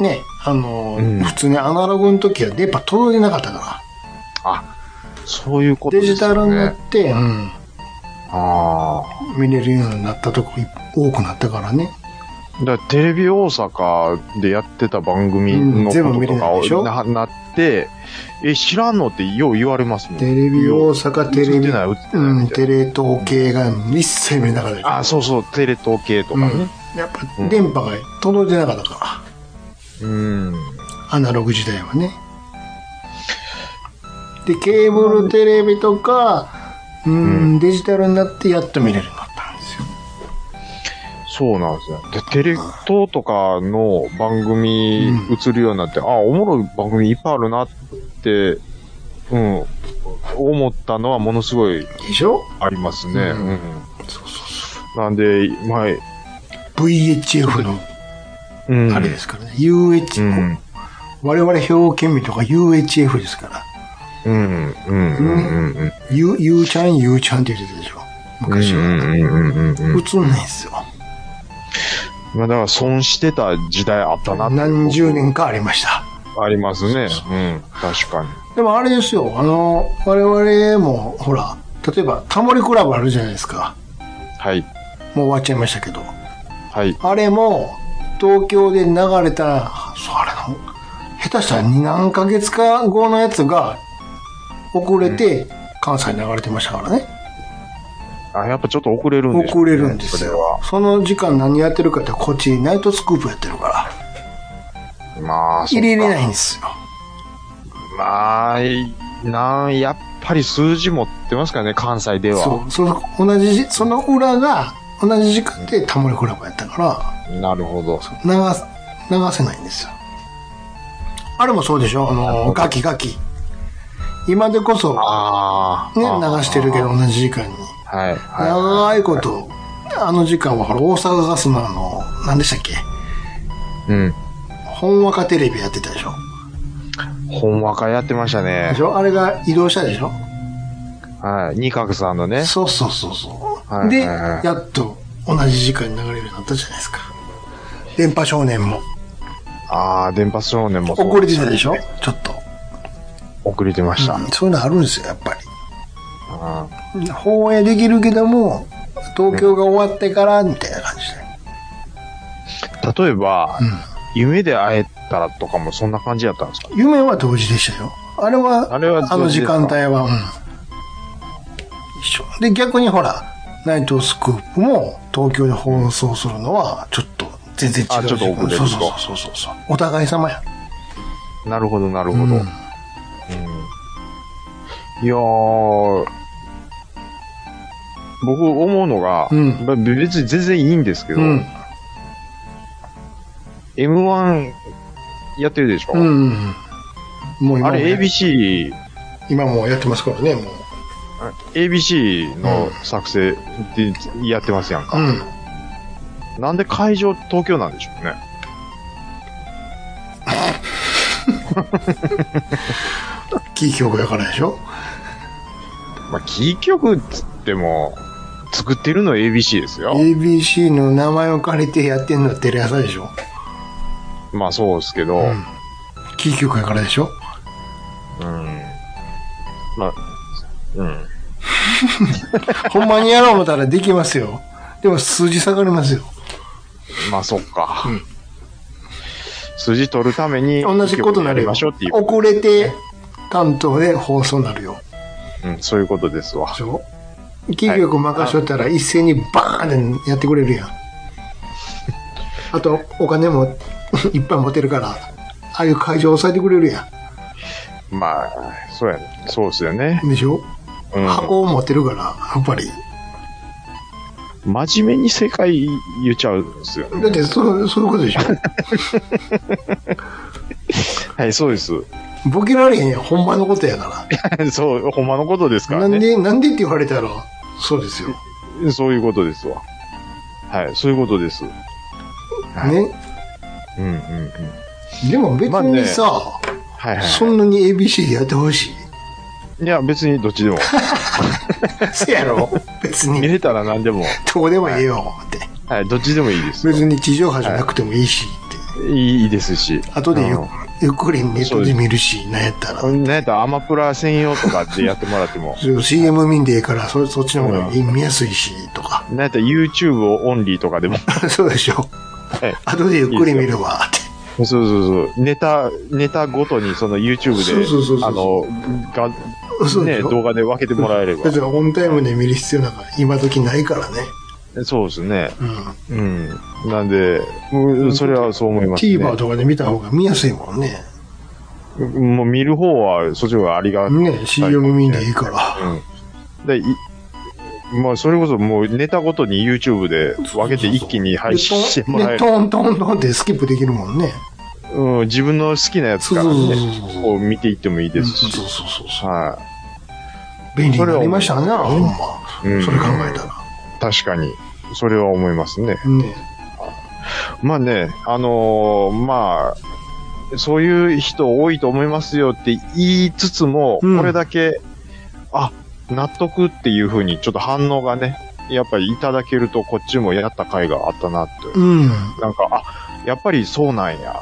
ね、あの、
うん
普通にアナログの時は電波届いてなかったか
そういうこ
ら、
と
デ
ですよ
ジ
ね。
タルになって、うん
あ
見れるようになったとこ多くなったからね。
あ。だからテレビ大阪でやってた番組
うん
の
全部
こ
見
と
れ
とか
ない
を
でしょ
ななって、え、知らんのってよう言われますもん。
テレビ大阪、テレ
映っ
ビ
て、ない、映って
う
ない
ん、
みたい
テレ東系が一切見れなかったでしょ
な。あ、そうそう、テレ東系とかね。
うんやっぱ電波が届いてなかったか
うん。
ら、アナログ時代はね。で、ケーブルテレビとか、うん、デジタルになってやっと見れるようになったんですよ。
そうなんですよ。で、テレ東とかの番組
うん
映るようになって、あ、おもろい番組いっぱいあるなって、うん、思ったのはものすごい
でしょ
ありますね。
うん
うん
そうそう
なんで、まあ、
VHF の
うん。
あれですからね。UH、
うん。
我々兵庫県民とか UHF ですから。
うん。うん。うん。うん。
U、U ちゃん U ちゃんって言ってたでしょ。昔は。
うんうんうんうんうん。
映んないんですよ。
まあだから損してた時代あったなって
何十年かありました。
ありますね。うん。確かに。
でもあれですよ、あの、我々も、ほら、例えば、タモリクラブあるじゃないですか。
はい。
もう終わっちゃいましたけど。
はい。
あれも、東京で流れたら、そうあれの、下手したら何ヶ月か後のやつが、遅れて、関西に流れてましたからね。
あ、やっぱちょっと遅れるんです
遅れるんですよ。その時間何やってるかってこっちナイトスクープやってるから
それは。まあ、そっ
入
か
れれないんですよ。
まあ、いなん、やっぱり数字持ってますからね、関西では。
そう、その同じ時その裏が同じ時間でタモリクラブやったか
なるほど。
ら流す流せないんですよ。あれもそうでしょあのガキガキ。今でこそね
ああ。
流
あー
してるけど同じ時間に。
はい。はい。
長いこと。あの時間はほら大阪ガスのあの何でしたっけ
うん。
ほんわかテレビやってたでしょ
本話会やってました
で
ね
し。ょあれが移動したでしょ
はい。二角さんのね。
そうそうそうそう。
はい
で、
はいはい
やっと同じ時間に流れるようになったじゃないですか。電波少年も。
ああ、電波少年もそう
遅れてたでしょちょっと、
遅れてました。
うんそういうのあるんですよ、やっぱ
うん
り。放映できるけども、東京が終わってから、みたいな感じで。
例えば、夢で会えたらとかもそんな感じだったんですか
夢は同時でしたよ。あれは、
あれは同時ですか
の時間帯は、うん。一緒。で、逆にほら、ナイトスクープも東京で放送するのは、ちょっと全然違う時間。
あちょっと遅れると
そうそうそうそうそう。お互い様や。
なるほど、なるほど。
うん
うんいやー、僕思うのが、
うん
まあ別に全然いいんですけど、
うん。
M1 やってるでしょ、
うんうんうん。もう今
あ
も
れ ABC、
今もうやってますからね、もう。
ABC の作成でやってますやん
う
か。
ん。
なんで会場東京なんでしょうね。
キー局だからでしょ
まあ、キー局っつっても、作ってるの ABC ですよ。
ABC の名前を借りてやってんのはテレ朝でしょ
まあそうですけど、うん。
キー局やからでしょ
まあ、うん。
ほんまにやろう思ったらできますよ。でも数字下がりますよ。
まあそっか。筋取るために、
同じことになる
キー局やり
よ。
ましょうっていう、
遅れて担当で放送になるよ。
うん、そういうことですわ
で。しょキー局任しとったら一斉にバーンってやってくれるやん。あと、お金もいっぱい持てるから、ああいう会場抑えてくれるや
まあ、そうやね。そうですよね。
ん。でしょ、
うん。
箱を持ってるから、やっぱり。
真面目に世界言っちゃうんです
[LAUGHS]
よ、
だっ
ね。
て、そう、そういうことで
[LAUGHS]
しょ
はい、そうです。 [LAUGHS]
ボケられへんやん。ほんまのことやか。
そう、ほんまのことですからら
なん
ね。
で、なんでって言われたら、そうですよ。
そういうことですわ。はい、そういうことです。はい
ね。
うんうんうん。
でも別
まあ
に
ね
さ、
はいはい。
そんなに ABC でやってほしい。
いや、別にどっち
[LAUGHS]
でも。
せやろ [LAUGHS] 別
見
に、
れたら何でも。
どうでもいいよって。
はい、どっちでもいいです。
別に地上波じゃなくてもいいしって。
いいいいですし。
後でゆ,、
うん
ゆっくりネットで見るし、なんやったら。。
なんやったらアマプラ専用とかでやってもらっても
そう CM 見んでええから、そそっちの方が見やすいし、とか。 [LAUGHS]
なんやったら YouTube をオンリーとかでも。
そうでしょ。
はい。
後でゆっくり見るわ、って。
そうそうそう。ネタ、ネタごとにその YouTube
そうそうそうそう
で、あの、が、
そうで
ね、
しょ
動画で分けてもらえれば
だっ。てオンタイムで見る必要なんか今時ないからね。
そうですね。
う
うん。なんで、うんそれはそう思い
ん。
ますね。
TVer とかで見た方が見やすいもんね。
もう見る方は、そっちの方がありが
ね、CM 見んでいいから。
で、いまあ、それこそもうネタごとに YouTube で分けて一気に配信してもら
で
える。
トントントンってスキップできるもんね。
うん、自分の好きなやつから
そうそ
ね
うそうそう、
こう見ていってもいいです
そうそう
し。
そうそう。
は
便利になりましたな、
それは
ほんま。
うん
それ考えた
い。確かに。それは思いますね。
ら。ね。
まあね、あのーまあ、そういう人多いと思いますよって言いつつも、
うん
これだけ、あ、納得っていうふうにちょっと反応がね、やっぱりいただけるとこっちもやった回があったなって。
うん。
なんか、あ、やっぱりそうなんや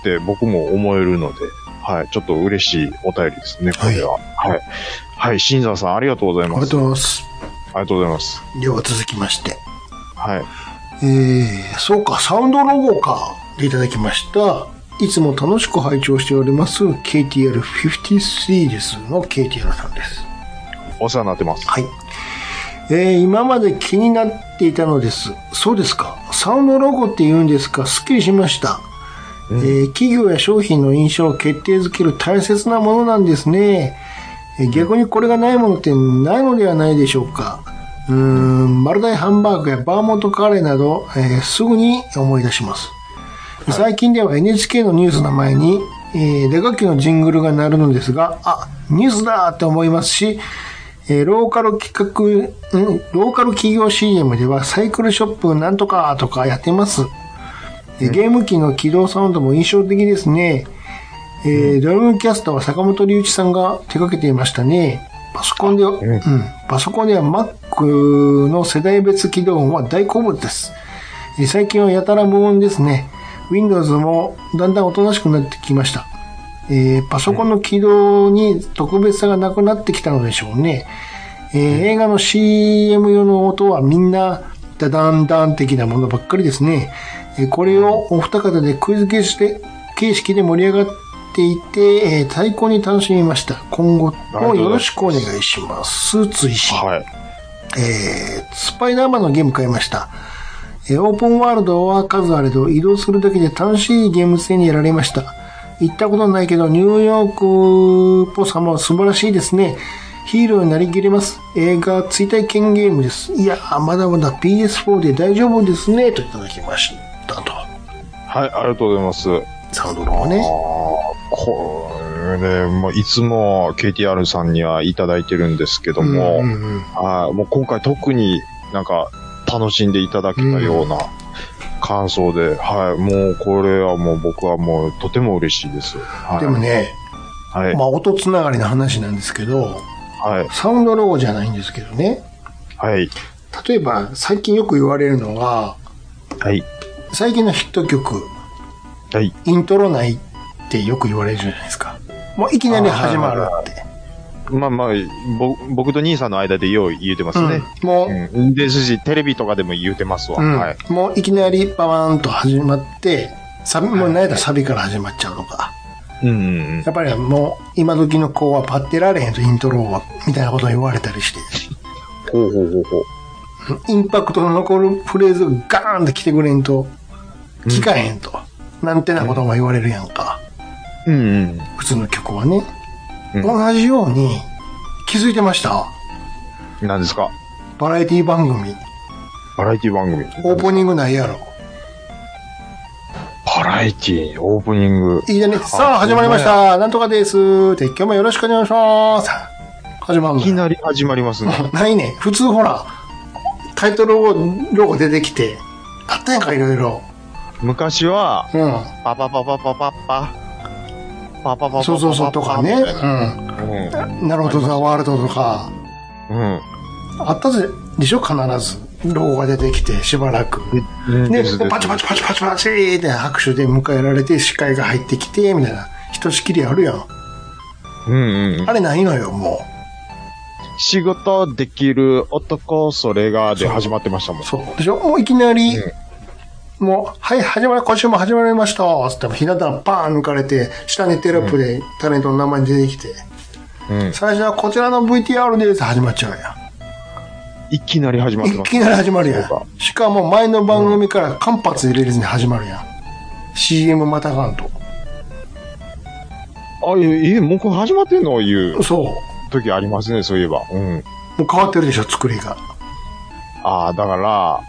って僕も思えるので、はい、ちょっと嬉しいお便りですね、これは。はい。はい、新座さんありがとうござい
あ
ま
りが
す。
と
あ
うございます。
りがとうございます。
では続きまして。
はい。
えー、そうか、サウンドロゴか。でいただきました。いつも楽しく拝聴しております KTR50 シリーズの KTR さんです。
お世話になってます。
はい。えー今まで気になっていたのです。そうですか。サウンドロゴって言うんですか。すっきりしました。えー企業や商品の印象を決定づける大切なものなんですね。えー逆にこれがないものってないのではないでしょうか。うーん、マルダイハンバーグやバーモントカレーなど、えーすぐに思い出します。最近では NHK のニュースの前に、えー、打楽器のジングルが鳴るのですが、あ、ニュースだーって思いますし、えーローカル企画、んローカル企業 CM ではサイクルショップなんとかとかやってます。えーゲーム機の起動サウンドも印象的ですね。えードラムキャスターは坂本龍一さんが手掛けていましたね。パソコンでは、うん、パソコンでは Mac の世代別起動音は大好物です。えー最近はやたら無音ですね。Windows もだんだんおとなしくなってきました。えーパソコンの起動に特別さがなくなってきたのでしょうね。えー映画の CM 用の音はみんなダダンダン的なものばっかりですね。えーこれをお二方でクイズ形式で形式で盛り上がっていて、えー最高に楽しみました。今後もよろしくお願いします。追伸。
はい。
えースパイダーマンのゲーム買いました。えーオープンワールドは数あれど移動するだけで楽しいゲーム性にやられました。行ったことないけどニューヨークっぽさも素晴らしいですね。ヒーローになりきれます。映画追体験ゲームです。いやー、まだまだ PS4 で大丈夫ですね。といただきましたと。
はい、ありがとうございます。あ
サウンドロゴ
あ
ね。
ー、これ、もういつも KTR さんにはいただいてるんですけども、
うんうんうん
あーもう今回特になんか楽しんでいただけたような感想で、はい、もうこれはもう僕はもうとても嬉しいです。はい、
でもね、
はい。
まあ、音つながりの話なんですけど、
はい。
サウンドロゴじゃないんですけどね。
はい。
例えば、最近よく言われるのが、
はい。
最近のヒット曲、
はい。
イントロないってよく言われるじゃないですか。もういきなり始まるって。
まあまあ、ぼ僕と兄さんの間でよう言うてますね。
うん、もう、
うん。ですし、テレビとかでも言うてますわ。
うん
はい。
もういきなりパワーンと始まって、サビ、もう何やったらサビから始まっちゃうのか。
うんうん
やっぱりもう、今時の子はパッてられへんとイントロは、みたいなことを言われたりして、
うん。ほうほうほうほう。
インパクトの残るフレーズがガーンって来てくれんと、聞かへんと、なんてなことも言われるやんか。
うんうん。
普通の曲はね。
うん
同じように、気づいてました
何ですか
バラエティ番組、
バラエティ番組。
オープニングないやろ。
バラエティ、オープニング。
いいじゃね。さあ、始まりました。なんとかです。って、今日もよろしくお願いします。始まる
い
の
き
よ。
なり始まりますね。
[LAUGHS] ないね。普通ほら、タイトルロゴ、ロゴ出てきて、あったやんか、いろいろ。
昔は、
うん。
パパパパパパッパ。パパパパパパ。
そうそうそうとかね。
みたいな
う。
うん
なるほど、ザ・ワールドとか。
ん。
あったぜでしょ、必ず。ロゴが出てきて、しばらく。
うん。
で
です、
パチパチパチパチパチって拍手で迎えられて、司会が入ってきて、みたいな。ひとしきりあるやん。
うんうんうん。
あれないのよ、も
仕事できる男、それが、で始まってましたもん
う。。そう。でしょもういきなり、もう、はい、始まり、今週も始まりました。つって、ひな壇バーン抜かれて、下にテロップでタレントの名前出てきて、
うん。
最初はこちらの VTR です。始まっちゃうやん。
いきなり始まって
い
ます。
きなり始まるや
そうか
ん。しかも前の番組から間髪入れずに始まるやん。CM またがんと。
あ、え、えもうこれ始まってんのいう
そう。
時ありますね、そういえば。うん。
もう変わってるでしょ、作りが。
ああ、だから、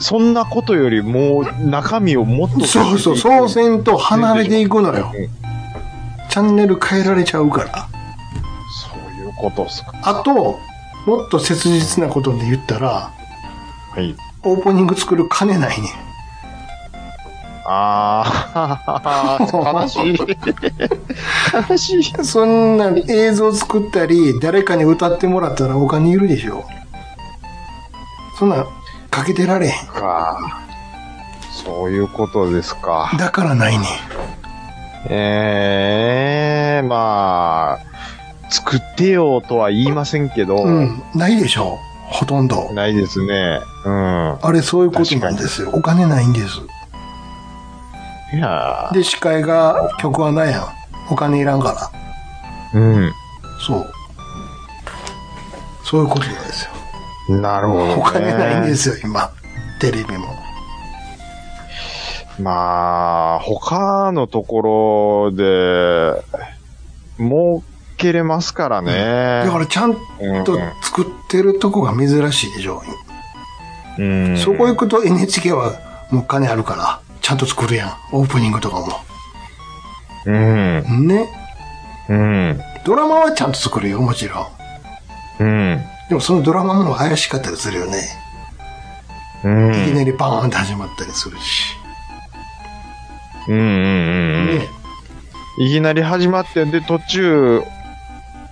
そんなことよりもう中身をもっと。
そうそう、総選と離れていくのよ
うん。
チャンネル変えられちゃうから。
そういうことっすか。
あと、もっと切実なことで言ったら、
はい。
オープニング作る金ないねん。
ああ、悲しい。悲しい。
そんな映像作ったり、誰かに歌ってもらったらお金いるでしょ。そんなんかけてられへん。
か。そういうことですか。
だからないねん。
ええまあ、作ってよとは言いませんけど、
うん、ないでしょほとんど。
ないですね。うん。
あれそういうことなんですよ。お金ないんです。
いや
で、司会が曲はないやん。お金いらんから。
ー
そう。そういうことなんですよ。
うん。なるほど、ね。
お金ないんですよ、今。テレビも。
まあ、他のところで、儲けれますからね。
だからちゃんと作ってるとこが珍しいでしょ。
うん、
そこ行くと NHK はもう金あるから、ちゃんと作るやん。オープニングとか
うん。
も。ね。
うん。
ドラマはちゃんと作るよ、もちろん。
うん。
でもそのドラマものが怪しかったりするよね。
うん。
いきなりバーンって始まったりするし。
うんうんうんうん。
ね。
いきなり始まって、で、途中、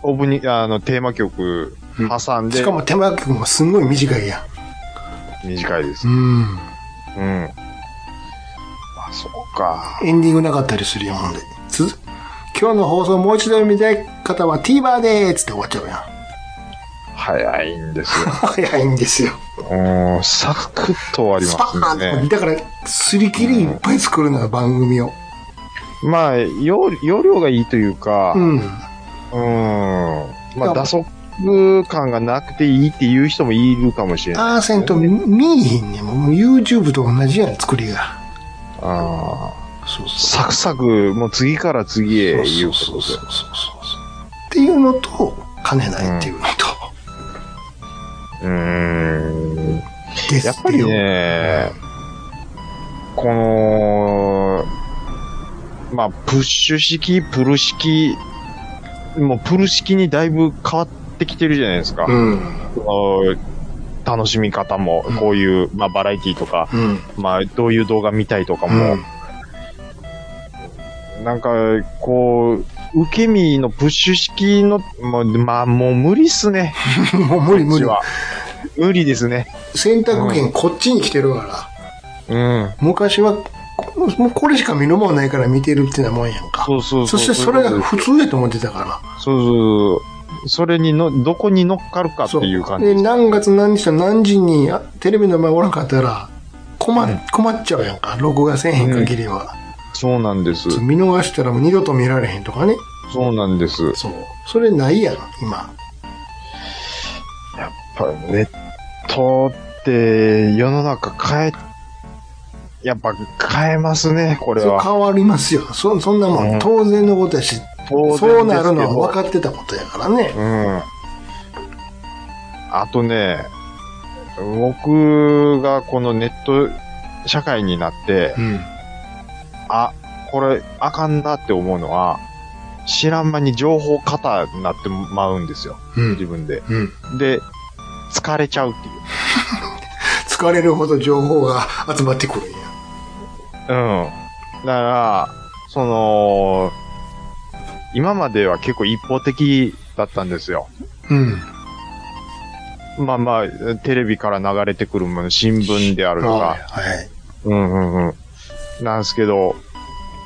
オープニング、あの、テーマ曲挟んで、
しかも手間曲もすんごい短いや
短いです
ん。。うん。
うん。あ、そうか。
エンディングなかったりするよ、ほんで。つ今日の放送もう一度見たい方は TVer でーっつって終わっちゃうやん。 [LAUGHS]
早いんですよ。
早いんですよ。
うん、サクッと終わり
スパーンっ
ます
て、
ね。
だから、すり切りいっぱい作るのよ、番組を。
まあ、容容量がいいというか、
うん。
うん。まあ、打足感がなくていいっていう人もいるかもしれない。
アーセント見見いひんねんもう YouTube と同じやん、作りが。
あー
そうそ
サクサク、もう次から次へ
う。
言うこ
そう
と
そうそ
で
うそうそう。っていうのと、金ないっていうのと。
うーん。
です
やっぱり
よ
ね、この、まあ、プッシュ式、プル式、もうプル式にだいぶ変わってきてるじゃないですか。
うん。
この楽しみ方も、
うん
こういう、まあ、バラエティとか、
うん。
まあ、どういう動画見たいとか
う
も
ん、。
なんか、こう、受け身のプッシュ式の、もうまあ、もう無理っすね。
もう無理 [LAUGHS] 無理。
無理ですね。
選択権こっちに来てるから。
うん。
昔は、こもうこれしか見るもんないから見てるってなもんやんか。
そうそうそ。
そうしてそれ
そ
が
う
普通やと思ってたから。
そうそう。それにの、どこに乗っかるかっていう感じ。
で、何月何日と何時にあテレビの前おらんかったら、困っ困っちゃうやんか。録画せえへん限りは。
そうなんです。
見逃したらもう二度と見られへんとかね。
そうなんです。やっ
そう。それないやん、今。
ぱネットって世の中変え、やっぱ変えますね、これ
そう
は。
変わりますよ。そそんなも
うんん
当然のことやし、そうなるのは分かってたことやからね。
うん。あとね、僕がこのネット社会になって、
うん。
あ、これあかんなって思うのは、知らん間に情報過多になってまうんですよ。
うん
自。分で。
うん。
で、疲れちゃうっていう。
疲れるほど情報が集まってくるんや。
うん。だから、その、今までは結構一方的だったんですよ。
うん。
まあまあ、テレビから流れてくるもの、新聞であるとか
はい。、はい。
うんうんうん。なんですけど、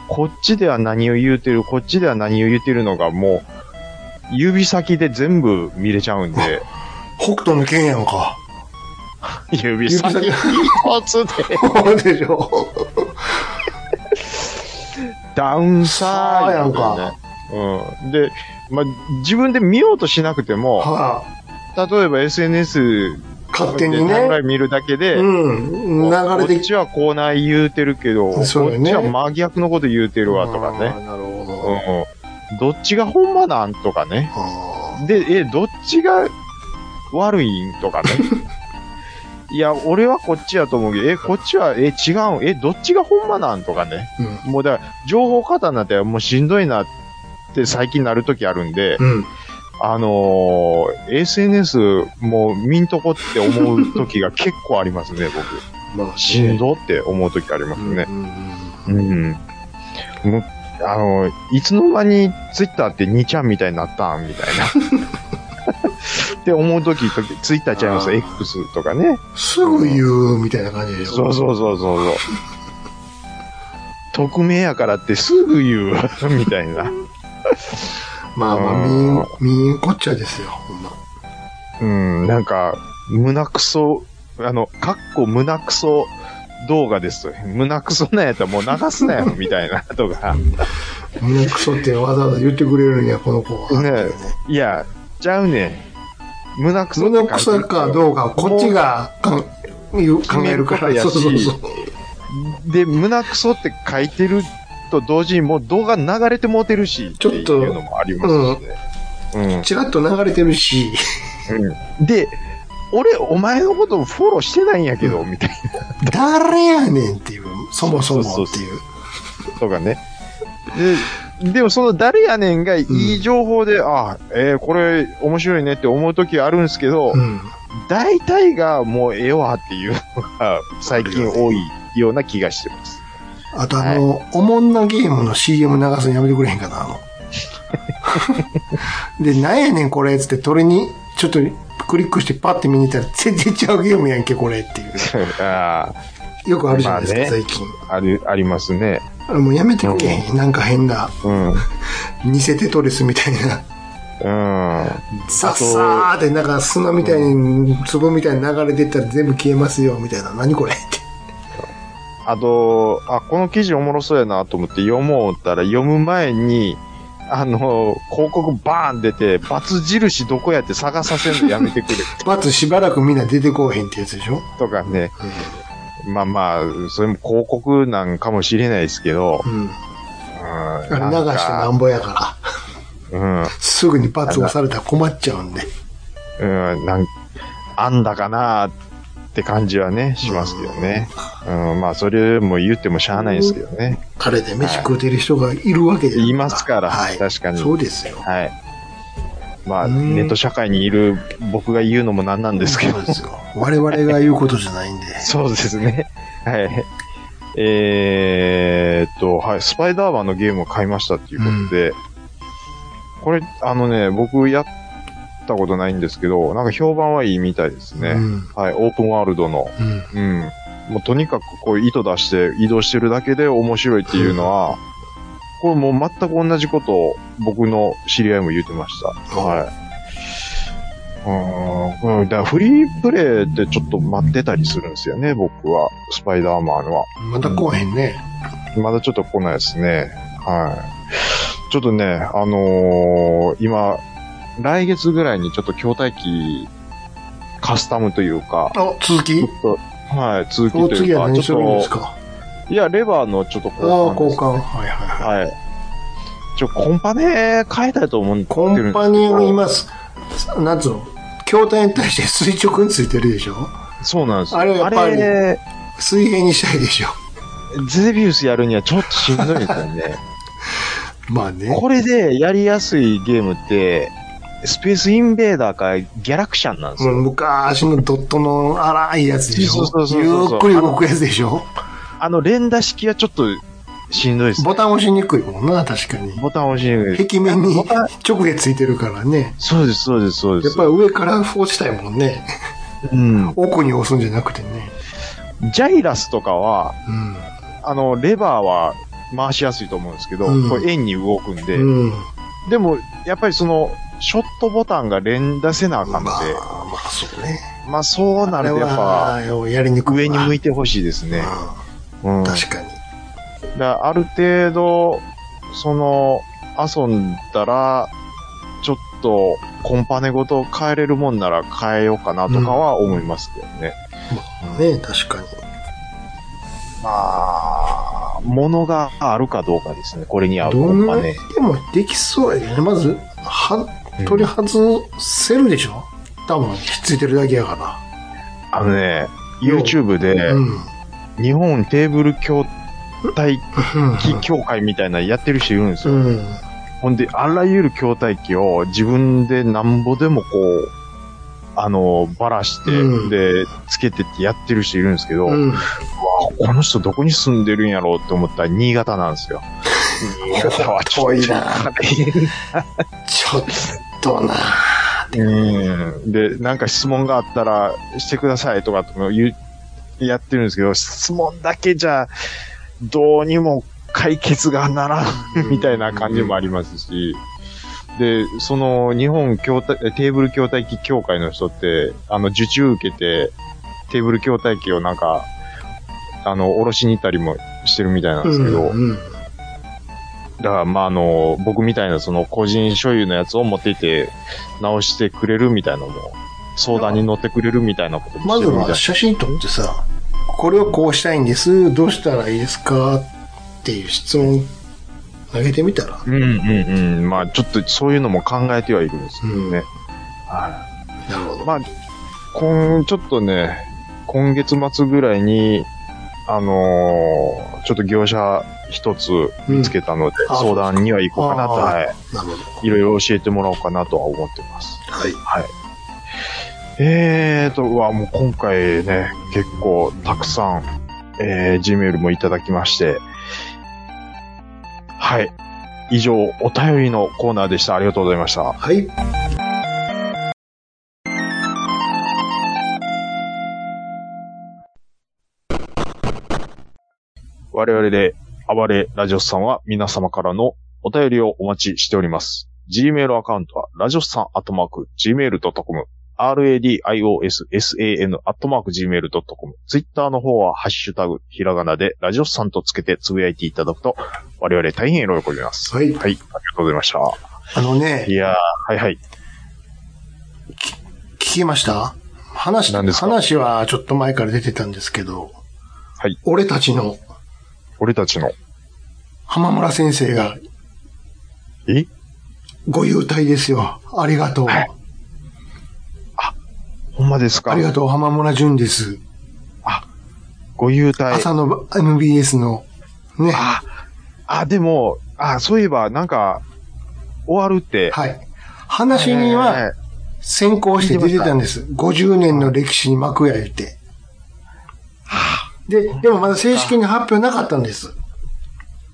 こっちでは何を言うてる、こっちでは何を言うてるのがもう、指先で全部見れちゃうんで、
北斗の剣やんか。
[LAUGHS] 指先
指
一つで、
そうでしょ。
ダウンサードだよね。うん。で、まあ、自分で見ようとしなくても、
[LAUGHS] は
例えば SNS
あ、勝手に
で何
ね。
回見るだけで、
うん。流
こ
れ
っ
てき
ちはこうない言うてるけど、こっち
そうよね
は真逆のこと言うてるわとか
あ
ね。
ーなるほ
う
ど。
んうん。どっちがほんまなんとかね。
あ
で、え、どっちが悪いん
[LAUGHS]
とかね。いや、俺はこっちやと思うけど、え、こっちは、え、違うん、え、どっちがほんまなんとかね。
ーうん
もうだから、情報過多になって、もうしんどいなって最近なるときあるんで、
うん。
あのー SNS もう見んとこって思うときが結構ありますね、僕。
まあ、
しんどって思うときあります
うん
ね。
うん
うん。むあのーいつの間にツイッターって2ちゃんみたいになったんみたいな。って思うとき、ツイッターちゃいます
あー
X とかね。
うんすぐ言うみたいな感じでしょ。
そうそうそうそうそう。匿名やからってすぐ言う、みたいな。
まあまあ、みん、みんこっちゃですよ、ほんま。
うん、なんか、胸クソ、あの、かっこ胸クソ動画ですと。胸クソなんやったらもう流すなよ、みたいな、とか。
胸クソってわざわざ言ってくれるんや、この子は。
ねいや、ちゃうねん。胸クソって
胸
感
ク
じ
ソかどうか、こっちがかん言う考えるか
決めることや
ら。
し
そうそうそう。
で、胸クソって書いてると同時にもう動画流れてもうてるし、
ちょっと
ていうのもありますしね。うん
ちらっと流れてるし、
で、俺、お前のことフォローしてないんやけど、みたい
誰やねんっていう、そもそもっていう。
なとかね。で、でもその誰やねんがいい情報で、あ、えーこれ面白いねって思う時あるんですけど、
うん。
大体がもうええわっていうのが最近多いような気がし
[LAUGHS]
てます。
あとあの、おもんなゲームの CM 流すのやめてくれへんか [LAUGHS] な、あの。で、なんやねんこれっつって、鳥に、ちょっとクリックしてパッて見に行ったら、全然ちゃうゲームやんけ、これっていう。
あ
よくあるじゃないですか、
まあね
最近。
あ、ある、ありますね。
あれもうやめてくれへん。なんか変な、
うん。うん。
偽テトリスみたいな。さっさーって、なんか砂みたいに、粒みたいに流れてったら全部消えますよ、みたいな。何これって。
あと、あ、この記事おもろそうやなと思って読もう思ったら、読む前に、あの、広告バーン出て、罰印どこやって探させるのやめてくれ
まずしばらくみんな出てこうへんってやつでしょ
とかね。まあまあ、それも広告なんかもしれないですけど、
うん。
うん、
あれ流してなんぼやから。
うん、
すぐに罰をされたら困っちゃうんで。
うん、なん、あんだかなって感じはね、しますけどね。うん、まあそれも言ってもしゃあないですけどね。
彼で飯食うてる人がいるわけじゃない
いますから
はい。
確かに
そうですよ。
はい。まあ、
うん
ネット社会にいる僕が言うのもなんなんですけど
そ。うですよ。我
[LAUGHS]
々が言うことじゃないんで。
そうですね。はい。えーえーっと、はい、スパイダーマンのゲームを買いましたっていうことで、これ、あのね、僕やったことないんですけど、なんか評判はいいみたいですね。
うん。
はい、オープンワールドの。
うん。
うん。もうとにかくこう糸出して移動してるだけで面白いっていうのは、これもう全く同じことを僕の知り合いも言ってました。はい。うん。うんだからフリープレイってちょっと待ってたりするんですよね、僕は。スパイダーマンは。
また来おへんね。
まだちょっと来ないですね。はい。ちょっとね、あのー今、来月ぐらいにちょっと筐体機カスタムというか、
あ、続き
ちょっと、はい、続き
お
とい
次
う
は
か、
何す
ち
るん
ょ
で
っ
す
と、
か
いや、レバーのちょっと
ああ、交
交換。
換。はいはいはい。
はい。ちょ、コンパネ変えたいと思ってるんですけ
コ
ど
ンパニオンいます。なんつうの筐体に対して垂直についてるでしょ
そうなんです
あれやっぱり
あれ
水平にしたいでしょ
ゼビウスやるにはちょっとしんどいですよ [LAUGHS] ね。
まあね。
これでやりやすいゲームって、スペースインベーダーかギャラクシャンなんです
も
よ。
う昔のドットの荒いやつでし
そうそ
ょ
うそうそう
ゆっくり動くやつでしょ
あの連打式はちょっとしんどいです、ね。
ボタン押しにくいもんな、確かに。
ボタン押しにくいです。
壁面に
ボタン
直でついてるからね。
そうです、そうです、そうで
やっ
す。
ぱり上から落ちたいもんね。
うん。
奥に押すんじゃなくてね。
ジャイラスとかは、
うん。
あの、レバーは回しやすいと思うんですけど、
うん
これ円に動くんで、
うん。
でも、やっぱりその、ショットボタンが連打せなあか
まあ、
ん
ま
ので、
あそうね。
まあそうな
あれ
るとやっぱ、
は、やりにくいわ。
上に向いてほしいですね。うん。
うん
だか
確かに。
らある程度、その、遊んだら、ちょっと、コンパネごと変えれるもんなら変えようかなとかは思いますけどね。
ね確かに。
まあ、ものがあるかどうかですね。これに合うコ
ど
ン
んな
パネ。
でもできそうやね。まず、は、取り外せるでしょ多分、ひっついてるだけやか
あのね、
よう
YouTube
ら。
で
う、ん。
日本テーブル筐体機
う
協会みたいなのやってる人いるんですよ。
ん。 [LAUGHS] うん。
ほんで、あらゆる筐体機を自分でなんぼでもこう、あの、ばらして、
うん
で、つけてってやってる人いるんですけど、
うん。
わあこの人どこに住んでるんやろうって思ったら新潟なんですよ。新潟はちょっと
遠いなちょっとな。
うんで、なんか質問があったらしてくださいとかって言う、やってるんですけど、質問だけじゃ、どうにも解決がならん [LAUGHS] みたいな感じもありますし、で、その日本筐体テーブル筐体機協会の人って、あの、受注受けて、テーブル筐体機をなんか、あの、おろしに行ったりもしてるみたいなんですけど、
うん。
だから、まあ、あの、僕みたいな、その、個人所有のやつを持っていて、直してくれるみたいなのも、相談に乗ってくれるみたいなことも
ま
して
ず
るみたい
は写真撮ってさ、これをこうしたいんです。どうしたらいいですかっていう質問投げてみたら。
うんうんうん。まあ、ちょっとそういうのも考えてはいるんですけどね。はい。
なるほど。
まあ、今、ちょっとね、今月末ぐらいに、あのーちょっと業者一つ見つけたので、
うんあ
相談には行こうかなと、
そうですか
はい。
なるほど。
いろいろ教えてもらおうかなとは思ってます。
はい。
えーと、うわ、もう今回ね、結構たくさん、えー、G メールもいただきまして、はい。以上、お便りのコーナーでした。ありがとうございました。
はい。
我々で、暴れラジオスさんは皆様からのお便りをお待ちしております。Gmail アカウントは、ラジオスさんアットマーク、gmail.com、radiossan アットマーク、gmail.com、Twitter の方は、ハッシュタグ、ひらがなで、ラジオスさんとつけてつぶやいていただくと、我々大変喜びます。
はい
はい、ありがとうございました。
あのね
い、やー、はいはい。
聞きました話、
何ですか
話はちょっと前から出てたんですけど、
はい
俺たちの
俺たちの、
浜村先生が
え
ご優待ですよ。ありがとう。
はいほんまですか
ありがとう、浜村淳です。
ご優待。
朝の MBS の、ね。は
あ、あ、でも、あ、そういえば、なんか、終わるって。
い。話には、先行して出てたんです。50年の歴史に幕や言って。で、でもまだ正式に発表なかったんです。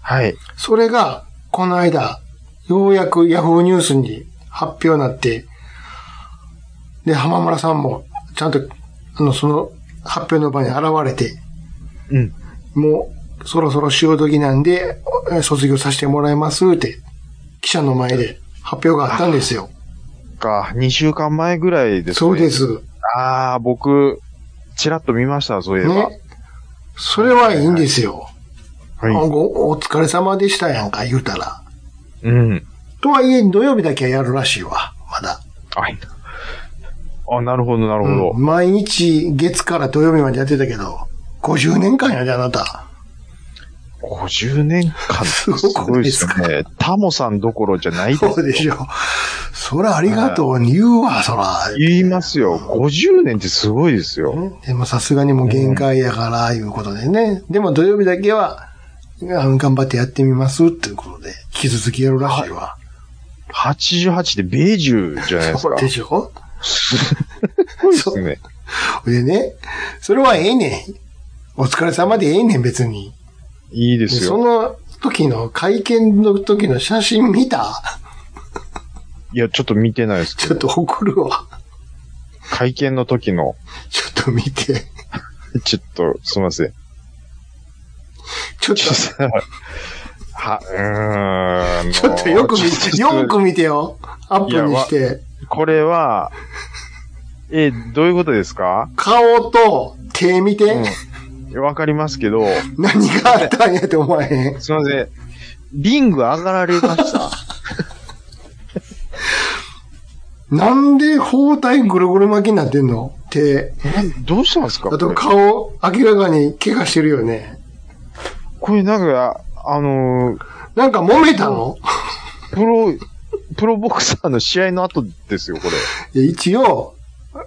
はい。
それが、この間、ようやくヤフーニュースに発表になって、で、浜村さんも、ちゃんと、あの、その発表の場に現れて、
うん。
もう、そろそろ潮時なんで、え卒業させてもらいますって、記者の前で発表があったんですよ。
か、2週間前ぐらいですね。
そうで。す。
ああ、僕、ちらっと見ました、そういえば。
ね。それはいいんですよ。あ
はい。
ごお疲れ様でしたやんか、言うたら。
うん。
とはいえ、土曜日だけはやるらしいわ、まだ。
はい。あ、なるほど、なるほど。
うん毎日、月から土曜日までやってたけど、50年間やで、あなた。
50年間。
すごく
すごいですね。タモさんどころじゃないです
そうでしょ。そら、ありがとうに言うわ、そら。
言いますよ。50年ってすごいですよ。
ねでも、さすがにもう限界やから、いうことでね。でも、土曜日だけは、あの頑張ってやってみます、っていうことで、引き続きやるらしいわ。
88でベージュじゃないです
そう
か。
でしょ
すごいですね。
でね、それはええねん。お疲れ様でええねん、別に。
いいで
ですそ
よ。
の時の会見の時の写真見た
いや、ちょっと見てないですけ
ちょ
ど。
っと送るわ。
会見の時の、
ちょっと見て。
ちょっと、すいません。
ちょっと、
ち
ち
ょっとは、うーん。
ょっとよく見て、
ちょっと
よく見てよ。アップにして。
これは、え、どういうことですか
顔と手見て、
うん。わかりますけど、
何があったんやって思わへん。
すいません。リング上がられました。
なんで包帯ぐるぐる巻きになってんの手。
どうしたんですか
あと
これ
顔、明らかに怪我してるよね。
これなんか、あのー
なんか揉めたの
プロ、プロボクサーの試合の後ですよ、これ。
いや一応、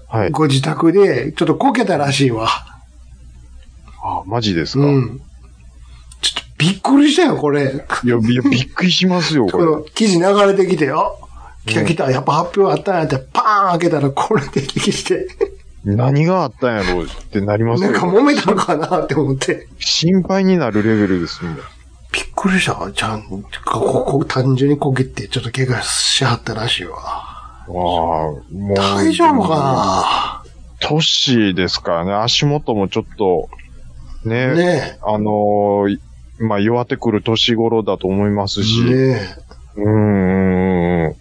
はい。
ご自宅で、ちょっとこけたらしいわ。
あ、マジですか、
うん。ちょっとびっくりしたよ、これ。
いや、いやびっくりしますよ、こ
こ
れ。
の記事流れてきて、あ、来た来た、やっぱ発表あったんやって、パーン開けたらこれ出てきて、
何があったんやろうってなります
なん
よ
か。揉めたのかなって思って。
心配になるレベルですもん。
びっくりしたわ。ちゃん、ここ、こ単純にこけて、ちょっと怪我しはったらしいわ。
ああ、もう。
大丈夫か
都市ですからね、足元もちょっと、
な
ね、
ね
あのーいまあ、弱ってくる年頃だと思いますし、
え。ね
うーん。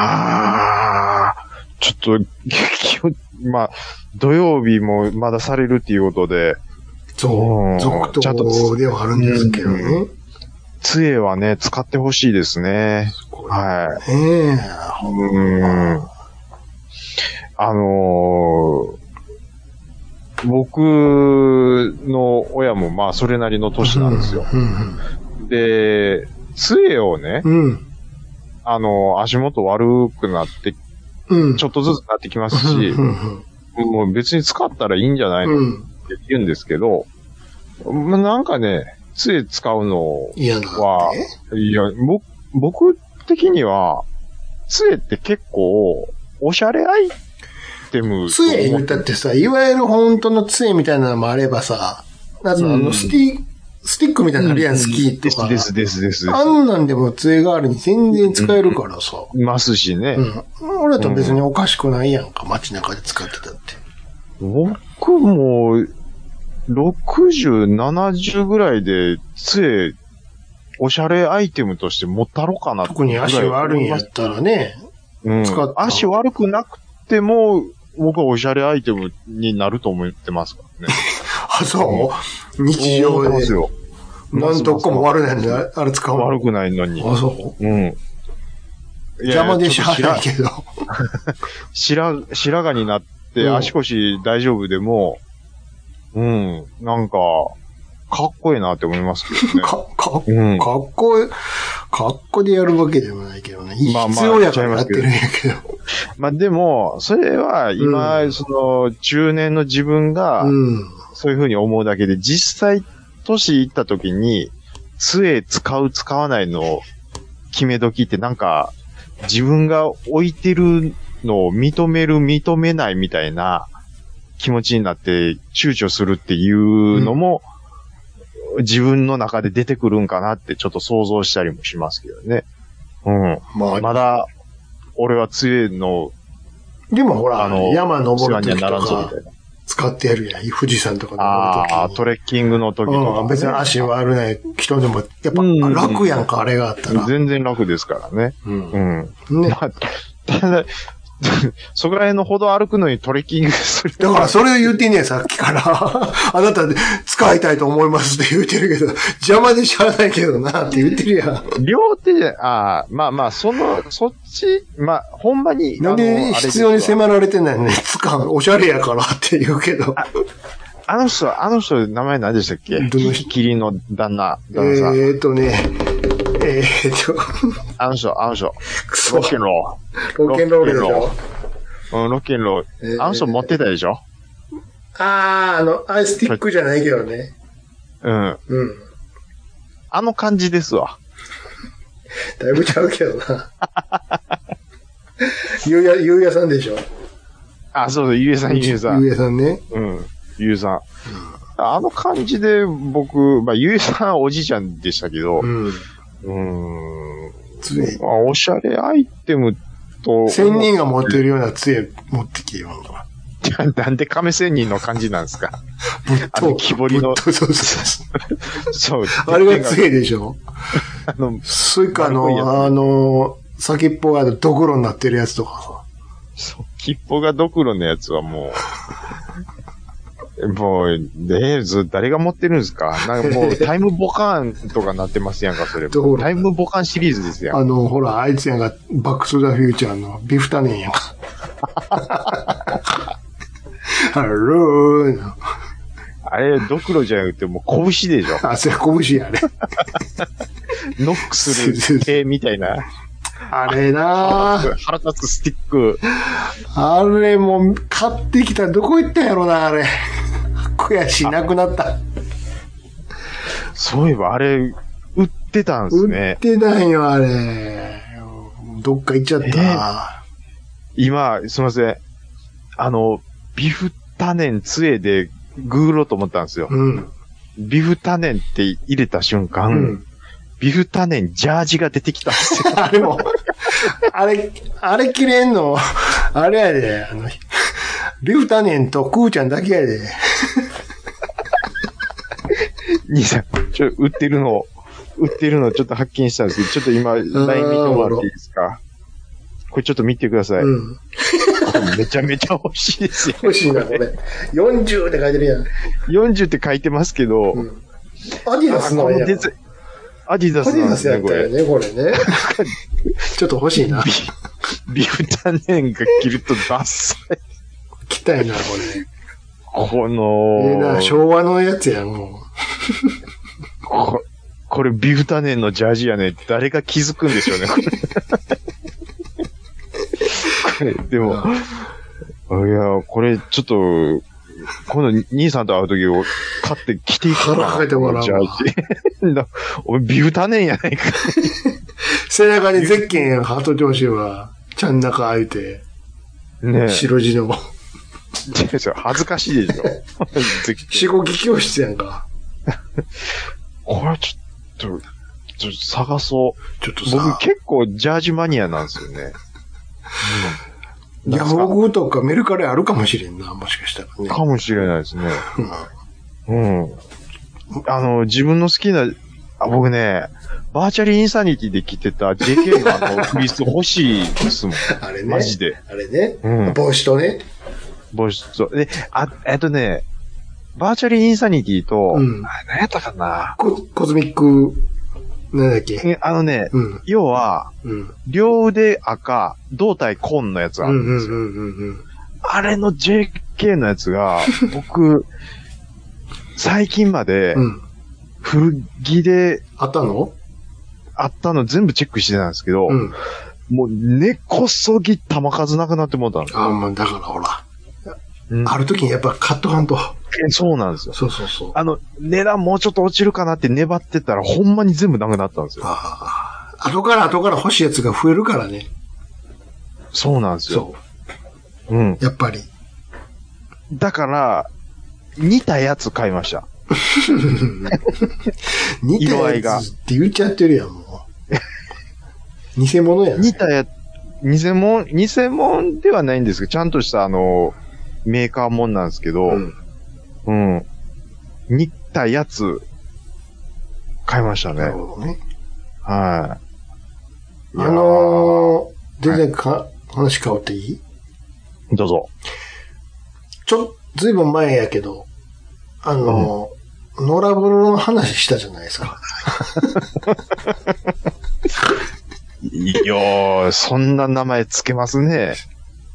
まあ、ちょっと、 [LAUGHS] 気をまあ、土曜日もまだされるっていうことで、
え。
う
そ
ん
う、続
ちゃんと
投ではあるんですけど
う
ね。
杖はね、使ってほしいですね。は
ねえ。
い。うーん。あのー僕の親もまあそれなりの年なんですよ。
うん。
で、杖をね、
うん。
あのー足元悪くなって、
うん。
ちょっとずつなってきます
うん
し
う、ん
もう別に使ったらいいんじゃないの
うん。うん。
って言うんですけど、まなんかね、杖使うの、
嫌だ
わあ
って。
いや、ぼ僕的には、杖って結構、おしゃれアイテム。
杖言うたってさ、いわゆる本当の杖みたいなのもあればさ、あとあ
う
の、
ん
スティ、スティックみたいなのあるやん、スキーとか。
ですですですです。
あんなんでも杖代わりに全然使えるからさ。
いますしね
う。ん。俺だと別におかしくないやんか、街中で使ってたって。
僕も、60、70ぐらいで、杖、おしゃれアイテムとして持ったろかなって
特に足悪いんやったらね。
うん
使った
足悪くなくても、僕はおしゃれアイテムになると思ってます
[LAUGHS]
からね。
あ、そう日常
思ってま。
です
よ。
なんとこも悪いなんで、あれ使うの。
悪くないのに。
あ、そう
うん。いや
邪魔でしゃあ
ちょ
な
っ
い
と
けど。
白白白髪になって
うん
足腰大丈夫でも、うん、なんか、かっこいいなって思いますけどね。
か、か、 [LAUGHS]
うん
かっこいい、かっこでやるわけでもないけどね。
まあまあ
必要やからやってるんやけど。
まあでも、それは今、その、中年の自分が、
うん。
そういうふうに思うだけで、実際、都市行った時に、杖使う、使わないの決め時ってなんか、自分が置いてるのを認める、認めないみたいな気持ちになって躊躇するっていうのも、自分の中で出てくるんかなってちょっと想像したりもしますけどね。うん。
まあ、
まだ、俺は杖の、
でもほら、
あの、
山
世
登
話
る
には
時
なら
と
んぞみ
か
たいな。
使ってやるやん。富士山とか
あ
登る
あー、
時
トレッキングの時とか、
うん、別に足悪ない人でも、やっぱ
うん
楽やんか、あれがあったら。
全然楽ですからね。
うん
う。ん。
ね。
まあ、ただ、 [LAUGHS] そこら辺の歩道歩くのにトレッキングする。
だからそれを言ってんねん、さっきから。 [LAUGHS] あなた使いたいと思いますって言ってるけど、邪魔でしゃあないけどなって言ってるやん。
両手で、ああ、まあまあ、その、そっち、まあ、ほんまに、
なん
あのあ
で
れす
必
わ
要に迫られてないのに使うおしゃれやからって言うけど。
あの人、あの人、名前何でしたっけ
どの人
キリの旦那、
え
旦那さん。
ーっとね、えーっと、
あの人、あの人。
くそ
ロ、ッキンロ
ロケンロールでしょ。
ー。うん、ロッキンロ
えー
ー。あの人持ってたでしょ
あー、あの、アイスティックじゃないけどね。
うん。
うん。
あの感じですわ。
だいぶちゃうけどな。 [LAUGHS] ゆうや、ゆうやさんでしょ。
あ、そうそう、ゆえさん、ゆえさん。
ゆうやさんね。
うん。ゆうさん。あの感じで、僕、まあ、ゆうさんはおじいちゃんでしたけど、
うん。
うーん。
杖。
まあ、おしゃれアイテムと、
仙人が持ってるような杖持ってきてよ。
なんで亀仙人の感じなんで
[LAUGHS]
すか
ぶっ
あの木彫りの
ぶっとそうそう
[LAUGHS]
そう。
そう。
あれが杖でしょ。
あの、
スイカ
丸っこいやつ
の、あの、先っぽがドクロになってるやつとか
そう、切符がドクロのやつはもう、もう、ねえ、ず、誰が持ってるんですかなんかもう、タイムボカンとかなってますやんか、
[LAUGHS]
それ。
ドクロ
タイムボカンシリーズですや
さ。
ん。
あの、ほら、あいつやんが、バックスザフューチャーのビフタネンやんか。あルーン。
あれ、ドクロじゃなくて、もう拳でしょ。
あ、それ拳やね。
ノックする系みたいな。
あれなぁ。
[LAUGHS] 腹立つスティック。
あれもう、買ってきたらどこ行ったんやろな、あれ。悔しい、なくなった。
そういえば、あれ、売ってたんです
売っ
ね。
てないよ、あれ。どっか行っちゃったな。
今、すいません。あの、ビフタネン杖でグーろうと思ったんですよ。
うん。
ビフタネンって入れた瞬間、
うん。
ビフタネンジャージが出てきたんです
[LAUGHS]
よ。
あれも、あれ、あれ切れんの、あれやで、あの、リフタネンとクーちゃんだけやで。
兄さん、ちょ、売ってるの、売ってるのちょっと発見したんですけど、ちょっと今、LINE 見てもらっていいですかこれちょっと見てください。
うん。
これめちゃめちゃ欲しいですよ。
欲しいな、これ。40って書いてるやん。
40って書いてますけど、
うん。アディダスの
こ
やん。
の
アディ
デザインアディダスなん
ダ
で
ス
す
や
ね、
っ
こ
たよ
れ。
ね、これね。ちょっと欲しいな。
[LAUGHS] ビフタネンが着るとダッサい。
来たよな、これ。
こ
ええな、
の、
昭和のやつやん、も
ここれビフタネンのジャージやね。誰が気づくんでしょうね、
[LAUGHS]
これ。これでも、いや、これちょっと、今度兄さんと会うときを買って着ていく
腹かいてもらうわ
ジャ [LAUGHS] ージ。なお前ビフタネンやないか。
う。背中にゼッケンやん、ハート上司は。ちゃん中開いて、
ねえ。
白地の。
違う違う恥ずか
[LAUGHS]
しいでしょ。絶対
四五木教室やんか。
これちょっと、ちょっと探そう。
ちょっとさ
僕。結構ジャージマニアなんですよね。
ヤフオクとかメルカリあるかもしれんな、もしかしたらね。
かもしれないですね。うん。あの、自分の好きな、あ僕ね、バーチャルインサニティで着てた JK のあの、フリース欲しいですもん。
あれね。
マジで。
あれね。
うん
帽子とね。
ボイスと。で、あ、えっとね、バーチャルインサニティと、
うん
あ何やったかな。
ココズミック、なんだっけ。
えあのね、
うん。
要は、
うん。
両腕赤、胴体紺のやつ
う
ある
ん
ん
う
で
ん
すよ。
うんうん。
あれの JK のやつ
[LAUGHS]
が、僕、最近まで
う、ん。
古着で
あったの
あったの全部チェックしてたんですけど、
うん。
もう根こそぎ玉数なくなってもうたの。
あ、まあ、だからほら。
うん
ある時にやっぱ買っとかんと。
そうなんですよ。
そうそうそう。
あの、値段もうちょっと落ちるかなって粘ってたら、ほんまに全部なくなったんですよ。
ああ。後から後から欲しいやつが増えるからね。
そうなんですよ。
そ
うん。
[LAUGHS] う。やっぱり。
だから、似たやつ買いました。
似た
色合い
や
が
つって言っちゃってるやん、もう。偽物や
似
ね。
たや、偽物、偽物ではないんですけど、ちゃんとしたあの、メーカーもんなんですけど、
うん
うん。似たやつ、買いました
なる
ね。
ほどね。
はい。いや
あ
ー
のー、全然か、話変わっていい
どうぞ。
ちょ、ずいぶん前やけど、あのー、ノラボロの話したじゃないですか。
いやー、そんな名前つけますね。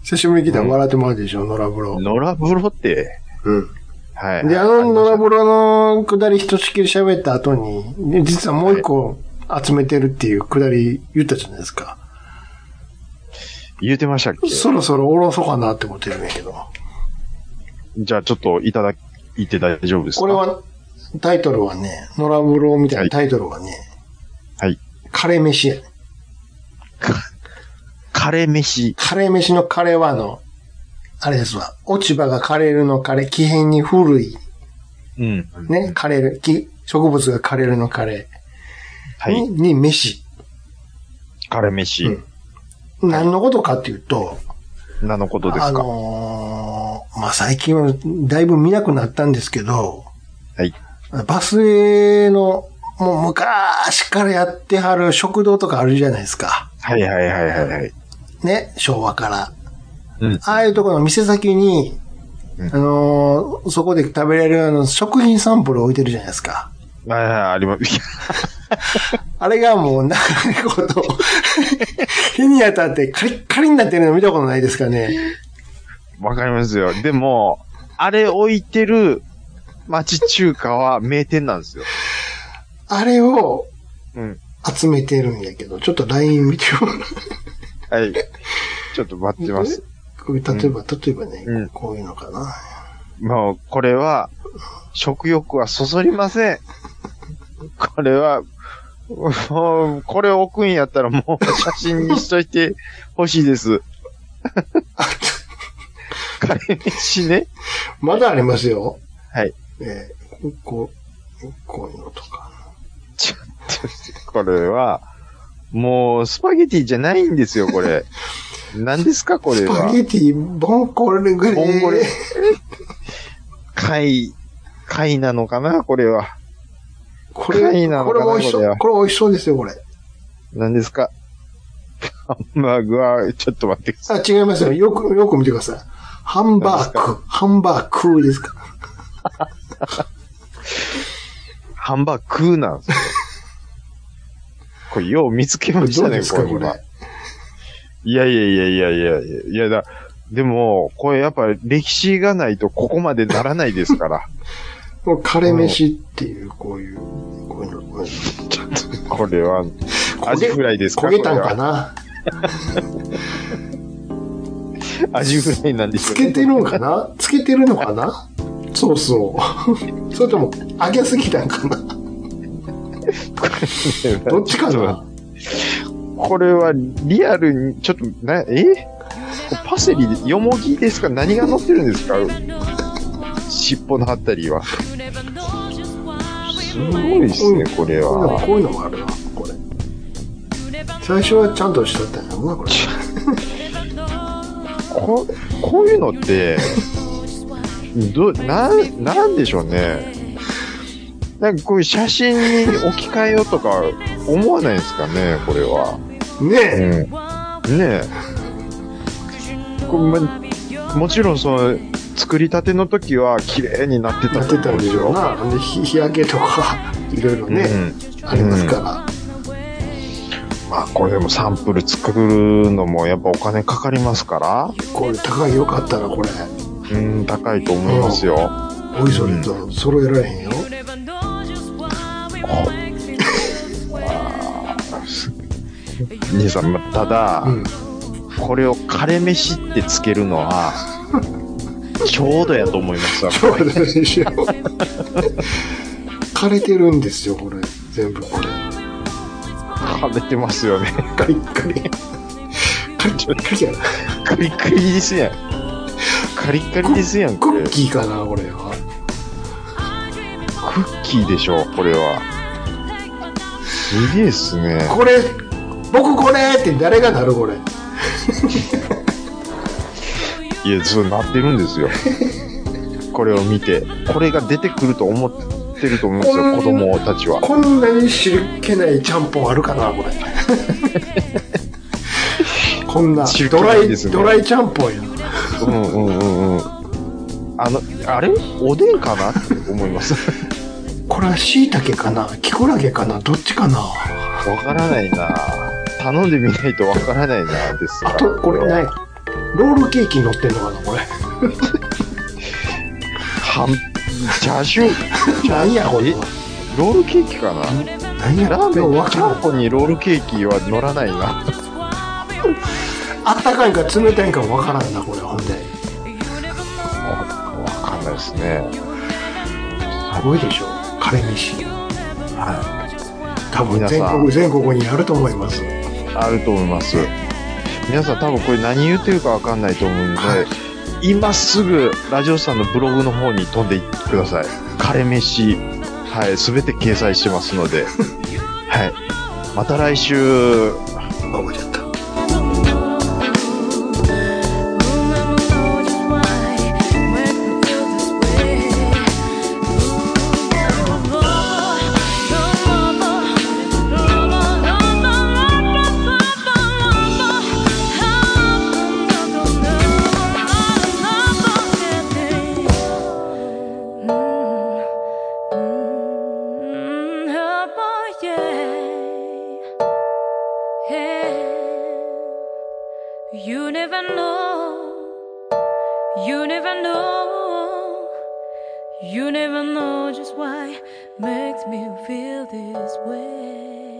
久しぶりに来たら笑ってもらうでしょ、ノラボロ。
ノラブロって。
うん。
はい。
で、あの、ノラ
ロ。
ボロのくだりひとしきり喋った後に、ね実はもう一個集めてるっていうくだり言ったじゃないですか。
言うてましたっけ
そろそろおろそうかなってことやねんけど。
じゃあちょっといただ、いて大丈夫ですか
これ。は、タイトルはね、ノラブロみたいなタイトルはね、
はい。
カレー飯やね。
カレー飯。
カレー飯のカレーはあの、あれですわ。落ち葉が枯れるの枯れ、気変に古い、
うん。
ね、枯れる、木植物が枯れるの枯れ、
はい。
に、に飯。
カレー飯。
うん何のことかっていうと、
なのことです
あ
か。
のーまあ、最近はだいぶ見なくなったんですけど、
はい。
バスへの、もう昔からやってはる食堂とかあるじゃないですか。
はいはいはいはいはい。
ね、昭和から。
うん
ああいうところの店先に、
うん
あのーそこで食べれるあの食品サンプル置いてるじゃないですか。
はいはい、あります。 [LAUGHS]
あれがもう長いこと、 [LAUGHS] 日に当たってカリッカリになってるの見たことないですかね。
わかりますよ。でも、あれ置いてる町中華は名店なんですよ。
あれを
うん。
集めてるんやけど、ちょっと LINE 見てもらう
はい。ちょっと待ってます。
こういう例えば、例えばね、
うん
こういうのかな。
もう、これは、食欲はそそりません。これは、もう、これ置くんやったらもう写真にしといてほしい
[LAUGHS]
です。カレー飯ね。
まだありますよ。
はい。
えー、こう、こういうのとか。
ちょっと、これは、もう、スパゲティじゃないんですよ、これ。何ですか、これ
スパ
は。
ゲティ、ボンコレグレー。
ボンゴレ貝、貝なのかな、これは。
これ
貝な、の
こ
かな
れ美味し
これ
そう。
は
これ美味しそうですよ、これ。
何ですか。 [LAUGHS] ハンバーグは、ちょっと待ってくださ
あ、
い。
違いますよ。よく、よく見てください。ハンバー
何
グ、ハンバーグですか。
ハンバーグな
[LAUGHS]
んですよ。これ、よう見つけ
ど
ま
う
したね、
ですか、
こ
こ
れは
れ。。
いやいやいやいやいやいや、いやだ、でも、これやっぱ歴史がないとここまでならないで
[LAUGHS]
すから。
もう、カレ飯っていう、こういう、こういうの。こういうの
これは、アジフライですか
焦げたん
こ
か
れは
な
アジフライなんです
つ
よね
けてるのかなつけてるのかなそう [LAUGHS] そう。それとも、揚げすぎたんかなどっちかな
これはリアルに、ちょっと、な、えパセリで、よもぎですか何が乗ってるんですか尻尾のあたりは。すごいですね、こ
こうい
れ
うの
は。
こういうのもあるわ、これ。最初はちゃんとしとったんやろな、これ。
[LAUGHS] ここういうのって、ど、なん、なんでしょうね。なんかこういう写真に置き換えようとか思わないですかね、これは。
ねえ、
うん。ねえ。これま、もちろんその、作りたての時は綺麗になってた
やっ
と
てた
思うんん
でしょうな。で、日日焼けとか、いろいろね、
うん
ありますから。
まあこれでもサンプル作るのもやっぱお金かかりますか
これ、高いよかったら、これ。
ら、うん、高いと思いますよ。
おいそれと揃えられへんよ。
兄さん、まただ、
うん。 [LAUGHS]
これをカレ飯ってつけるのは、ちょうどやと思いますわ。
そうでしょ。枯れてるんですよ、これ。全部これ。
食べてますよね。
カリッカリ。カリッカリやな。
カリカリですやん。カリカリですやん、
ク
これ
ッ。キーかな、これは。
きいでしょう、これは。すげえっすね。
これ、僕これって誰がなるこれ。
いや、そうなってるんですよ。これを見て。これが出てくると思ってると思うんですよ、子供たちは。
こんなに汁けないちゃんぽんあるかな、これ。 [LAUGHS] こんな、
汁気
ドラ
ない
イ、
ですね
ドライちゃんぽんや。
うんうんうんうん。あの、あれおでんかなって思います。
これは椎茸かなキクラゲかなどっちかな
わからないな頼んでみないとわからないなです
あと、これ
ね
ね、ロールケーキに乗ってんのかなこれ。
はん、チャーシュー、
なんやこれ
え。ロールケーキかな
なんや
ラー
でも
メン
わ
に、ち
から
ゃん
ん。
ぽんにロールケーキは乗らないな。
あったかいんか冷たいんかわからんな、これ。ほんで。す
わかんないですね。
ごいでしょカレー飯。
は
多分
皆
全
さん
国、全国にあると思います。
い。あると思います。皆さん多分これ何言ってるかわかんないと思うんで、
はい
今すぐラジオさんのブログの方に飛んでいってください。カレ飯、はい、すべて掲載してます
[LAUGHS]
ので、はい。また来週、
あ、覚えちゃった。
You never know. You never know. You never know just why makes me feel this way.